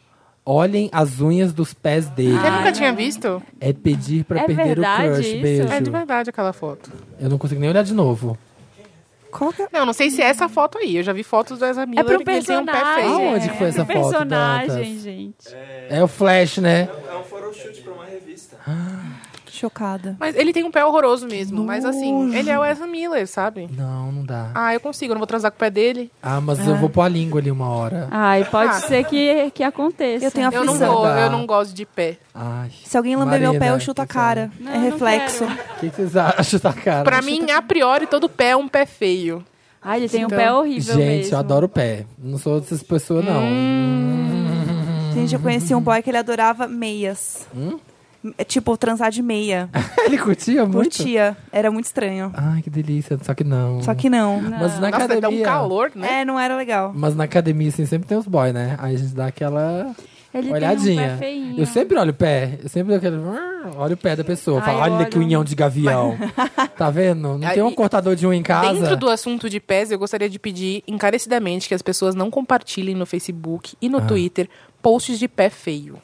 Speaker 2: Olhem as unhas dos pés dele.
Speaker 4: Você nunca tinha visto?
Speaker 2: É pedir pra
Speaker 1: É
Speaker 2: perder
Speaker 1: verdade
Speaker 2: o crush.
Speaker 1: isso?
Speaker 2: Beijo.
Speaker 4: É de verdade aquela foto.
Speaker 2: Eu não consigo nem olhar de novo.
Speaker 3: Qual que é?
Speaker 4: Não, não sei se é essa foto aí. Eu já vi fotos das
Speaker 1: É
Speaker 4: amigas
Speaker 1: pro
Speaker 4: que ele tem um pé
Speaker 1: personagem.
Speaker 4: feio.
Speaker 2: Aonde que foi essa
Speaker 1: é pro
Speaker 2: foto,
Speaker 1: personagem,
Speaker 2: Dantas?
Speaker 1: gente.
Speaker 2: É o Flash, né?
Speaker 5: É um photoshoot pra uma revista.
Speaker 3: Chocada.
Speaker 4: Mas ele tem um pé horroroso mesmo. Mas assim, ele é o Ezra Miller, sabe?
Speaker 2: Não, não dá.
Speaker 4: Ah, eu consigo, eu não vou transar com o pé dele.
Speaker 2: Ah, mas eu vou pôr a língua ali uma hora.
Speaker 1: Ai, pode
Speaker 4: Ah.
Speaker 1: ser que, que aconteça.
Speaker 3: Eu tenho
Speaker 4: Eu não
Speaker 2: é
Speaker 3: Aflição.
Speaker 4: vou, eu não gosto de pé.
Speaker 2: Ai.
Speaker 3: Se alguém lamber meu pé,
Speaker 2: Marina,
Speaker 3: eu chuto a
Speaker 2: que sabe.
Speaker 3: cara.
Speaker 1: Não,
Speaker 3: é
Speaker 1: não
Speaker 3: reflexo.
Speaker 1: quero.
Speaker 2: O que, que vocês acham da cara?
Speaker 4: Pra mim, é a priori, todo pé é um pé feio.
Speaker 1: Ai, ele tem um
Speaker 4: Então,
Speaker 1: pé horrível
Speaker 2: Gente,
Speaker 1: mesmo.
Speaker 2: eu adoro pé. Não sou dessas pessoas, não. Hum?
Speaker 3: Gente, eu conheci um boy que ele adorava meias. é, tipo, transar de meia.
Speaker 2: Ele curtia É muito?
Speaker 3: Curtia. Era muito estranho.
Speaker 2: Ai, que delícia. Só que não.
Speaker 3: Só que não.
Speaker 2: Mas na
Speaker 4: Nossa, dá um
Speaker 2: academia...
Speaker 4: calor, né?
Speaker 3: É, não era legal.
Speaker 2: Mas na academia, assim, sempre tem os boys, né? Aí a gente dá aquela
Speaker 1: Ele tem um
Speaker 2: olhadinha.
Speaker 1: pé feinho.
Speaker 2: eu sempre olho o pé. Eu sempre dou aquele... Olha o pé da pessoa.
Speaker 1: Ai,
Speaker 2: Falo,
Speaker 1: eu
Speaker 2: olha que
Speaker 1: olho-
Speaker 2: unhão de gavião. tá vendo? Não
Speaker 4: Aí-
Speaker 2: tem um cortador de unha em casa?
Speaker 4: Dentro do assunto de pés, eu gostaria de pedir encarecidamente que as pessoas não compartilhem no Facebook e no
Speaker 2: Ah.
Speaker 4: Twitter posts de pé feio.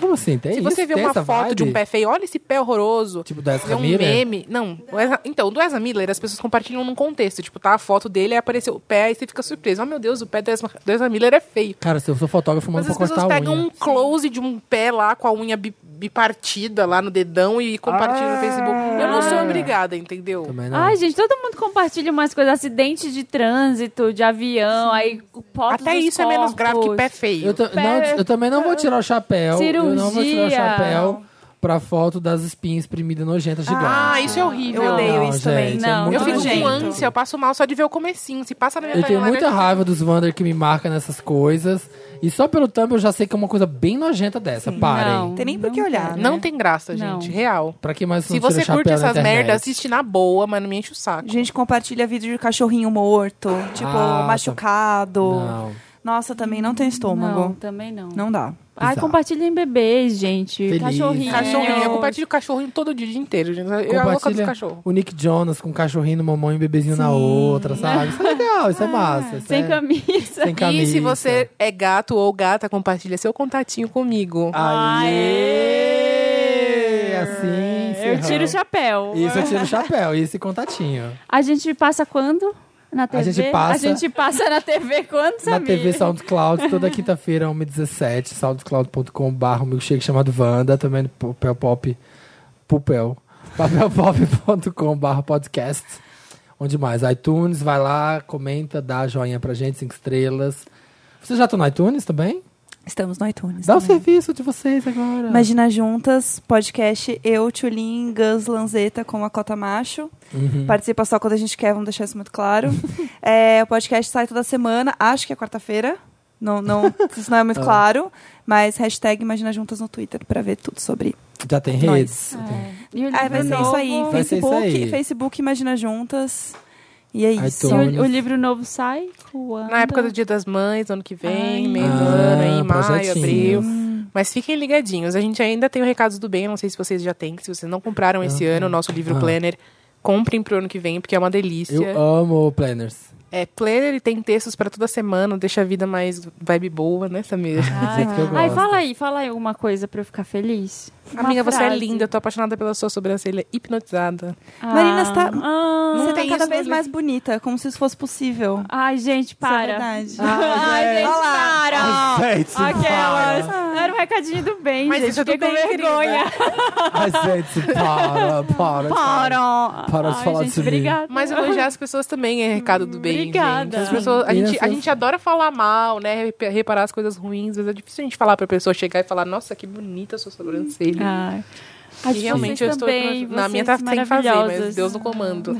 Speaker 2: Como assim? Tem
Speaker 4: Se você
Speaker 2: isso?
Speaker 4: vê
Speaker 2: Tem
Speaker 4: uma
Speaker 2: essa
Speaker 4: foto de um
Speaker 2: vibe?
Speaker 4: pé feio, olha esse pé horroroso.
Speaker 2: Tipo do Ezra
Speaker 4: Vê um
Speaker 2: Miller?
Speaker 4: meme. Não, o Ezra- então, do Ezra Miller, as pessoas compartilham num contexto. Tipo, tá a foto dele, aí apareceu o pé, aí você fica surpreso. Oh, meu Deus, o pé do Ezra, do Ezra Miller é feio.
Speaker 2: Cara, se eu sou fotógrafo, manda
Speaker 4: Mas
Speaker 2: pra
Speaker 4: as
Speaker 2: cortar
Speaker 4: pessoas
Speaker 2: a
Speaker 4: pegam
Speaker 2: unha.
Speaker 4: um close de um pé lá com a unha bi- bipartida lá no dedão e compartilham no Facebook. Eu não sou obrigada, entendeu?
Speaker 2: Também não.
Speaker 1: Ai, gente, todo mundo compartilha umas coisas, acidente de trânsito, de avião, aí fotos
Speaker 4: Até
Speaker 1: dos
Speaker 4: isso é menos grave que
Speaker 1: corpos.
Speaker 4: pé feio.
Speaker 2: Eu, ta-
Speaker 1: Pé-
Speaker 2: não, eu também não vou tirar o chapéu. Eu não vou tirar o
Speaker 1: Cirurgia.
Speaker 2: chapéu pra foto das espinhas primidas nojentas gigantes.
Speaker 4: Ah, isso é horrível.
Speaker 3: Eu odeio
Speaker 2: Não,
Speaker 3: isso
Speaker 2: gente,
Speaker 3: também.
Speaker 1: Não,
Speaker 2: é muito
Speaker 4: Eu fico
Speaker 2: nojento.
Speaker 4: com ânsia, eu passo mal só de ver o comecinho. Se passa na minha
Speaker 2: Eu tenho
Speaker 4: timeline,
Speaker 2: muita raiva dos Wander que me marca nessas coisas. E só pelo thumb eu já sei que é uma coisa bem nojenta dessa. Parem.
Speaker 1: Não.
Speaker 3: Tem nem pra que olhar.
Speaker 4: né?
Speaker 3: né?
Speaker 4: Não tem graça,
Speaker 1: Não.
Speaker 4: gente. Real.
Speaker 2: Pra que mais
Speaker 4: Se você curte essas merdas,
Speaker 2: merdas,
Speaker 4: assiste na boa, mas não me enche o saco.
Speaker 3: Gente compartilha vídeo de cachorrinho morto, tipo,
Speaker 2: Ah, tá.
Speaker 3: machucado.
Speaker 2: Não.
Speaker 3: Nossa, também não tem
Speaker 1: Não,
Speaker 3: estômago.
Speaker 1: também não.
Speaker 3: Não, dá.
Speaker 1: Ai,
Speaker 2: Bizarro.
Speaker 1: compartilhem bebês, gente.
Speaker 2: Feliz. É.
Speaker 1: Cachorrinho.
Speaker 4: Cachorrinho, eu compartilho cachorrinho todo dia, o dia inteiro, gente. Eu é a louca dos
Speaker 2: Compartilha
Speaker 4: cachorros.
Speaker 2: o Nick Jonas com um cachorrinho numa mão e um bebezinho na outra, sabe? Isso é legal, isso é massa. isso
Speaker 1: Sem
Speaker 2: é-
Speaker 1: camisa.
Speaker 2: Sem camisa.
Speaker 4: E se você é gato ou gata, compartilha seu contatinho comigo.
Speaker 2: Aê! Assim,
Speaker 1: Eu
Speaker 2: encerramos.
Speaker 1: tiro o chapéu.
Speaker 2: Isso, eu tiro o chapéu. E esse contatinho.
Speaker 1: A gente passa quando? Na TV?
Speaker 2: gente passa-
Speaker 1: A gente passa na TV quando, É.
Speaker 2: Na
Speaker 1: sabia?
Speaker 2: TV SoundCloud, toda quinta-feira, 1h17, soundcloud.com.br, um milkshake chamado Wanda, também no Pupel Pop, Pupel, papelpop.com.br podcast. Onde mais? iTunes, vai lá, comenta, dá joinha pra gente, cinco estrelas. Vocês já estão no iTunes também?
Speaker 3: Estamos no iTunes.
Speaker 2: Dá o
Speaker 3: também.
Speaker 2: serviço de vocês agora.
Speaker 3: Imagina Juntas, podcast Eu, Tchulin, Gus, Lanzeta com a Cota Macho.
Speaker 2: Uhum.
Speaker 3: Participa só quando a gente quer, vamos deixar isso muito claro. É, o podcast sai toda semana, acho que é quarta-feira. Não, não, isso não é
Speaker 2: Ah.
Speaker 3: muito claro. Mas hashtag Imagina Juntas no Twitter pra ver tudo sobre.
Speaker 2: Já tem
Speaker 3: Nós.
Speaker 2: redes?
Speaker 1: E o
Speaker 3: Ah, vai
Speaker 1: livro
Speaker 3: ser isso
Speaker 1: novo?
Speaker 3: aí.
Speaker 2: Vai ser isso
Speaker 3: Facebook,
Speaker 2: aí.
Speaker 3: Facebook Imagina Juntas. E é isso.
Speaker 1: E
Speaker 2: iTunes.
Speaker 1: o, o livro novo sai? Quando?
Speaker 4: Na época do Dia das Mães, ano que vem,
Speaker 1: Ai.
Speaker 4: meio do
Speaker 2: Ah,
Speaker 4: ano, aí, maio,
Speaker 2: projetinhos.
Speaker 4: abril. Mas fiquem ligadinhos. A gente ainda tem o Recados do Bem, não sei se vocês já têm. Se vocês não compraram esse ano o nosso livro
Speaker 2: Ah.
Speaker 4: Planner, comprem pro ano que vem, porque é uma delícia.
Speaker 2: Eu amo planners.
Speaker 4: É, Planner tem textos pra toda semana, deixa a vida mais vibe boa, né, Samir?
Speaker 1: Ah,
Speaker 2: Do jeito que eu
Speaker 1: Ai,
Speaker 2: gosto.
Speaker 1: fala aí, fala aí alguma coisa pra eu ficar feliz. Uma
Speaker 4: Amiga, você é
Speaker 1: frase.
Speaker 4: linda, eu tô apaixonada pela sua sobrancelha hipnotizada.
Speaker 1: Ah.
Speaker 3: Marina, você tá-
Speaker 1: Ah.
Speaker 3: Você tá
Speaker 4: tem
Speaker 3: cada
Speaker 4: isso
Speaker 3: vez
Speaker 4: no
Speaker 3: mais bonita, como se isso fosse possível.
Speaker 1: Ai, gente,
Speaker 3: Isso é
Speaker 1: para. Ah,
Speaker 3: verdade.
Speaker 1: Ai, gente, para.
Speaker 2: Gente,
Speaker 1: Aquelas. Era um recadinho do bem,
Speaker 4: Mas
Speaker 1: gente.
Speaker 4: isso é do
Speaker 1: Fiquei com
Speaker 4: bem,
Speaker 1: vergonha.
Speaker 2: Ai, gente, para, para.
Speaker 1: Para.
Speaker 2: Para de
Speaker 1: Ai,
Speaker 2: falar
Speaker 1: gente,
Speaker 2: de mim.
Speaker 1: obrigada.
Speaker 4: Mas elogiar as pessoas também é recado do bem,
Speaker 1: Obrigada.
Speaker 4: gente. As pessoas, a,
Speaker 2: E
Speaker 4: gente, a
Speaker 2: essas-
Speaker 4: gente adora falar mal, né? rep- Reparar as coisas ruins. Mas é difícil a gente falar pra pessoa chegar e falar, nossa, que bonita a sua sobrancelha.
Speaker 1: Ai.
Speaker 4: E realmente eu estou...
Speaker 1: Ah, também,
Speaker 4: na minha tá
Speaker 1: vocês
Speaker 4: sem fazer, mas
Speaker 1: maravilhosas.
Speaker 4: Deus no comando.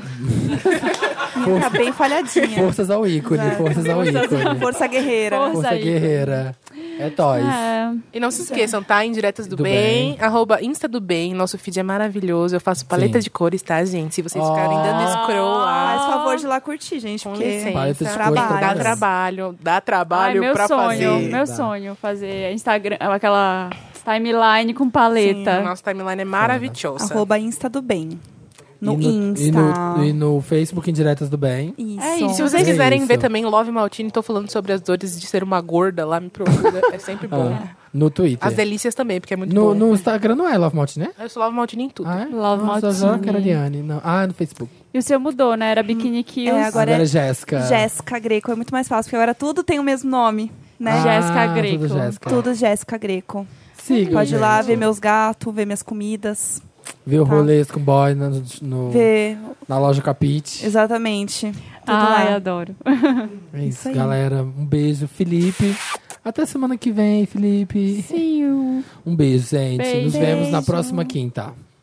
Speaker 3: Tá bem falhadinha.
Speaker 2: Forças ao ícone, forças ao é um ícone.
Speaker 3: Força guerreira.
Speaker 1: Força.
Speaker 2: Força
Speaker 1: aí.
Speaker 2: guerreira. É toys.
Speaker 1: É.
Speaker 4: E não se esqueçam, tá? Indiretas do,
Speaker 2: Do
Speaker 4: bem, arroba Insta do Bem. Nosso feed é maravilhoso. Eu faço paleta
Speaker 2: Sim.
Speaker 4: de cores, tá, gente? Se vocês
Speaker 2: Ó.
Speaker 4: ficarem dando
Speaker 1: Ah,
Speaker 4: scroll
Speaker 3: Ah,
Speaker 4: lá...
Speaker 3: Faz favor de ir lá curtir, gente.
Speaker 4: Com
Speaker 3: Porque...
Speaker 4: licença.
Speaker 2: Paleta de cores
Speaker 3: Trabalho.
Speaker 4: Dá
Speaker 2: trabalho.
Speaker 4: trabalho, dá
Speaker 1: Ai,
Speaker 4: trabalho
Speaker 1: meu
Speaker 4: pra
Speaker 1: sonho,
Speaker 4: fazer.
Speaker 2: Dá.
Speaker 1: meu sonho fazer Instagram, aquela timeline com paleta.
Speaker 4: Nosso timeline é maravilhoso.
Speaker 3: Arroba Insta do Bem. No,
Speaker 2: E
Speaker 3: Insta.
Speaker 2: E no, e no Facebook, Indiretas do Bem.
Speaker 3: Isso.
Speaker 1: É isso.
Speaker 4: Se vocês
Speaker 2: É
Speaker 4: quiserem
Speaker 2: isso.
Speaker 4: ver também Love Maltini, tô falando sobre as dores de ser uma gorda lá, me procura. é sempre bom.
Speaker 2: Ah, no Twitter.
Speaker 4: As delícias também, porque é muito
Speaker 2: no,
Speaker 4: bom.
Speaker 2: no Instagram não é Love Malt, né?
Speaker 4: Eu sou Love Maltini em tudo.
Speaker 2: Ah, é?
Speaker 1: Love
Speaker 2: Nossa,
Speaker 1: Maltini.
Speaker 2: João Caroliane. Não. Ah, no Facebook.
Speaker 1: E o seu mudou, né? Era
Speaker 4: Uhum.
Speaker 1: Bikini Kills.
Speaker 3: É, agora-
Speaker 2: Agora,
Speaker 3: é
Speaker 2: é Jéssica.
Speaker 3: Jéssica Greco. É muito mais fácil, porque agora tudo tem o mesmo nome, né?
Speaker 2: Ah, tá.
Speaker 1: Jéssica
Speaker 2: tudo
Speaker 1: Greco.
Speaker 2: Jéssica.
Speaker 3: Tudo Jéssica Greco.
Speaker 2: Siga,
Speaker 3: Pode ir
Speaker 2: gente.
Speaker 3: lá ver meus gatos, ver minhas comidas,
Speaker 2: Ver o
Speaker 3: Tá.
Speaker 2: rolês com boy no, no-
Speaker 3: ver.
Speaker 2: na loja Capit.
Speaker 3: Exatamente. Tudo
Speaker 1: Ai,
Speaker 3: lá.
Speaker 1: adoro.
Speaker 2: É isso,
Speaker 3: aí.
Speaker 2: galera. Um beijo, Felipe. Até semana que vem, Felipe.
Speaker 1: Sim.
Speaker 2: Um beijo, gente. Nos
Speaker 1: Beijo.
Speaker 2: vemos na próxima quinta.